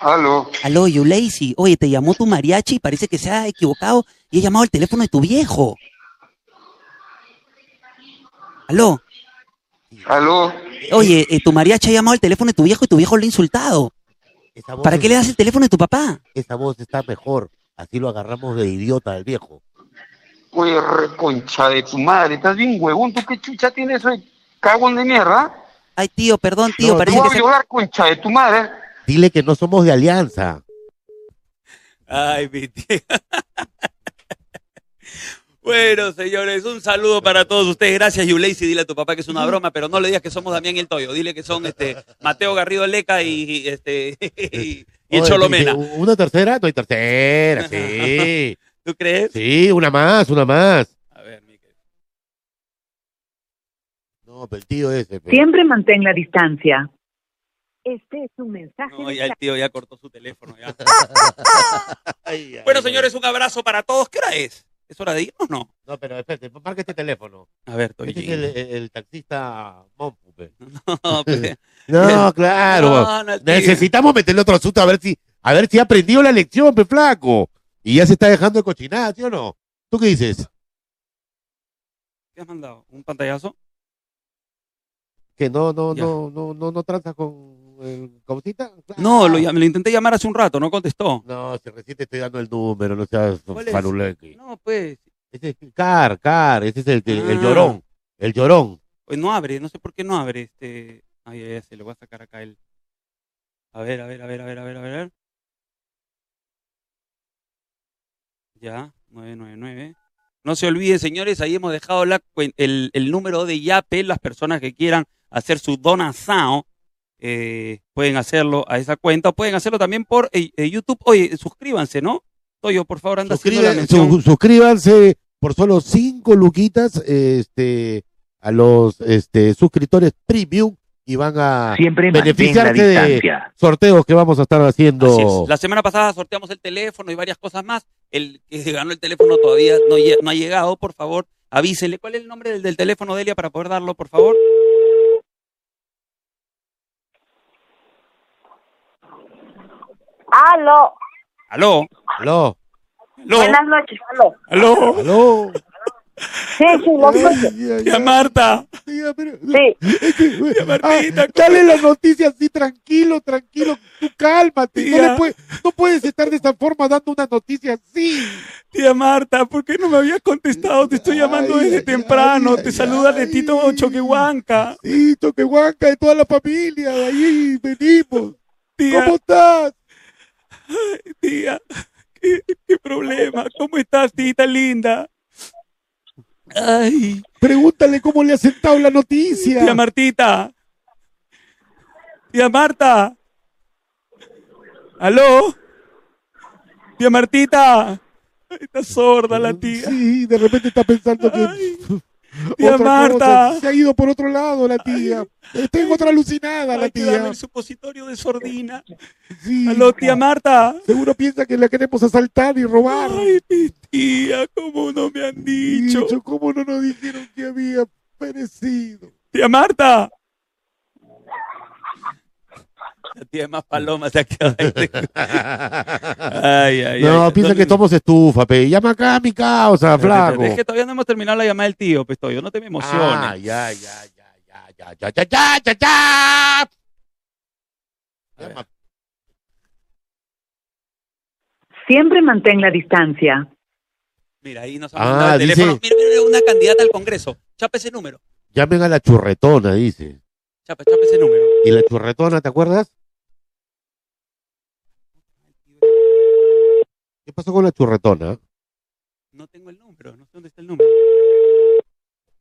[SPEAKER 7] Aló.
[SPEAKER 3] Aló, you lazy. Oye, te llamó tu mariachi y parece que se ha equivocado y he llamado al teléfono de tu viejo. Aló.
[SPEAKER 7] Aló.
[SPEAKER 3] Oye, eh, tu mariachi ha llamado al teléfono de tu viejo y tu viejo lo ha insultado.
[SPEAKER 1] Esa voz
[SPEAKER 3] ¿Para
[SPEAKER 1] es-
[SPEAKER 3] qué le das el teléfono de tu papá?
[SPEAKER 1] Esa voz está mejor. Así lo agarramos de idiota al viejo.
[SPEAKER 7] Oye, reconcha de tu madre. ¿Estás bien, huevón? ¿Tú qué chucha tienes hoy? Cagón de mierda.
[SPEAKER 3] Ay, tío, perdón, tío,
[SPEAKER 1] No,
[SPEAKER 7] Te
[SPEAKER 3] parece
[SPEAKER 7] voy
[SPEAKER 3] que
[SPEAKER 7] a
[SPEAKER 3] se...
[SPEAKER 7] violar, concha de tu madre.
[SPEAKER 1] Dile que no somos de alianza.
[SPEAKER 2] Ay, mi tío. Bueno, señores, un saludo para todos ustedes. Gracias, Yuleisi. Dile a tu papá que es una broma, pero no le digas que somos Damián y el Toyo. Dile que son este Mateo Garrido Leca y, y, este y, el
[SPEAKER 1] Oye,
[SPEAKER 2] Cholomena.
[SPEAKER 1] sí, sí, ¿Una tercera? No hay tercera, sí.
[SPEAKER 2] ¿Tú crees?
[SPEAKER 1] Sí, una más, una más.
[SPEAKER 2] A ver, mi querido.
[SPEAKER 1] No, pero el tío ese. pero-
[SPEAKER 9] Siempre mantén la distancia. Este es un mensaje.
[SPEAKER 2] No, ya el tío ya cortó su teléfono. ya.
[SPEAKER 1] Ay, ay,
[SPEAKER 2] Bueno,
[SPEAKER 1] ay.
[SPEAKER 2] señores, un abrazo para todos. ¿Qué hora es? ¿Es hora de irnos o no?
[SPEAKER 1] No, pero espérate, marca este teléfono.
[SPEAKER 2] A ver,
[SPEAKER 1] Este es
[SPEAKER 2] Toyín.
[SPEAKER 1] el, el- el taxista Monfu, pe.
[SPEAKER 2] No, pe-
[SPEAKER 1] No, claro.
[SPEAKER 2] No, no, el tío.
[SPEAKER 1] Necesitamos meterle otro asunto a ver si a ver si ha aprendido la lección, pe flaco. Y ya se está dejando de cochinada, ¿sí o no? ¿Tú qué dices?
[SPEAKER 2] ¿Qué has mandado? ¿Un pantallazo?
[SPEAKER 1] Que no, no,
[SPEAKER 2] Ya.
[SPEAKER 1] no, no, no, no tranza con eh, causita. Claro.
[SPEAKER 2] No, lo, llam- lo intenté llamar hace un rato, no contestó.
[SPEAKER 1] No, si recién te estoy dando el número, no seas
[SPEAKER 2] ¿Cuál es?
[SPEAKER 1] faruleque.
[SPEAKER 2] No, pues,
[SPEAKER 1] Ese es Car, Car, ese es el, el- el
[SPEAKER 2] Ah.
[SPEAKER 1] llorón. El llorón.
[SPEAKER 2] pues no abre, no sé por qué no abre este. Ay, ay, ay, se lo voy a sacar acá el. A ver, a ver, a ver, a ver, a ver, a ver. Ya, 999. No se olviden, señores, ahí hemos dejado la cuen- el, el número de YAPE. Las personas que quieran hacer su donación eh, pueden hacerlo a esa cuenta. o Pueden hacerlo también por eh, eh, YouTube. Oye, suscríbanse, ¿no? Toyo, por favor, anda haciendo la
[SPEAKER 1] Suscribe-
[SPEAKER 2] mención.
[SPEAKER 1] su- suscríbanse por solo cinco luquitas este, a los este, suscriptores premium y van a
[SPEAKER 4] Siempre mantén la
[SPEAKER 1] Beneficiarse de-
[SPEAKER 4] distancia.
[SPEAKER 1] sorteos que vamos a estar
[SPEAKER 2] Así
[SPEAKER 1] haciendo.
[SPEAKER 2] es. La semana pasada sorteamos el teléfono y varias cosas más. El que se ganó el teléfono todavía no, lle- no ha llegado, por favor, avísele. ¿Cuál es el nombre del, del teléfono, Delia, para poder darlo, por favor?
[SPEAKER 5] Aló,
[SPEAKER 2] Aló,
[SPEAKER 1] Aló,
[SPEAKER 2] aló,
[SPEAKER 5] buenas noches, aló.
[SPEAKER 2] aló.
[SPEAKER 1] aló.
[SPEAKER 5] Sí, sí, lo escucho.
[SPEAKER 2] Tía Marta,
[SPEAKER 1] Tía, pero-
[SPEAKER 5] Sí,
[SPEAKER 1] es que-
[SPEAKER 2] Martita,
[SPEAKER 1] Ah, dale la noticia así, tranquilo, tranquilo. Tú cálmate. No,
[SPEAKER 2] Tía.
[SPEAKER 1] le puede- no puedes estar de esa forma dando una noticia así.
[SPEAKER 2] tía Marta, ¿por qué no me habías contestado? Te estoy llamando
[SPEAKER 1] Ay,
[SPEAKER 2] desde
[SPEAKER 1] ay,
[SPEAKER 2] temprano.
[SPEAKER 1] ay,
[SPEAKER 2] Te saluda
[SPEAKER 1] ay.
[SPEAKER 2] de Tito Choquehuanca.
[SPEAKER 1] Sí, Toquehuanca y toda la familia. De ahí venimos.
[SPEAKER 2] Tía,
[SPEAKER 1] ¿Cómo estás?
[SPEAKER 2] tía, ¿qué, qué problema? ¿Cómo estás, tita linda? Ay,
[SPEAKER 1] Pregúntale cómo le ha sentado la noticia.
[SPEAKER 2] tía Martita. Tía Marta. ¿Aló? Tía Martita. Ay, Está sorda la tía.
[SPEAKER 1] Sí, de repente está pensando que.
[SPEAKER 2] Ay, tía
[SPEAKER 1] otra
[SPEAKER 2] Marta.
[SPEAKER 1] cosa, se ha ido por otro lado la tía. Está en otra alucinada la
[SPEAKER 2] Hay que darme
[SPEAKER 1] tía.
[SPEAKER 2] el supositorio de sordina.
[SPEAKER 1] Sí,
[SPEAKER 2] ¿Aló, tía Marta?
[SPEAKER 1] Seguro piensa que la queremos asaltar y robar.
[SPEAKER 2] Ay, mi tía, ¿cómo no me han dicho?
[SPEAKER 1] Dicho, ¿Cómo no nos dijeron que había perecido?
[SPEAKER 2] Tía Marta. La tía más paloma se ha quedado ahí. Ay, ay,
[SPEAKER 1] no,
[SPEAKER 2] ay.
[SPEAKER 1] piensa que
[SPEAKER 2] ¿Dónde-
[SPEAKER 1] somos estufa, pe. Llama acá a mi causa,
[SPEAKER 2] Espérate, espérate,
[SPEAKER 1] flaco.
[SPEAKER 2] Es que todavía no hemos terminado la llamada del tío, pues Toyo, no te me emociones.
[SPEAKER 1] Ah, ya, ya, ya, ya, ya, ya, ya, ya, ya, ya.
[SPEAKER 2] A ver.
[SPEAKER 1] Llama,
[SPEAKER 9] Siempre mantén la distancia.
[SPEAKER 2] Mira, ahí nos ha
[SPEAKER 1] Ah,
[SPEAKER 2] mandado el
[SPEAKER 1] dice-
[SPEAKER 2] teléfono. Mira, mira, mira, una candidata al Congreso. Chapa ese número.
[SPEAKER 1] Llamen a la churretona, dice.
[SPEAKER 2] Chapa, chapa ese número.
[SPEAKER 1] ¿Y la churretona, te acuerdas? ¿Qué pasó con la churretona?
[SPEAKER 2] No tengo el número, no sé dónde está el número.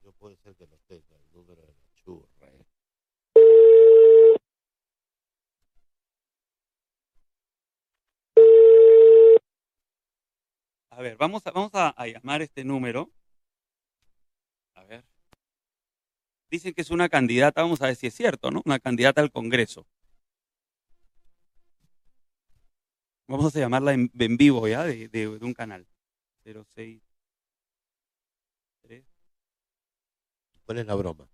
[SPEAKER 1] No puede ser que no tenga el número de la churra.
[SPEAKER 2] A ver, vamos a, vamos a, a llamar este número. A ver. Dicen que es una candidata, vamos a ver si es cierto, ¿no? Una candidata al Congreso. Vamos a llamarla en, en vivo ya de, de- de un canal. 06.
[SPEAKER 1] ¿Cuál es la broma?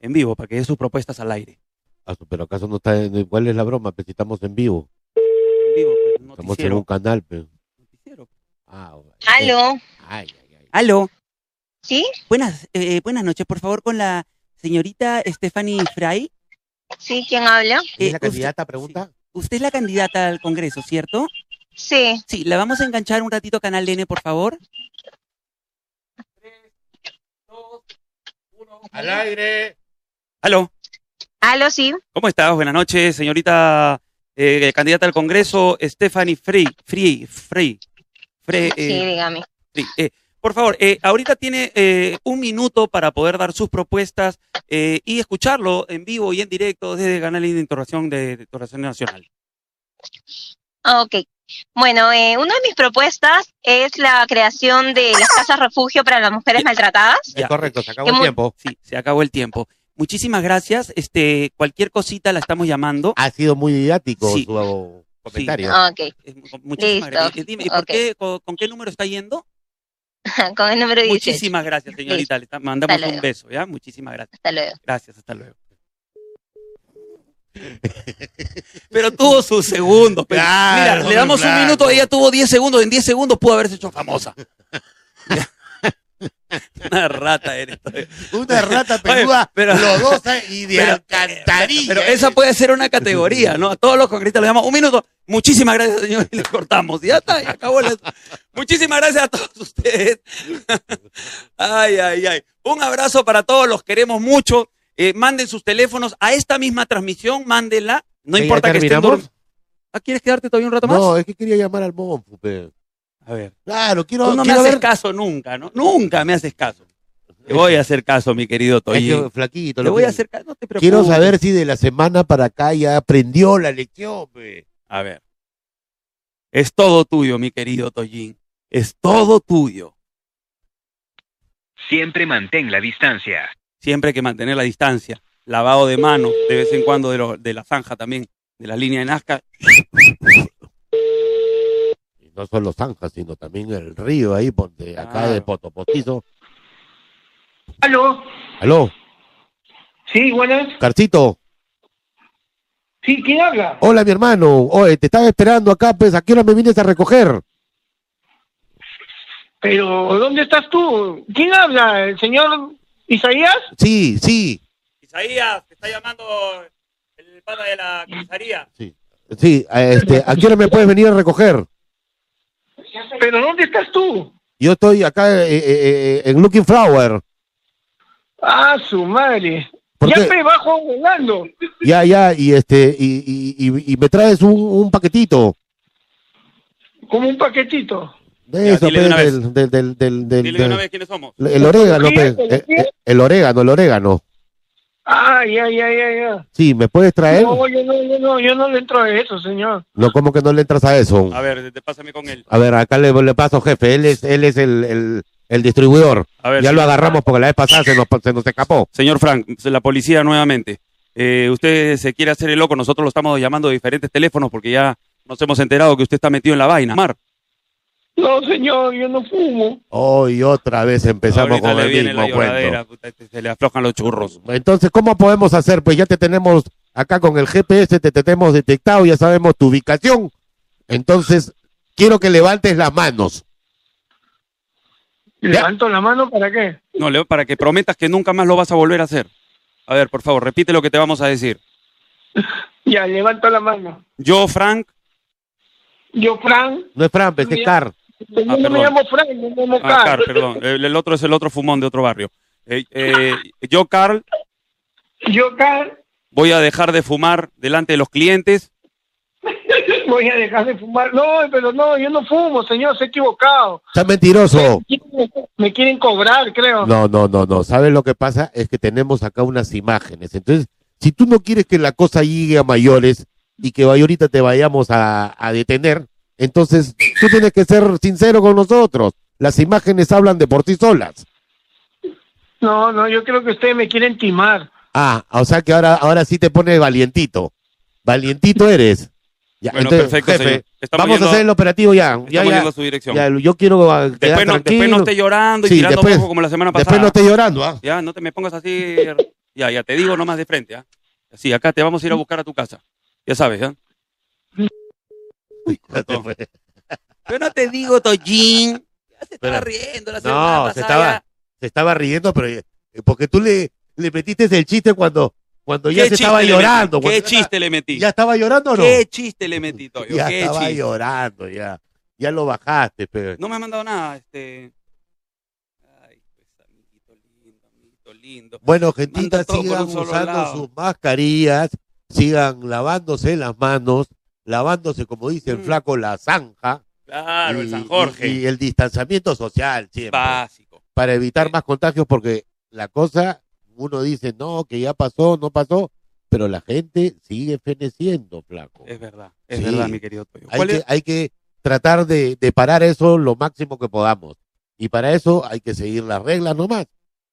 [SPEAKER 2] En vivo, para que dé sus propuestas al aire.
[SPEAKER 1] Ah, su- pero acaso no está. en- ¿Cuál es la broma? Pues si estamos en vivo.
[SPEAKER 2] En vivo, pues,
[SPEAKER 1] Estamos en un
[SPEAKER 2] noticiero.
[SPEAKER 1] canal, pero.
[SPEAKER 2] noticiero.
[SPEAKER 1] Ah, bueno.
[SPEAKER 5] aló,
[SPEAKER 1] Ay, ay, ay.
[SPEAKER 2] Aló.
[SPEAKER 5] ¿sí?
[SPEAKER 2] Buenas, eh, buenas noches, por favor, con la señorita Stephanie Fry.
[SPEAKER 5] ¿Sí? ¿Quién habla?
[SPEAKER 1] ¿Y es
[SPEAKER 2] Eh,
[SPEAKER 1] la
[SPEAKER 2] usted-
[SPEAKER 1] candidata? Pregunta.
[SPEAKER 2] Usted es la candidata al Congreso, ¿cierto?
[SPEAKER 5] Sí,
[SPEAKER 2] Sí, la vamos a enganchar un ratito a Canal N, por favor.
[SPEAKER 1] Al aire.
[SPEAKER 2] Aló.
[SPEAKER 5] aló, sí.
[SPEAKER 2] ¿Cómo estás? Buenas noches, señorita eh, candidata al Congreso, Stephanie Free. Free, Free. Free,
[SPEAKER 5] Sí, dígame.
[SPEAKER 2] Free. Eh, Por favor, eh, ahorita tiene eh, un minuto para poder dar sus propuestas eh, y escucharlo en vivo y en directo desde el canal de interrogación de, de Interrogación Nacional.
[SPEAKER 10] Ah, Ok. Bueno, eh, una de mis propuestas es la creación de las casas refugio para las mujeres maltratadas.
[SPEAKER 1] Es
[SPEAKER 2] Ya.
[SPEAKER 1] correcto, se acabó
[SPEAKER 10] Qué
[SPEAKER 1] el
[SPEAKER 10] mu-
[SPEAKER 1] tiempo.
[SPEAKER 2] Sí, se acabó el tiempo. Muchísimas gracias. Este, cualquier cosita la estamos llamando.
[SPEAKER 1] Ha sido muy didáctico
[SPEAKER 2] Sí.
[SPEAKER 1] su comentario.
[SPEAKER 10] Ah, Ok,
[SPEAKER 2] Eh,
[SPEAKER 10] Listo.
[SPEAKER 2] Muchísimas gracias. Eh, Dime, ¿y por
[SPEAKER 10] Ok.
[SPEAKER 2] qué, con, con qué número está yendo?
[SPEAKER 10] con el número 18.
[SPEAKER 2] Muchísimas gracias, señorita. Le ta- mandamos
[SPEAKER 10] Hasta
[SPEAKER 2] un
[SPEAKER 10] luego.
[SPEAKER 2] beso, ¿ya? Muchísimas gracias.
[SPEAKER 10] Hasta luego.
[SPEAKER 2] Gracias, hasta luego. Pero tuvo sus segundos. pero-
[SPEAKER 1] Claro,
[SPEAKER 2] mira, le damos
[SPEAKER 1] claro.
[SPEAKER 2] un minuto, ella tuvo 10 segundos. En 10 segundos pudo haberse hecho famosa. Una rata eres. todavía.
[SPEAKER 1] Una rata
[SPEAKER 2] Oye,
[SPEAKER 1] peluda,
[SPEAKER 2] pero-
[SPEAKER 1] lodosa y de
[SPEAKER 2] pero-
[SPEAKER 1] alcantarilla.
[SPEAKER 2] Pero esa puede ser una categoría, ¿no? A todos los congresistas le damos un minuto. Muchísimas gracias, señor. Y le cortamos. Y ya está, y acabó el asunto. Muchísimas gracias a todos ustedes. Ay, ay, ay. Un abrazo para todos, los queremos mucho. Eh, manden sus teléfonos a esta misma transmisión, mándenla. No
[SPEAKER 1] ¿Ya
[SPEAKER 2] importa que estén
[SPEAKER 1] terminamos?
[SPEAKER 2] dur- ¿Ah, ¿Quieres quedarte todavía un rato más?
[SPEAKER 1] No, eh. es que quería llamar al Monfu, pe.
[SPEAKER 2] A ver.
[SPEAKER 1] Claro,
[SPEAKER 2] Tú
[SPEAKER 1] quiero,
[SPEAKER 2] no, me
[SPEAKER 1] quiero
[SPEAKER 2] haces
[SPEAKER 1] ver.
[SPEAKER 2] caso nunca, ¿no? Nunca me haces caso. Te voy a hacer caso, mi querido
[SPEAKER 1] Es que
[SPEAKER 2] Toyi.
[SPEAKER 1] flaquito,
[SPEAKER 2] Te
[SPEAKER 1] lo
[SPEAKER 2] voy
[SPEAKER 1] que-
[SPEAKER 2] a hacer caso. No te preocupes.
[SPEAKER 1] Quiero saber si de la semana para acá ya aprendió la lección, pe.
[SPEAKER 2] A ver. Es todo tuyo, mi querido Toyin. Es todo tuyo.
[SPEAKER 4] Siempre mantén la distancia.
[SPEAKER 2] Siempre hay que mantener la distancia. Lavado de manos, de vez en cuando de, lo- de la zanja también, de la línea de Nazca.
[SPEAKER 1] Y No solo zanjas, sino también el río ahí, ponte, acá
[SPEAKER 2] Claro.
[SPEAKER 1] de Potopostizo.
[SPEAKER 7] ¿Aló?
[SPEAKER 1] Aló,
[SPEAKER 7] Sí, buenas.
[SPEAKER 1] Carcito.
[SPEAKER 7] Sí, ¿quién habla?
[SPEAKER 1] Hola, mi hermano. Oye, te estaba esperando acá, pues, ¿a qué hora me vienes a recoger?
[SPEAKER 7] Pero, ¿dónde estás tú? ¿Quién habla? ¿El señor Isaías?
[SPEAKER 1] Sí, sí,
[SPEAKER 2] Isaías, te está llamando el pata de la comisaría.
[SPEAKER 1] sí. a- Este, ¿A qué hora me puedes venir a recoger?
[SPEAKER 7] Pero, ¿dónde estás tú?
[SPEAKER 1] Yo estoy acá eh, eh, eh, en Looking Flower.
[SPEAKER 7] Ah, su madre.
[SPEAKER 1] ¿Por
[SPEAKER 7] ya
[SPEAKER 1] qué?
[SPEAKER 7] pe, bajo volando.
[SPEAKER 1] Ya, ya, y este, y, y, y, y me traes un, un paquetito.
[SPEAKER 7] Como un paquetito.
[SPEAKER 1] De
[SPEAKER 2] Ya,
[SPEAKER 1] eso,
[SPEAKER 2] dile de
[SPEAKER 1] pe,
[SPEAKER 2] una
[SPEAKER 1] del, pues, del, del, del, del-
[SPEAKER 2] Dile de una
[SPEAKER 1] del-
[SPEAKER 2] vez quiénes somos.
[SPEAKER 1] el orégano,
[SPEAKER 7] ¿Sí?
[SPEAKER 1] pe,
[SPEAKER 7] ¿Sí?
[SPEAKER 1] eh, eh, el orégano, el orégano.
[SPEAKER 7] Ah, ya, ya, ya, ya.
[SPEAKER 1] Sí, ¿me puedes traer?
[SPEAKER 7] No, yo no, yo no, yo no le entro a eso, señor.
[SPEAKER 1] No, ¿cómo que no le entras a eso?
[SPEAKER 2] A ver, te pásame con él.
[SPEAKER 1] A ver, acá le, le paso, jefe. Él es, él es el, el, el distribuidor.
[SPEAKER 2] A ver,
[SPEAKER 1] Ya lo
[SPEAKER 2] señor-
[SPEAKER 1] agarramos porque la vez pasada se nos, se nos escapó.
[SPEAKER 2] Señor Frank, la policía nuevamente. Eh, usted se quiere hacer el loco, nosotros lo estamos llamando de diferentes teléfonos porque ya nos hemos enterado que usted está metido en la vaina. Mar.
[SPEAKER 7] No, señor, yo no fumo.
[SPEAKER 1] Hoy otra vez empezamos
[SPEAKER 2] Ahorita
[SPEAKER 1] con
[SPEAKER 2] le
[SPEAKER 1] el
[SPEAKER 2] viene la
[SPEAKER 1] mismo cuento.
[SPEAKER 2] lloradera, puta, este, se le aflojan los churros.
[SPEAKER 1] Entonces, ¿cómo podemos hacer? Pues ya te tenemos acá con el GPS, te tenemos detectado, ya sabemos tu ubicación. Entonces, quiero que levantes las manos.
[SPEAKER 7] ¿Levanto la mano para qué?
[SPEAKER 2] No, Leo, para que prometas que nunca más lo vas a volver a hacer. A ver, por favor, repite lo que te vamos a decir.
[SPEAKER 7] Ya, levanto la mano.
[SPEAKER 2] Yo, Frank,
[SPEAKER 7] Yo, Fran,
[SPEAKER 1] No es Fran, pues, es
[SPEAKER 7] Bien.
[SPEAKER 1] Car.
[SPEAKER 7] yo no
[SPEAKER 2] Ah, perdón.
[SPEAKER 7] me llamo Fran, yo me llamo
[SPEAKER 2] ah, Carl,
[SPEAKER 7] Carl.
[SPEAKER 2] perdón, el, el otro es el otro fumón de otro barrio. Eh, eh, yo, Carl,
[SPEAKER 7] Yo, Carl,
[SPEAKER 2] voy a dejar de fumar delante de los clientes.
[SPEAKER 7] voy a dejar de fumar. No, pero no, yo no fumo, señor, se ha equivocado.
[SPEAKER 1] Estás mentiroso.
[SPEAKER 7] Me quieren cobrar, creo.
[SPEAKER 1] No, no, no, no. ¿Sabes lo que pasa? Es que tenemos acá unas imágenes. Entonces, si tú no quieres que la cosa llegue a mayores y que ahorita te vayamos a, a detener, entonces tú tienes que ser sincero con nosotros. Las imágenes hablan de por sí solas.
[SPEAKER 7] No, no, yo creo que ustedes me quieren timar.
[SPEAKER 1] Ah, o sea que ahora, ahora sí te pones valientito. Valientito eres. Ya,
[SPEAKER 2] Bueno,
[SPEAKER 1] entonces,
[SPEAKER 2] perfecto,
[SPEAKER 1] jefe,
[SPEAKER 2] señor. Estamos
[SPEAKER 1] Vamos
[SPEAKER 2] yendo-
[SPEAKER 1] a hacer el operativo ya.
[SPEAKER 2] Estamos
[SPEAKER 1] Ya,
[SPEAKER 2] yendo
[SPEAKER 1] ya,
[SPEAKER 2] a su dirección.
[SPEAKER 1] ya, yo quiero ah,
[SPEAKER 2] después,
[SPEAKER 1] quedar
[SPEAKER 2] no, después no
[SPEAKER 1] tranquilo.
[SPEAKER 2] esté llorando y
[SPEAKER 1] Sí,
[SPEAKER 2] tirando
[SPEAKER 1] después-
[SPEAKER 2] poco como la semana pasada.
[SPEAKER 1] Después no esté llorando, ¿ah?
[SPEAKER 2] Ya, no te me pongas así. Ya, ya te digo nomás de frente, ¿ah? Sí, acá te vamos a ir a buscar a tu casa. Ya sabes, ¿ah?
[SPEAKER 1] ¿ah?
[SPEAKER 2] Yo no te digo, Toyin. Ya se
[SPEAKER 1] Espera.
[SPEAKER 2] estaba riendo la
[SPEAKER 1] No,
[SPEAKER 2] semana pasada,
[SPEAKER 1] se estaba-
[SPEAKER 2] ya.
[SPEAKER 1] se estaba riendo, pero eh, porque tú le, le metiste el chiste cuando, cuando ya
[SPEAKER 2] ¿Qué
[SPEAKER 1] se
[SPEAKER 2] chiste
[SPEAKER 1] estaba
[SPEAKER 2] le
[SPEAKER 1] llorando.
[SPEAKER 2] metí?
[SPEAKER 1] cuando
[SPEAKER 2] ¿Qué
[SPEAKER 1] ya
[SPEAKER 2] chiste le metí?
[SPEAKER 1] estaba- ¿Ya estaba llorando o no?
[SPEAKER 2] ¿Qué chiste le metí, Toyo?
[SPEAKER 1] ya
[SPEAKER 2] ¿Qué
[SPEAKER 1] estaba
[SPEAKER 2] chiste?
[SPEAKER 1] llorando, ya. Ya lo bajaste, pero.
[SPEAKER 2] No me ha mandado nada, este. Ay, pues, amiguito lindo, amiguito lindo.
[SPEAKER 1] Bueno,
[SPEAKER 2] Manda
[SPEAKER 1] gentita,
[SPEAKER 2] todo por
[SPEAKER 1] sigan
[SPEAKER 2] un solo
[SPEAKER 1] usando
[SPEAKER 2] lado.
[SPEAKER 1] sus mascarillas, sigan lavándose las manos, lavándose, como dice el
[SPEAKER 2] Mm.
[SPEAKER 1] flaco, la zanja,
[SPEAKER 2] Claro, el
[SPEAKER 1] Y- pues.
[SPEAKER 2] San Jorge.
[SPEAKER 1] Y, y el distanciamiento social siempre.
[SPEAKER 2] Básico.
[SPEAKER 1] Para evitar más contagios, porque la cosa, uno dice, no, que ya pasó, no pasó, pero la gente sigue feneciendo, flaco.
[SPEAKER 2] Es verdad, es
[SPEAKER 1] Sí.
[SPEAKER 2] verdad, mi querido Toyo.
[SPEAKER 1] Hay
[SPEAKER 2] ¿Cuál
[SPEAKER 1] que,
[SPEAKER 2] es?
[SPEAKER 1] hay que tratar de, de parar eso lo máximo que podamos. Y para eso hay que seguir las reglas nomás.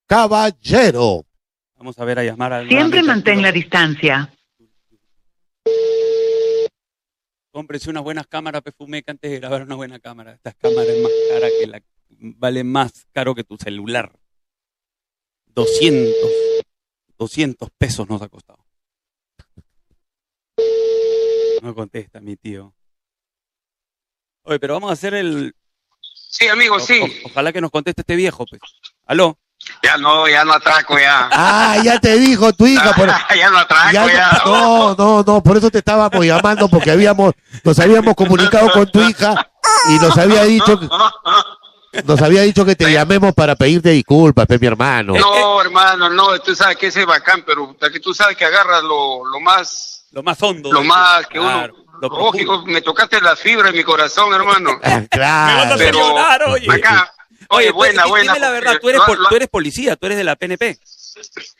[SPEAKER 1] Caballero.
[SPEAKER 2] Vamos a ver a llamar al.
[SPEAKER 9] Siempre
[SPEAKER 2] nuevamente al
[SPEAKER 9] mantén
[SPEAKER 2] Toyo.
[SPEAKER 9] la distancia.
[SPEAKER 2] Cómprese unas buenas cámaras, Pefumeca, antes de grabar una buena cámara. Estas cámaras más cara que la. Vale más caro que tu celular. 200. 200 pesos nos ha costado. No contesta, mi tío. Oye, pero vamos a hacer el.
[SPEAKER 7] Sí, amigo,
[SPEAKER 2] o-
[SPEAKER 7] Oh, sí.
[SPEAKER 2] o- ojalá que nos conteste este viejo, pues. ¿Aló?
[SPEAKER 7] Ya no, ya no atraco ya.
[SPEAKER 1] Ah, ya te dijo tu hija. Por,
[SPEAKER 2] Ah,
[SPEAKER 7] ya no atraco
[SPEAKER 1] ya-
[SPEAKER 7] ya.
[SPEAKER 1] no, no, no, por eso te estábamos llamando, porque habíamos, nos habíamos comunicado con tu hija y nos había dicho, que- nos había dicho que te llamemos para pedirte disculpas, pe, mi hermano.
[SPEAKER 7] No, hermano, no, tú sabes que ese es bacán, pero puta, que tú sabes que agarras lo, lo más,
[SPEAKER 2] Lo más hondo.
[SPEAKER 7] lo más que
[SPEAKER 2] Claro,
[SPEAKER 7] uno,
[SPEAKER 2] lo
[SPEAKER 7] lógico, me tocaste la fibra en mi corazón, hermano.
[SPEAKER 1] Ah,
[SPEAKER 2] Me vas a
[SPEAKER 1] Claro.
[SPEAKER 2] hacer
[SPEAKER 7] Pero-
[SPEAKER 2] llorar, oye.
[SPEAKER 7] Acá, oye,
[SPEAKER 2] tú-
[SPEAKER 7] buena,
[SPEAKER 2] di-
[SPEAKER 7] buena.
[SPEAKER 2] Dime la
[SPEAKER 7] porque
[SPEAKER 2] verdad, tú eres,
[SPEAKER 7] lo-
[SPEAKER 2] pol-
[SPEAKER 7] lo- ah,
[SPEAKER 2] tú eres policía, tú eres de la PNP.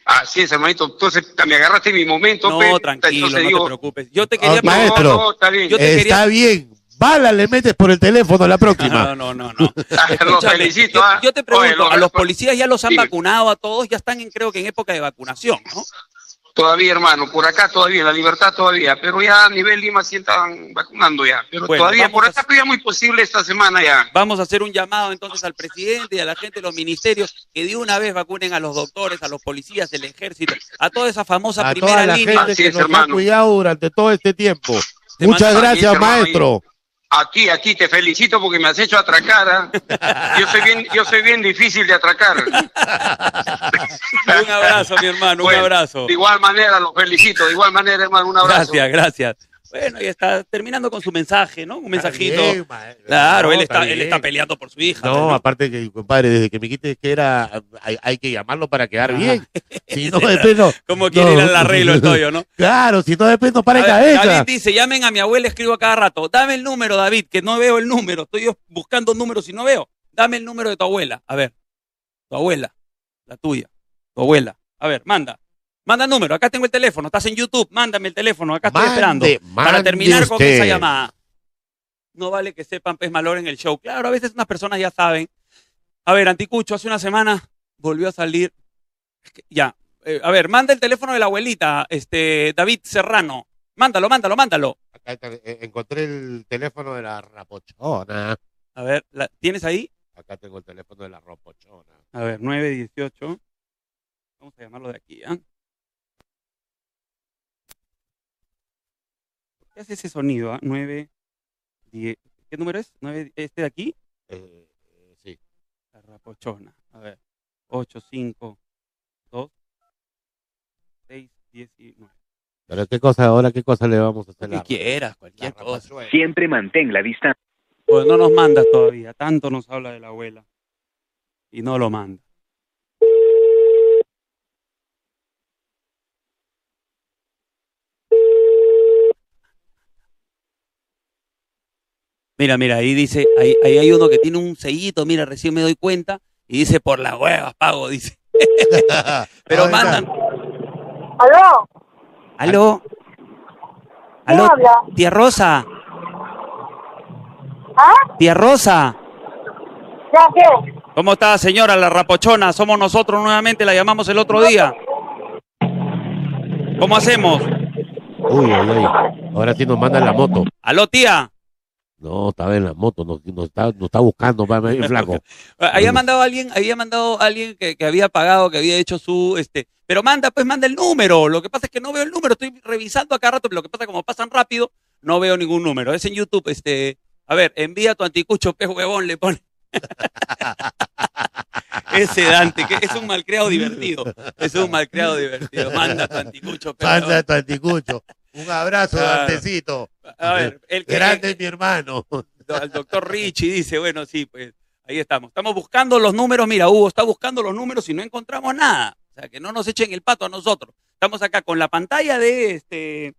[SPEAKER 7] Así es, hermanito, entonces ah, me agarraste en mi momento.
[SPEAKER 2] No,
[SPEAKER 7] pe, puta,
[SPEAKER 2] tranquilo, no
[SPEAKER 7] entonces digo,
[SPEAKER 2] te preocupes. Yo te quería
[SPEAKER 1] Ah, maestro,
[SPEAKER 2] preguntar.
[SPEAKER 7] No, no, está bien.
[SPEAKER 2] Yo te
[SPEAKER 1] Está
[SPEAKER 2] quería-
[SPEAKER 1] bien. Bala le metes por el teléfono la
[SPEAKER 2] No,
[SPEAKER 1] próxima.
[SPEAKER 2] no, no, no.
[SPEAKER 7] Ah, lo
[SPEAKER 2] Escúchame,
[SPEAKER 7] felicito.
[SPEAKER 2] yo,
[SPEAKER 7] ah.
[SPEAKER 2] yo te
[SPEAKER 7] Oye,
[SPEAKER 2] pregunto,
[SPEAKER 7] lo-
[SPEAKER 2] a los policías ya los han
[SPEAKER 7] Dime.
[SPEAKER 2] vacunado, a todos ya están en, creo que en época de vacunación, ¿no?
[SPEAKER 7] Todavía, hermano, por acá todavía, la libertad todavía, pero ya a nivel Lima sí están vacunando ya. Pero
[SPEAKER 2] Bueno,
[SPEAKER 7] todavía,
[SPEAKER 2] vamos
[SPEAKER 7] por
[SPEAKER 2] a-
[SPEAKER 7] acá todavía muy posible esta semana ya.
[SPEAKER 2] Vamos a hacer un llamado entonces al presidente y a la gente de los ministerios que de una vez vacunen a los doctores, a los policías, el ejército, a toda esa famosa
[SPEAKER 1] A
[SPEAKER 2] primera
[SPEAKER 1] toda la
[SPEAKER 2] línea.
[SPEAKER 1] gente
[SPEAKER 7] Así
[SPEAKER 1] que
[SPEAKER 7] es,
[SPEAKER 1] nos ha
[SPEAKER 7] hermano.
[SPEAKER 1] cuidado durante todo este tiempo.
[SPEAKER 2] Te
[SPEAKER 1] Muchas
[SPEAKER 2] mando-
[SPEAKER 1] gracias,
[SPEAKER 7] También,
[SPEAKER 1] maestro.
[SPEAKER 7] A ti, a ti, te felicito porque me has hecho atracar. ¿ah? Yo, soy bien, yo soy bien difícil de atracar.
[SPEAKER 2] Un abrazo, mi hermano,
[SPEAKER 7] Bueno,
[SPEAKER 2] un abrazo.
[SPEAKER 7] De igual manera, los felicito. De igual manera, hermano, un abrazo.
[SPEAKER 2] Gracias, gracias. Bueno, y está terminando con su mensaje, ¿no? Un mensajito.
[SPEAKER 1] Está bien, maestro.
[SPEAKER 2] Claro,
[SPEAKER 1] No,
[SPEAKER 2] él, está, él
[SPEAKER 1] bien.
[SPEAKER 2] está peleando por su hija. pues,
[SPEAKER 1] No, aparte que, compadre, desde que me dijiste que era, hay, hay que llamarlo para quedar
[SPEAKER 2] Ah.
[SPEAKER 1] bien. Si no, después no.
[SPEAKER 2] ¿Cómo quiere
[SPEAKER 1] no.
[SPEAKER 2] ir al arreglo el toyo, no?
[SPEAKER 1] Claro, si no, después no para en
[SPEAKER 2] A ver,
[SPEAKER 1] cabeza.
[SPEAKER 2] David dice, llamen a mi abuela, escribo a cada rato. Dame el número, David, que no veo el número. Estoy yo buscando números y no veo. Dame el número de tu abuela. A ver, tu abuela, la tuya, tu abuela. A ver, manda. Manda el número, acá tengo el teléfono, estás en YouTube, mándame el teléfono, acá estoy
[SPEAKER 1] Mande,
[SPEAKER 2] esperando. para
[SPEAKER 1] mande
[SPEAKER 2] terminar con
[SPEAKER 1] usted.
[SPEAKER 2] esa llamada. No vale que sepan pez malor en el show. Claro, a veces unas personas ya saben. A ver, Anticucho, hace una semana volvió a salir. Es que Ya. Eh, a ver, manda el teléfono de la abuelita, este David Serrano. Mándalo, mándalo, mándalo.
[SPEAKER 1] Acá está, eh, encontré el teléfono de la rapochona.
[SPEAKER 2] A ver, ¿la- ¿tienes ahí?
[SPEAKER 1] Acá tengo el teléfono de la rapochona.
[SPEAKER 2] A ver, 918. Vamos a llamarlo de aquí, ¿ah? ¿Por ¿Qué hace ese sonido, ah? 9, 10. ¿Qué número es? 9, ¿Este de aquí?
[SPEAKER 1] Eh, eh, sí.
[SPEAKER 2] La rapochona. A ver. 8, 5, 2, 6, 10 y 9.
[SPEAKER 1] Pero qué cosa, ahora qué cosa le vamos a hacer. a
[SPEAKER 2] Lo
[SPEAKER 1] la-
[SPEAKER 2] que quieras,
[SPEAKER 1] la
[SPEAKER 2] cualquier cosa.
[SPEAKER 1] rapachuela?
[SPEAKER 4] Siempre mantén la distancia.
[SPEAKER 2] Pues no nos mandas todavía. Tanto nos habla de la abuela. Y no lo manda. Mira, mira, ahí dice, ahí, ahí hay uno que tiene un sellito, mira, recién me doy cuenta, y dice, por las huevas, pago, dice.
[SPEAKER 1] Ah,
[SPEAKER 2] Pero
[SPEAKER 1] Ahora,
[SPEAKER 2] mandan,
[SPEAKER 5] ¿Aló?
[SPEAKER 2] Aló.
[SPEAKER 5] ¿Quién
[SPEAKER 2] Aló.
[SPEAKER 5] habla?
[SPEAKER 2] Tía Rosa.
[SPEAKER 5] ¿Ah?
[SPEAKER 2] Tía Rosa.
[SPEAKER 5] ¿Ya qué?
[SPEAKER 2] ¿Cómo está, señora la rapochona? Somos nosotros nuevamente, la llamamos el otro día. ¿Cómo hacemos?
[SPEAKER 1] Uy, uy, uy. Ahora sí nos mandan la moto.
[SPEAKER 2] Aló, tía.
[SPEAKER 1] No, estaba en la moto, nos, nos está, nos está buscando, va, va, flaco.
[SPEAKER 2] Eh, Había mandado alguien, había mandado alguien que, que había pagado, que había hecho su este, pero manda, pues manda el número. Lo que pasa es que no veo el número, estoy revisando acá rato, pero lo que pasa es que como pasan rápido, no veo ningún número. Es en YouTube, este, a ver, envía tu anticucho, pez huevón, le pone. Ese Dante, que es un malcriado divertido. Es un malcriado divertido. Manda tu anticucho, pez
[SPEAKER 1] Pasa
[SPEAKER 2] huevón.
[SPEAKER 1] Tanticucho. Un abrazo,
[SPEAKER 2] Claro.
[SPEAKER 1] Dantecito.
[SPEAKER 2] A ver, el que
[SPEAKER 1] Grande mi hermano.
[SPEAKER 2] do- al doctor Richie dice, bueno, sí, pues ahí estamos. Estamos buscando los números, mira, Hugo está buscando los números y no encontramos nada. O sea, que no nos echen el pato a nosotros. Estamos acá con la pantalla de este...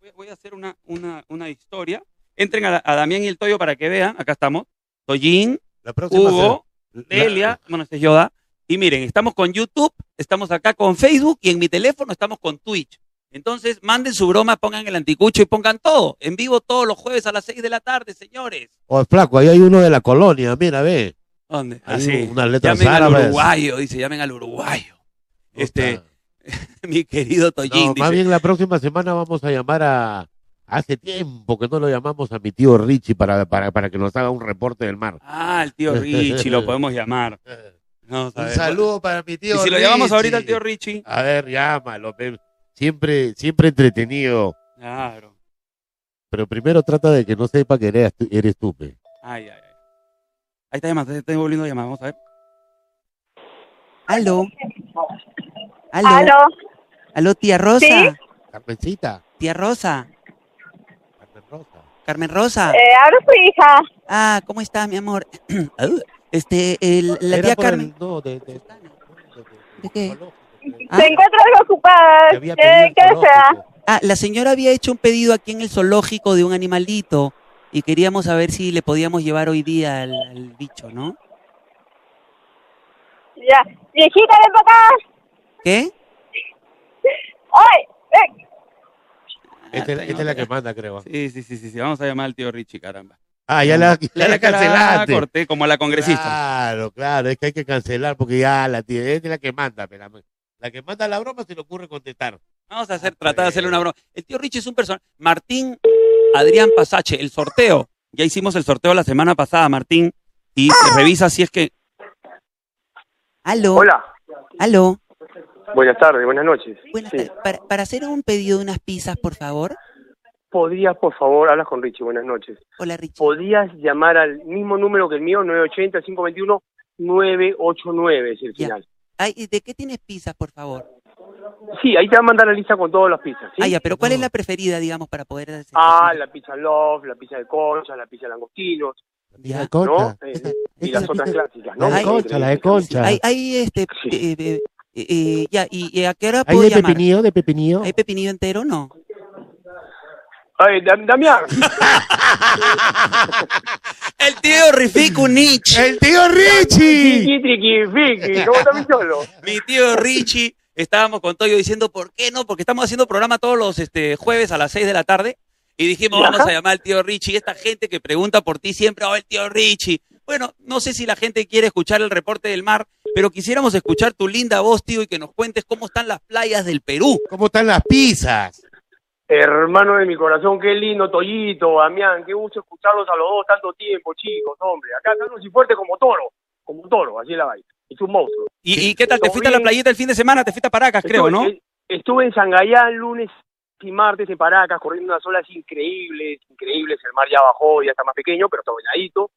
[SPEAKER 2] voy- Voy a hacer una, una, una historia Entren a, a Damián y el Toyo para que vean. Acá estamos. Toyín,
[SPEAKER 1] La próxima
[SPEAKER 2] Hugo,
[SPEAKER 1] será- la-
[SPEAKER 2] Delia, bueno, este es Yoda. Y miren, estamos con YouTube, estamos acá con Facebook y en mi teléfono estamos con Twitch. Entonces, manden su broma, pongan el anticucho y pongan todo. En vivo todos los jueves a las 6 de la tarde, señores.
[SPEAKER 1] Oh, flaco, ahí hay uno de la colonia, mira, ve.
[SPEAKER 2] ¿Dónde?
[SPEAKER 1] Hay
[SPEAKER 2] Así.
[SPEAKER 1] unas letras
[SPEAKER 2] Llamen al
[SPEAKER 1] árabes.
[SPEAKER 2] uruguayo, dice, llamen al uruguayo. Este, mi querido Toyín,
[SPEAKER 1] No,
[SPEAKER 2] dice.
[SPEAKER 1] más bien la próxima semana vamos a llamar a. Hace tiempo que no lo llamamos a mi tío Richie para, para, para que nos haga un reporte del mar.
[SPEAKER 2] Ah, el tío Richie, lo podemos llamar. No,
[SPEAKER 1] Un
[SPEAKER 2] sabes.
[SPEAKER 1] saludo para mi
[SPEAKER 2] Y
[SPEAKER 1] tío
[SPEAKER 2] si lo llamamos
[SPEAKER 1] Richie.
[SPEAKER 2] ahorita al tío Richie.
[SPEAKER 1] A ver, llámalo. pe. Siempre, siempre entretenido.
[SPEAKER 2] Claro.
[SPEAKER 1] Pero primero trata de que no sepa que eres, tú- eres tú. pe.
[SPEAKER 2] Ay, ay, ay. Ahí está llamando, está volviendo a llamar, vamos a ver. Aló. Aló. Aló, tía Rosa.
[SPEAKER 11] ¿Sí?
[SPEAKER 1] Carmencita,
[SPEAKER 2] Tía Rosa.
[SPEAKER 11] Carmen
[SPEAKER 1] Carmen Rosa.
[SPEAKER 3] Ah.
[SPEAKER 11] Rosa.
[SPEAKER 12] Eh, ahora su hija.
[SPEAKER 11] Ah, ¿cómo está, mi amor?
[SPEAKER 2] Ah,
[SPEAKER 11] este, el- la
[SPEAKER 1] Era
[SPEAKER 11] tía
[SPEAKER 1] por el-
[SPEAKER 11] Carmen.
[SPEAKER 1] no, de, de-
[SPEAKER 11] ¿De qué? Ah,
[SPEAKER 12] Se encuentra algo ocupada.
[SPEAKER 1] Te
[SPEAKER 8] Eh,
[SPEAKER 1] había pedido
[SPEAKER 12] ¿Qué,
[SPEAKER 1] el
[SPEAKER 12] qué
[SPEAKER 1] zoológico.
[SPEAKER 12] sea?
[SPEAKER 11] ah, la señora había hecho un pedido aquí en el zoológico de un animalito y queríamos saber si le podíamos llevar hoy día al, al bicho, ¿no?
[SPEAKER 12] Ya. Viejita, ven para acá.
[SPEAKER 11] ¿Qué?
[SPEAKER 12] ¡Ay! ven.
[SPEAKER 1] Esta, esta es la que manda, creo.
[SPEAKER 2] Sí, sí, sí, sí, sí, vamos a llamar al tío Richie, caramba.
[SPEAKER 1] Ah, ya la, ya
[SPEAKER 2] Ya
[SPEAKER 1] la
[SPEAKER 2] la
[SPEAKER 1] cancelaste.
[SPEAKER 2] corté como a la
[SPEAKER 11] Ah.
[SPEAKER 2] congresista.
[SPEAKER 1] Claro, claro, es que hay que cancelar porque ya la tía esta es la que manda. pe, La, la que manda la broma se le ocurre contestar.
[SPEAKER 2] Vamos a hacer, tratar de hacerle una broma. El tío Richie es un personaje. Martín Adrián Pasache, el sorteo. Ya hicimos el sorteo la semana pasada, Martín. Y
[SPEAKER 11] Ah.
[SPEAKER 2] revisa si es que.
[SPEAKER 11] Aló.
[SPEAKER 13] Hola,
[SPEAKER 11] Aló.
[SPEAKER 13] buenas tardes, buenas noches.
[SPEAKER 11] Buenas
[SPEAKER 13] Sí.
[SPEAKER 11] tardes. Para, para hacer un pedido de unas pizzas, por favor.
[SPEAKER 13] ¿Podrías, por favor, hablas con Richie, buenas noches?
[SPEAKER 11] Hola, Richie.
[SPEAKER 13] ¿Podrías llamar al mismo número que el mío, 980-521-989, es el final?
[SPEAKER 11] Ay, ¿y ¿De qué tienes pizzas, por favor?
[SPEAKER 13] Sí, ahí te van a mandar la lista con todas las pizzas, ¿sí?
[SPEAKER 11] Ah, ya, pero ¿cuál es la preferida, digamos, para poder hacer?
[SPEAKER 13] Ah, la pizza Love, la pizza de concha, la pizza de langostinos,
[SPEAKER 1] La
[SPEAKER 13] ¿no?
[SPEAKER 1] concha.
[SPEAKER 13] Eh,
[SPEAKER 1] Esta-
[SPEAKER 13] y
[SPEAKER 1] esta
[SPEAKER 13] las otras
[SPEAKER 1] pizza-
[SPEAKER 13] clásicas,
[SPEAKER 1] La
[SPEAKER 13] ¿no?
[SPEAKER 1] de concha, la de concha.
[SPEAKER 11] Hay, hay este, eh, eh, eh, eh, ya, ¿y y a qué hora
[SPEAKER 1] ¿Hay
[SPEAKER 11] puedo
[SPEAKER 1] de
[SPEAKER 11] llamar?
[SPEAKER 1] pepinillo, de pepinillo?
[SPEAKER 11] ¿Hay pepinillo entero o no?
[SPEAKER 13] Ay, Dam- Damián,
[SPEAKER 11] El tío Rifico Nietzsche.
[SPEAKER 1] ¡El tío Richie!
[SPEAKER 13] Triqui, triqui, fiqui, ¿cómo está mi cholo?
[SPEAKER 2] Mi tío Richie, estábamos con Toyo diciendo, ¿por qué no? Porque estamos haciendo programa todos los este, jueves a las 6 de la tarde. Y dijimos,
[SPEAKER 13] Ajá.
[SPEAKER 2] vamos a llamar al tío Richie. Esta gente que pregunta por ti siempre, oh, el tío Richie. Bueno, no sé si la gente quiere escuchar el reporte del mar, pero quisiéramos escuchar tu linda voz, tío, y que nos cuentes cómo están las playas del Perú.
[SPEAKER 1] ¿Cómo están las pizzas?
[SPEAKER 13] Hermano de mi corazón, qué lindo, Toyito, Damián, qué gusto escucharlos a los dos tanto tiempo, chicos, hombre. Acá estamos y fuerte como toro, como toro, así es la vaina. Es un monstruo.
[SPEAKER 2] ¿Y, y qué tal? ¿Te fuiste a la playita el fin de semana? ¿Te fuiste a Paracas, creo, no?
[SPEAKER 13] Estuve- Estuve en Sangayán lunes y martes en Paracas, corriendo unas olas increíbles, increíbles. El mar ya bajó, ya está más pequeño, pero está venadito.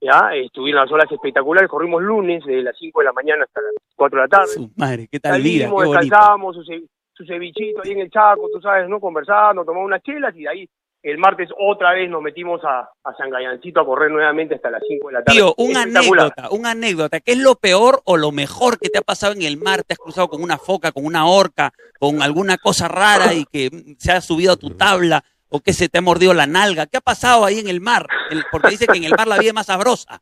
[SPEAKER 13] Ya, estuvieron las olas espectaculares. Corrimos lunes de las 5 de la mañana hasta las 4 de la tarde.
[SPEAKER 2] Su madre, qué tal vida, qué
[SPEAKER 13] Salimos,
[SPEAKER 2] bonito.
[SPEAKER 13] descansamos, su, ce- su cevichito ahí en el Chaco, tú sabes, ¿no? Conversando, tomamos unas chelas y de ahí el martes otra vez nos metimos a, a Sangayancito a correr nuevamente hasta las 5 de la tarde.
[SPEAKER 2] Tío, una
[SPEAKER 13] Espectacular.
[SPEAKER 2] anécdota, una anécdota. ¿Qué es lo peor o lo mejor que te ha pasado en el mar? ¿Te has cruzado con una foca, con una orca, con alguna cosa rara y que mm, se ha subido a tu tabla o que se te ha mordido la nalga? ¿Qué ha pasado ahí en el mar? El- porque dice que en el mar la vida es más sabrosa.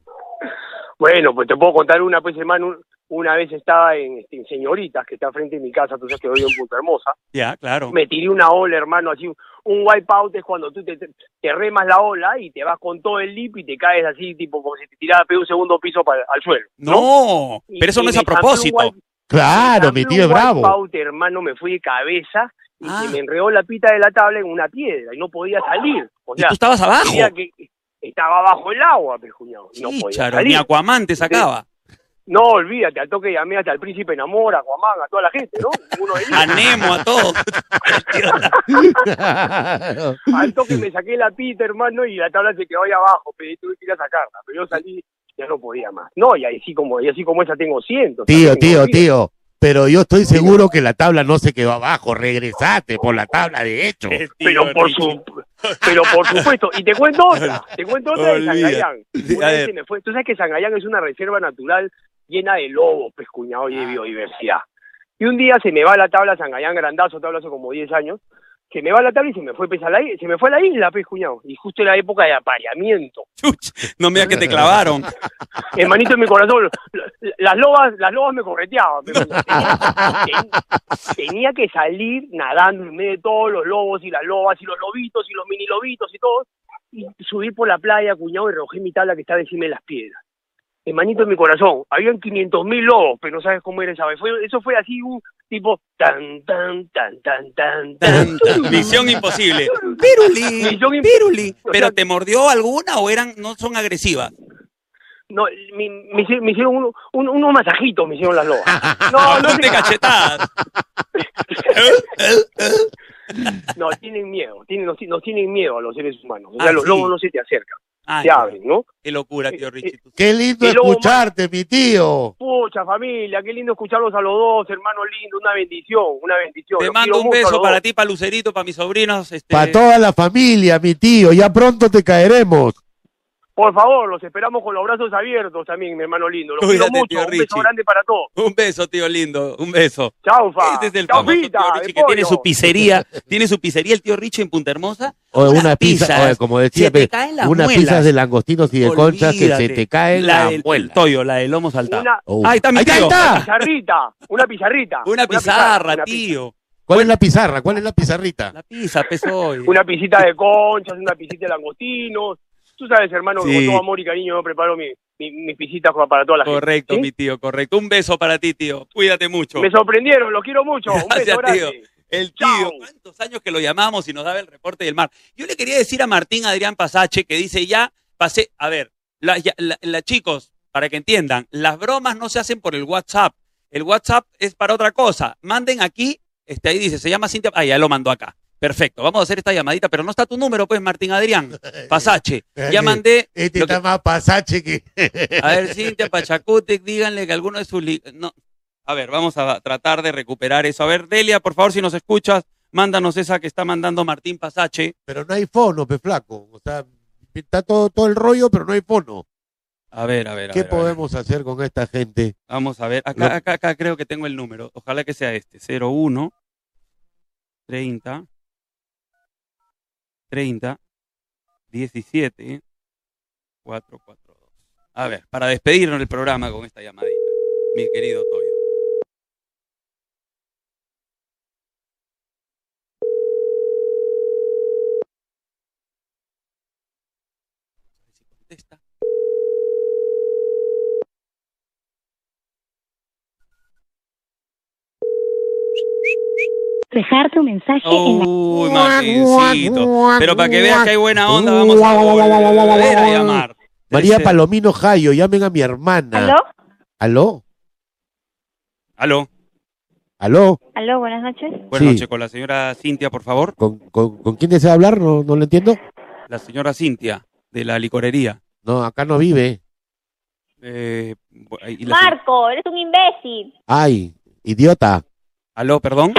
[SPEAKER 13] Bueno, pues te puedo contar una, pues hermano, un- una vez estaba en, este, en Señoritas, que está frente a mi casa, tú sabes que vivo en Punta Hermosa.
[SPEAKER 2] Ya, claro.
[SPEAKER 13] Me tiré una ola, hermano, así. Un wipeout es cuando tú te, te- te remas la ola y te vas con todo el lip y te caes así, tipo como si te tirara de un segundo piso para, al suelo.
[SPEAKER 2] No,
[SPEAKER 13] Y-
[SPEAKER 2] pero eso
[SPEAKER 13] y
[SPEAKER 2] no es
[SPEAKER 13] me
[SPEAKER 2] a
[SPEAKER 13] zamplé un
[SPEAKER 2] propósito.
[SPEAKER 13] wipe-
[SPEAKER 1] Claro, mi
[SPEAKER 13] Dame
[SPEAKER 1] tío es
[SPEAKER 13] un
[SPEAKER 1] bravo.
[SPEAKER 13] wipeout, hermano, me fui de cabeza y
[SPEAKER 2] Ah.
[SPEAKER 13] se me enredó la pita de la tabla en una piedra y no podía salir. O
[SPEAKER 2] Y
[SPEAKER 13] sea,
[SPEAKER 2] tú estabas abajo.
[SPEAKER 13] tenía que- estaba bajo el agua, pues, cuñado. No podía
[SPEAKER 2] Chícharo,
[SPEAKER 13] salir.
[SPEAKER 2] ni Aquaman te sacaba.
[SPEAKER 13] No, olvídate, al toque llamé hasta al príncipe Namor, a Guamán, a toda la gente, ¿no? Ninguno venía.
[SPEAKER 2] A Nemo, a todos.
[SPEAKER 1] Claro.
[SPEAKER 13] Al toque me saqué la pita, hermano, y la tabla se quedó ahí abajo, pero tuve que ir a sacarla. Pero yo salí, ya no podía más. No, y así como, y así como esa tengo cientos.
[SPEAKER 1] Tío,
[SPEAKER 13] también,
[SPEAKER 1] tío,
[SPEAKER 13] ¿no?
[SPEAKER 1] tío. Pero yo estoy seguro que la tabla no se quedó abajo. Regresaste por la tabla, de hecho.
[SPEAKER 13] Pero por, su, pero por supuesto, y te cuento otra, te cuento otra de
[SPEAKER 2] Olvídate.
[SPEAKER 13] Sangayán. Una
[SPEAKER 2] A
[SPEAKER 13] vez
[SPEAKER 2] ver.
[SPEAKER 13] se me fue, tú sabes que Sangayán es una reserva natural llena de lobos,
[SPEAKER 2] Ah.
[SPEAKER 13] pescuñados y de biodiversidad. Y un día se me va la tabla Sangayán, grandazo, tabla hace como 10 años, se me va la tabla y se me fue pues, a la, i- se me fue a la isla, pues, cuñado. Y justo en la época de apareamiento.
[SPEAKER 2] No me digas que te clavaron.
[SPEAKER 13] Hermanito en mi corazón, la- las lobas, las lobas me correteaban. pe, cuñado. Tenía, tenía que salir nadando en medio de todos los lobos y las lobas y los lobitos y los mini lobitos y todo. Y subir por la playa, cuñado, y rojé mi tabla que estaba encima de las piedras. Hermanito en mi corazón, habían 500 mil lobos, pero no sabes cómo era esa vez. Fue- eso fue así un tipo tan, tan, tan, tan, tan, tan.
[SPEAKER 2] Misión imposible.
[SPEAKER 13] Piruli, piruli.
[SPEAKER 2] ¿Pero te mordió alguna o eran, no son agresivas?
[SPEAKER 13] No, me, me hicieron, me hicieron uno- un- unos masajitos, me hicieron las lobas. No, no te
[SPEAKER 2] cachetadas.
[SPEAKER 13] No, tienen miedo, tienen, nos, nos tienen miedo a los seres humanos. O sea,
[SPEAKER 2] Ah,
[SPEAKER 13] los
[SPEAKER 2] sí. Ah,
[SPEAKER 13] lobos no se te acercan,
[SPEAKER 2] Ay,
[SPEAKER 13] se abren, ¿no?
[SPEAKER 2] Qué locura, tío Richie.
[SPEAKER 1] Qué lindo
[SPEAKER 13] El lobo más-
[SPEAKER 1] escucharte, mi tío.
[SPEAKER 13] Pucha familia, qué lindo escucharlos a los dos, hermano lindo, una bendición, una bendición.
[SPEAKER 2] Te
[SPEAKER 13] Los
[SPEAKER 2] mando
[SPEAKER 13] quiero
[SPEAKER 2] un
[SPEAKER 13] mucho a
[SPEAKER 2] beso
[SPEAKER 13] los
[SPEAKER 2] para
[SPEAKER 13] dos.
[SPEAKER 2] ti, para Lucerito, para mis sobrinos. Este,
[SPEAKER 1] Para toda la familia, mi tío. Ya pronto te caeremos.
[SPEAKER 13] Por favor, los esperamos con los brazos abiertos también, mi hermano lindo. Los quiero
[SPEAKER 2] Cuídate,
[SPEAKER 13] mucho,
[SPEAKER 2] tío
[SPEAKER 13] un beso
[SPEAKER 2] Richie.
[SPEAKER 13] grande para todos.
[SPEAKER 2] Un beso, tío lindo. Un beso.
[SPEAKER 13] Chau, fa.
[SPEAKER 2] Este es el
[SPEAKER 13] Chau,
[SPEAKER 2] famoso
[SPEAKER 13] Fita,
[SPEAKER 2] tío
[SPEAKER 13] de
[SPEAKER 2] Richie que tiene
[SPEAKER 13] pollo.
[SPEAKER 2] su pizzería. tiene su pizzería el tío Richie en Punta Hermosa.
[SPEAKER 1] O una
[SPEAKER 2] Unas
[SPEAKER 1] pizza,
[SPEAKER 2] pizzas.
[SPEAKER 1] oye, como decía,
[SPEAKER 2] Se te
[SPEAKER 1] pe,
[SPEAKER 2] caen las
[SPEAKER 1] unas
[SPEAKER 2] muelas.
[SPEAKER 1] pizzas de langostinos y de conchas que se
[SPEAKER 2] Olvídate.
[SPEAKER 1] te caen
[SPEAKER 2] la
[SPEAKER 1] la
[SPEAKER 2] del
[SPEAKER 1] muela.
[SPEAKER 2] Toyo, la del lomo saltado.
[SPEAKER 13] Una,
[SPEAKER 1] Oh.
[SPEAKER 2] Ahí está mi
[SPEAKER 1] Ahí está,
[SPEAKER 2] tío.
[SPEAKER 1] ahí está.
[SPEAKER 13] una pizarrita, una pizarrita.
[SPEAKER 2] Una pizarra, tío.
[SPEAKER 1] ¿Cuál es la pizarra? ¿Cuál es la pizarrita?
[SPEAKER 2] La pizza, peso
[SPEAKER 13] Una pisita de conchas, una pisita de langostinos. Tú sabes, hermano, que
[SPEAKER 2] Sí.
[SPEAKER 13] con todo amor y cariño yo preparo mi- mi- mis pisitas pa- para toda la
[SPEAKER 2] Correcto, mi
[SPEAKER 13] gente.
[SPEAKER 2] tío, correcto. Un beso para ti, tío. Cuídate mucho.
[SPEAKER 13] ¿sí? Me sorprendieron, los quiero mucho. Un
[SPEAKER 2] Gracias,
[SPEAKER 13] beso grande.
[SPEAKER 2] tío. El tío, cuántos años que lo llamamos y nos daba el reporte del mar. Yo le quería decir a Martín Adrián Pasache que dice ya, pasé, a ver, la- ya- la- la- chicos, para que entiendan, las bromas no se hacen por el WhatsApp. El WhatsApp es para otra cosa. Manden aquí, este, ahí dice, se llama Cintia, ah, ya lo mandó acá. Perfecto, vamos a hacer esta llamadita, pero no está tu número, pues, Martín Adrián Pasache. Ya mandé,
[SPEAKER 1] Este
[SPEAKER 2] lo
[SPEAKER 1] está más pasache que.
[SPEAKER 2] a ver, Cintia Pachacute, díganle que alguno de sus... li- No. A ver, vamos a tratar de recuperar eso. A ver, Delia, por favor, si nos escuchas, mándanos esa que está mandando Martín Pasache.
[SPEAKER 1] Pero no hay fono, pe flaco. O sea, está todo, todo el rollo, pero no hay fono.
[SPEAKER 2] A ver, a ver, a
[SPEAKER 1] ¿Qué
[SPEAKER 2] ver, a ver.
[SPEAKER 1] podemos hacer con esta gente?
[SPEAKER 2] Vamos a ver. Acá,
[SPEAKER 1] Lo-
[SPEAKER 2] acá, acá creo que tengo el número. Ojalá que sea este. 01 30 30 17 442. A ver, para despedirnos del programa con esta llamadita, mi querido Toyo. Si contesta.
[SPEAKER 14] Dejar tu mensaje
[SPEAKER 2] Uy, Martincito. Pero para que veas que hay buena onda,
[SPEAKER 1] Uh,
[SPEAKER 2] vamos a volver a llamar.
[SPEAKER 1] María Palomino Jayo, llamen a mi hermana.
[SPEAKER 14] ¿Aló?
[SPEAKER 1] ¿Aló?
[SPEAKER 2] Aló.
[SPEAKER 1] ¿Aló?
[SPEAKER 14] Aló, buenas noches.
[SPEAKER 2] Buenas
[SPEAKER 1] Sí.
[SPEAKER 2] noches con la señora Cintia, por favor.
[SPEAKER 1] ¿Con, con, con quién desea hablar? No, no lo entiendo.
[SPEAKER 2] La señora Cintia, de la licorería.
[SPEAKER 1] No, acá no vive.
[SPEAKER 2] Eh, bu- y la-
[SPEAKER 14] Marco, eres un imbécil.
[SPEAKER 1] Ay, idiota.
[SPEAKER 2] Aló, perdón.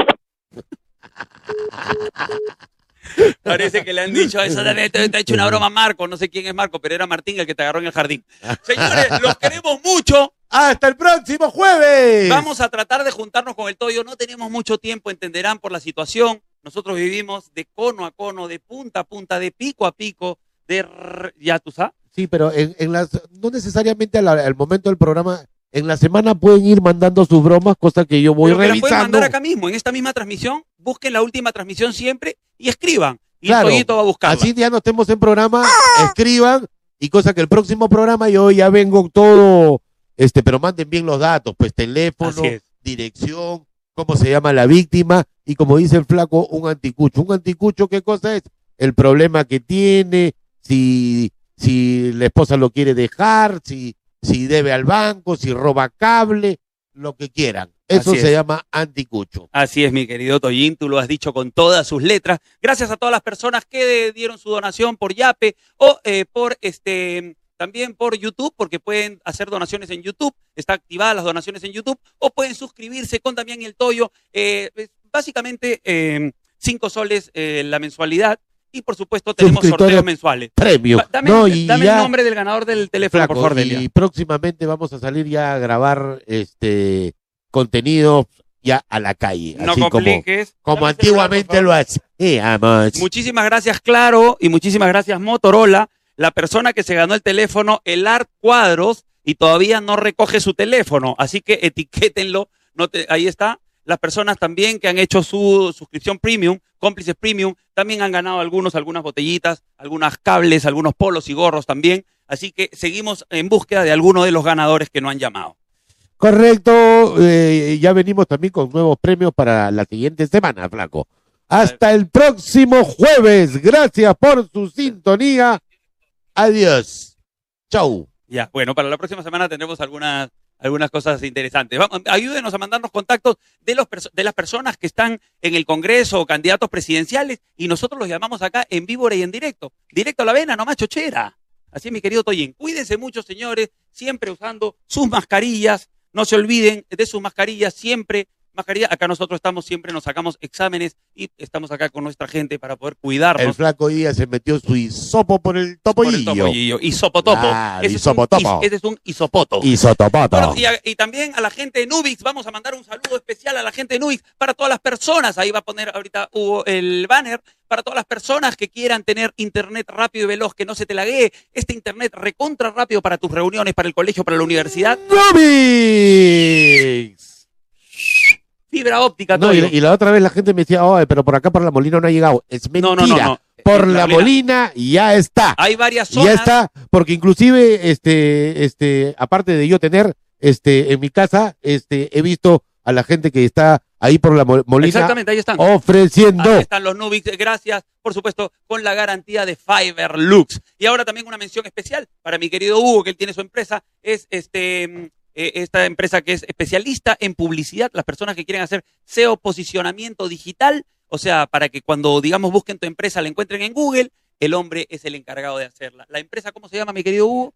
[SPEAKER 2] Parece que le han dicho eso. Te, te- te ha hecho una broma Marco. No sé quién es Marco, pero era Martín el que te agarró en el jardín. Señores, los queremos mucho.
[SPEAKER 1] ¡Hasta el próximo jueves!
[SPEAKER 2] Vamos a tratar de juntarnos con el Toyo. No tenemos mucho tiempo, entenderán por la situación. Nosotros vivimos de cono a cono, de punta a punta, de pico a pico, de... r- Ya tú sabes.
[SPEAKER 1] Sí, pero en, en las, no necesariamente a la- al, momento del programa, en la semana pueden ir mandando sus bromas, cosa que yo voy
[SPEAKER 2] Pero que la pueden
[SPEAKER 1] revisando.
[SPEAKER 2] mandar acá mismo, en esta misma transmisión. Busquen la última transmisión siempre y escriban. Y
[SPEAKER 1] Claro.
[SPEAKER 2] el Toyito va a buscarla.
[SPEAKER 1] Así ya no estemos en programa,
[SPEAKER 2] Ah.
[SPEAKER 1] escriban, y cosa que el próximo programa yo ya vengo todo, este, pero manden bien los datos, pues teléfono,
[SPEAKER 2] Así es.
[SPEAKER 1] dirección, cómo se llama la víctima, y como dice el flaco, un anticucho. Un anticucho, ¿qué cosa es? El problema que tiene, si, si la esposa lo quiere dejar, si, si debe al banco, si roba cable, lo que quieran. Eso
[SPEAKER 2] Así
[SPEAKER 1] se
[SPEAKER 2] es.
[SPEAKER 1] llama anticucho.
[SPEAKER 2] Así es, mi querido Toyín, tú lo has dicho con todas sus letras. Gracias a todas las personas que de- dieron su donación por Yape o eh, por este también por YouTube, porque pueden hacer donaciones en YouTube, está activadas las donaciones en YouTube, o pueden suscribirse con Damián El Toyo, eh, es básicamente eh, cinco soles eh, la mensualidad, y por supuesto tenemos
[SPEAKER 1] Suscriptores
[SPEAKER 2] sorteos mensuales.
[SPEAKER 1] Premio.
[SPEAKER 2] Pa- Dame,
[SPEAKER 1] No, y
[SPEAKER 2] dame
[SPEAKER 1] ya-
[SPEAKER 2] el nombre del ganador del teléfono,
[SPEAKER 1] Flaco,
[SPEAKER 2] por favor,
[SPEAKER 1] y
[SPEAKER 2] Delia.
[SPEAKER 1] próximamente vamos a salir ya a grabar este contenido ya a la calle.
[SPEAKER 2] No
[SPEAKER 1] así como,
[SPEAKER 2] compliques.
[SPEAKER 1] como antiguamente lo hacíamos.
[SPEAKER 2] Muchísimas gracias, Claro, y muchísimas gracias, Motorola. La persona que se ganó el teléfono, el Art Cuadros, y todavía no recoge su teléfono. Así que etiquétenlo. No te- ahí está. Las personas también que han hecho su suscripción premium, cómplices premium, también han ganado algunos, algunas botellitas, algunas cables, algunos polos y gorros también. Así que seguimos en búsqueda de alguno de los ganadores que no han llamado.
[SPEAKER 1] Correcto, eh, ya venimos también con nuevos premios para la siguiente semana, flaco. Hasta el próximo jueves. Gracias por su sintonía. Adiós. Chau.
[SPEAKER 2] Ya, bueno, para la próxima semana tendremos algunas, algunas cosas interesantes. Vamos, ayúdenos a mandarnos contactos de, los perso- de las personas que están en el Congreso o candidatos presidenciales y nosotros los llamamos acá en víbora y en directo. Directo a la vena, nomás chochera. Así es, mi querido Toyin. Cuídense mucho, señores, siempre usando sus mascarillas. No se olviden de sus mascarillas, siempre. Mascarilla, acá nosotros estamos siempre, nos sacamos exámenes y estamos acá con nuestra gente para poder
[SPEAKER 1] El
[SPEAKER 2] cuidarnos.
[SPEAKER 1] flaco hoy día se metió su hisopo por el
[SPEAKER 2] por el
[SPEAKER 1] topollillo.
[SPEAKER 2] topollillo. Isopotopo.
[SPEAKER 1] Claro,
[SPEAKER 2] Ese es un
[SPEAKER 1] isopotopo.
[SPEAKER 2] is- ese es un isopoto.
[SPEAKER 1] Hisotopoto.
[SPEAKER 2] Bueno, y, a- y también a la gente de Nubix, vamos a mandar un saludo especial a la gente de Nubix para todas las personas. Ahí va a poner ahorita Hugo el banner para todas las personas que quieran tener internet rápido y veloz, que no se te laguee. Este internet recontra rápido para tus reuniones, para el colegio, para la universidad.
[SPEAKER 1] ¡Nubix!
[SPEAKER 2] Fibra óptica,
[SPEAKER 1] No,
[SPEAKER 2] todo.
[SPEAKER 1] y, y la otra vez la gente me decía, "Oye, pero por acá por la Molina no ha llegado. Es mentira.
[SPEAKER 2] no, no, no. Eh,
[SPEAKER 1] Por
[SPEAKER 2] En
[SPEAKER 1] la,
[SPEAKER 2] La
[SPEAKER 1] Molina ya está.
[SPEAKER 2] Hay varias
[SPEAKER 1] Y ya
[SPEAKER 2] zonas.
[SPEAKER 1] está, porque inclusive, este, este, aparte de yo tener, este, en mi casa, este, he visto a la gente que está ahí por la Mo- Molina
[SPEAKER 2] Exactamente, Ah, ahí están.
[SPEAKER 1] ofreciendo.
[SPEAKER 2] Ahí están los Nubix, gracias, por supuesto, con la garantía de Fiverr Lux. Y ahora también una mención especial para mi querido Hugo, que él tiene su empresa, es este mm, eh, esta empresa que es especialista en publicidad, las personas que quieren hacer SEO posicionamiento digital, o sea, para que cuando digamos busquen tu empresa la encuentren en Google, el hombre es el encargado de hacerla. La empresa ¿cómo se llama, mi querido Hugo?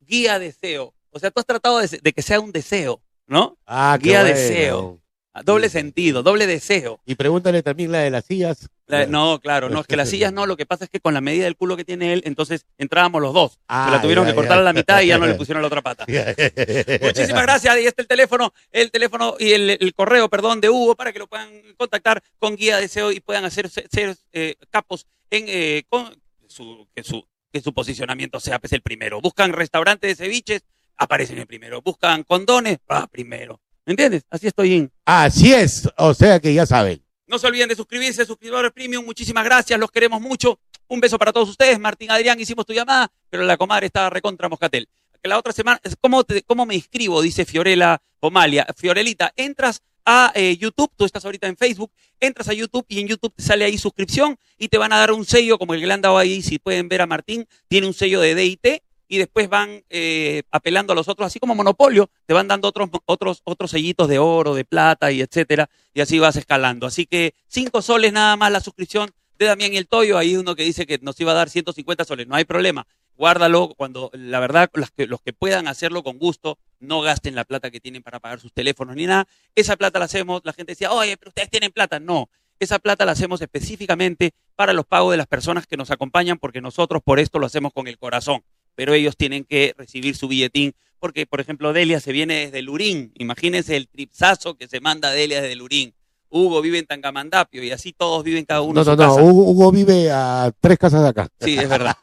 [SPEAKER 2] Guía Deseo. O sea, tú has tratado de, de que sea un deseo, ¿no?
[SPEAKER 1] Ah, qué
[SPEAKER 2] Guía
[SPEAKER 1] bueno.
[SPEAKER 2] Deseo. Doble sentido, doble deseo.
[SPEAKER 1] Y pregúntale también la de las sillas.
[SPEAKER 2] La- no, claro, no, es que las sillas no, lo que pasa es que con la medida del culo que tiene él, entonces entrábamos los dos.
[SPEAKER 1] Ah,
[SPEAKER 2] Se la tuvieron
[SPEAKER 1] ya,
[SPEAKER 2] que cortar
[SPEAKER 1] ya.
[SPEAKER 2] a la mitad y ya no le pusieron la otra pata. Muchísimas gracias, ahí está el teléfono, el teléfono y el, el correo, perdón, de Hugo para que lo puedan contactar con guía de SEO y puedan hacer se- ser eh, capos en eh, con su, que su que su posicionamiento sea pues, el primero. Buscan restaurantes de ceviches, aparecen el primero. Buscan condones, va primero. ¿Me entiendes? Así estoy en.
[SPEAKER 1] Así es, o sea que ya saben.
[SPEAKER 2] No se olviden de suscribirse, suscriptores premium. Muchísimas gracias, los queremos mucho. Un beso para todos ustedes. Martín Adrián, hicimos tu llamada, pero la comadre estaba recontra Moscatel. Que La otra semana, ¿cómo, te- cómo me inscribo? Dice Fiorella Pomalia. Fiorelita, entras a eh, YouTube, tú estás ahorita en Facebook, entras a YouTube y en YouTube te sale ahí suscripción y te van a dar un sello, como el que le han dado ahí, si pueden ver a Martín, tiene un sello de DIT y después van eh, apelando a los otros, así como Monopolio, te van dando otros, otros, otros sellitos de oro, de plata y etcétera, y así vas escalando. Así que cinco soles nada más la suscripción de Damián y el Toyo, ahí uno que dice que nos iba a dar 150 soles, no hay problema, guárdalo cuando, la verdad, las que- los que puedan hacerlo con gusto, no gasten la plata que tienen para pagar sus teléfonos ni nada, esa plata la hacemos, la gente decía, oye, pero ustedes tienen plata, no, esa plata la hacemos específicamente para los pagos de las personas que nos acompañan, porque nosotros por esto lo hacemos con el corazón pero ellos tienen que recibir su billetín. Porque, por ejemplo, Delia se viene desde Lurín. Imagínense el tripsazo que se manda Delia desde Lurín. Hugo vive en Tangamandapio y así todos viven cada uno
[SPEAKER 1] No,
[SPEAKER 2] en su
[SPEAKER 1] no, no,
[SPEAKER 2] casa.
[SPEAKER 1] Hugo, Hugo vive a tres casas de acá.
[SPEAKER 2] Sí, es verdad.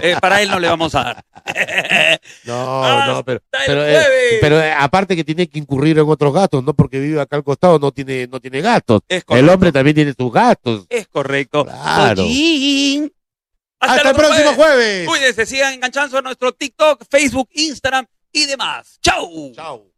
[SPEAKER 2] Eh, para él no le vamos a dar.
[SPEAKER 1] No, no, pero,
[SPEAKER 2] Ah, el
[SPEAKER 1] pero, eh,
[SPEAKER 2] jueves.
[SPEAKER 1] pero, eh, aparte que tiene que incurrir en otros gastos, ¿no? Porque vive acá al costado, no tiene, no tiene gastos.
[SPEAKER 2] Es
[SPEAKER 1] El
[SPEAKER 2] correcto.
[SPEAKER 1] hombre también tiene sus gastos.
[SPEAKER 2] Es correcto.
[SPEAKER 1] Claro.
[SPEAKER 2] Tollín.
[SPEAKER 1] Hasta, el
[SPEAKER 2] otro
[SPEAKER 1] próximo jueves.
[SPEAKER 2] pues. Cuídense, sigan enganchando a nuestro TikTok, Facebook, Instagram y demás. ¡Chau!
[SPEAKER 1] Chau.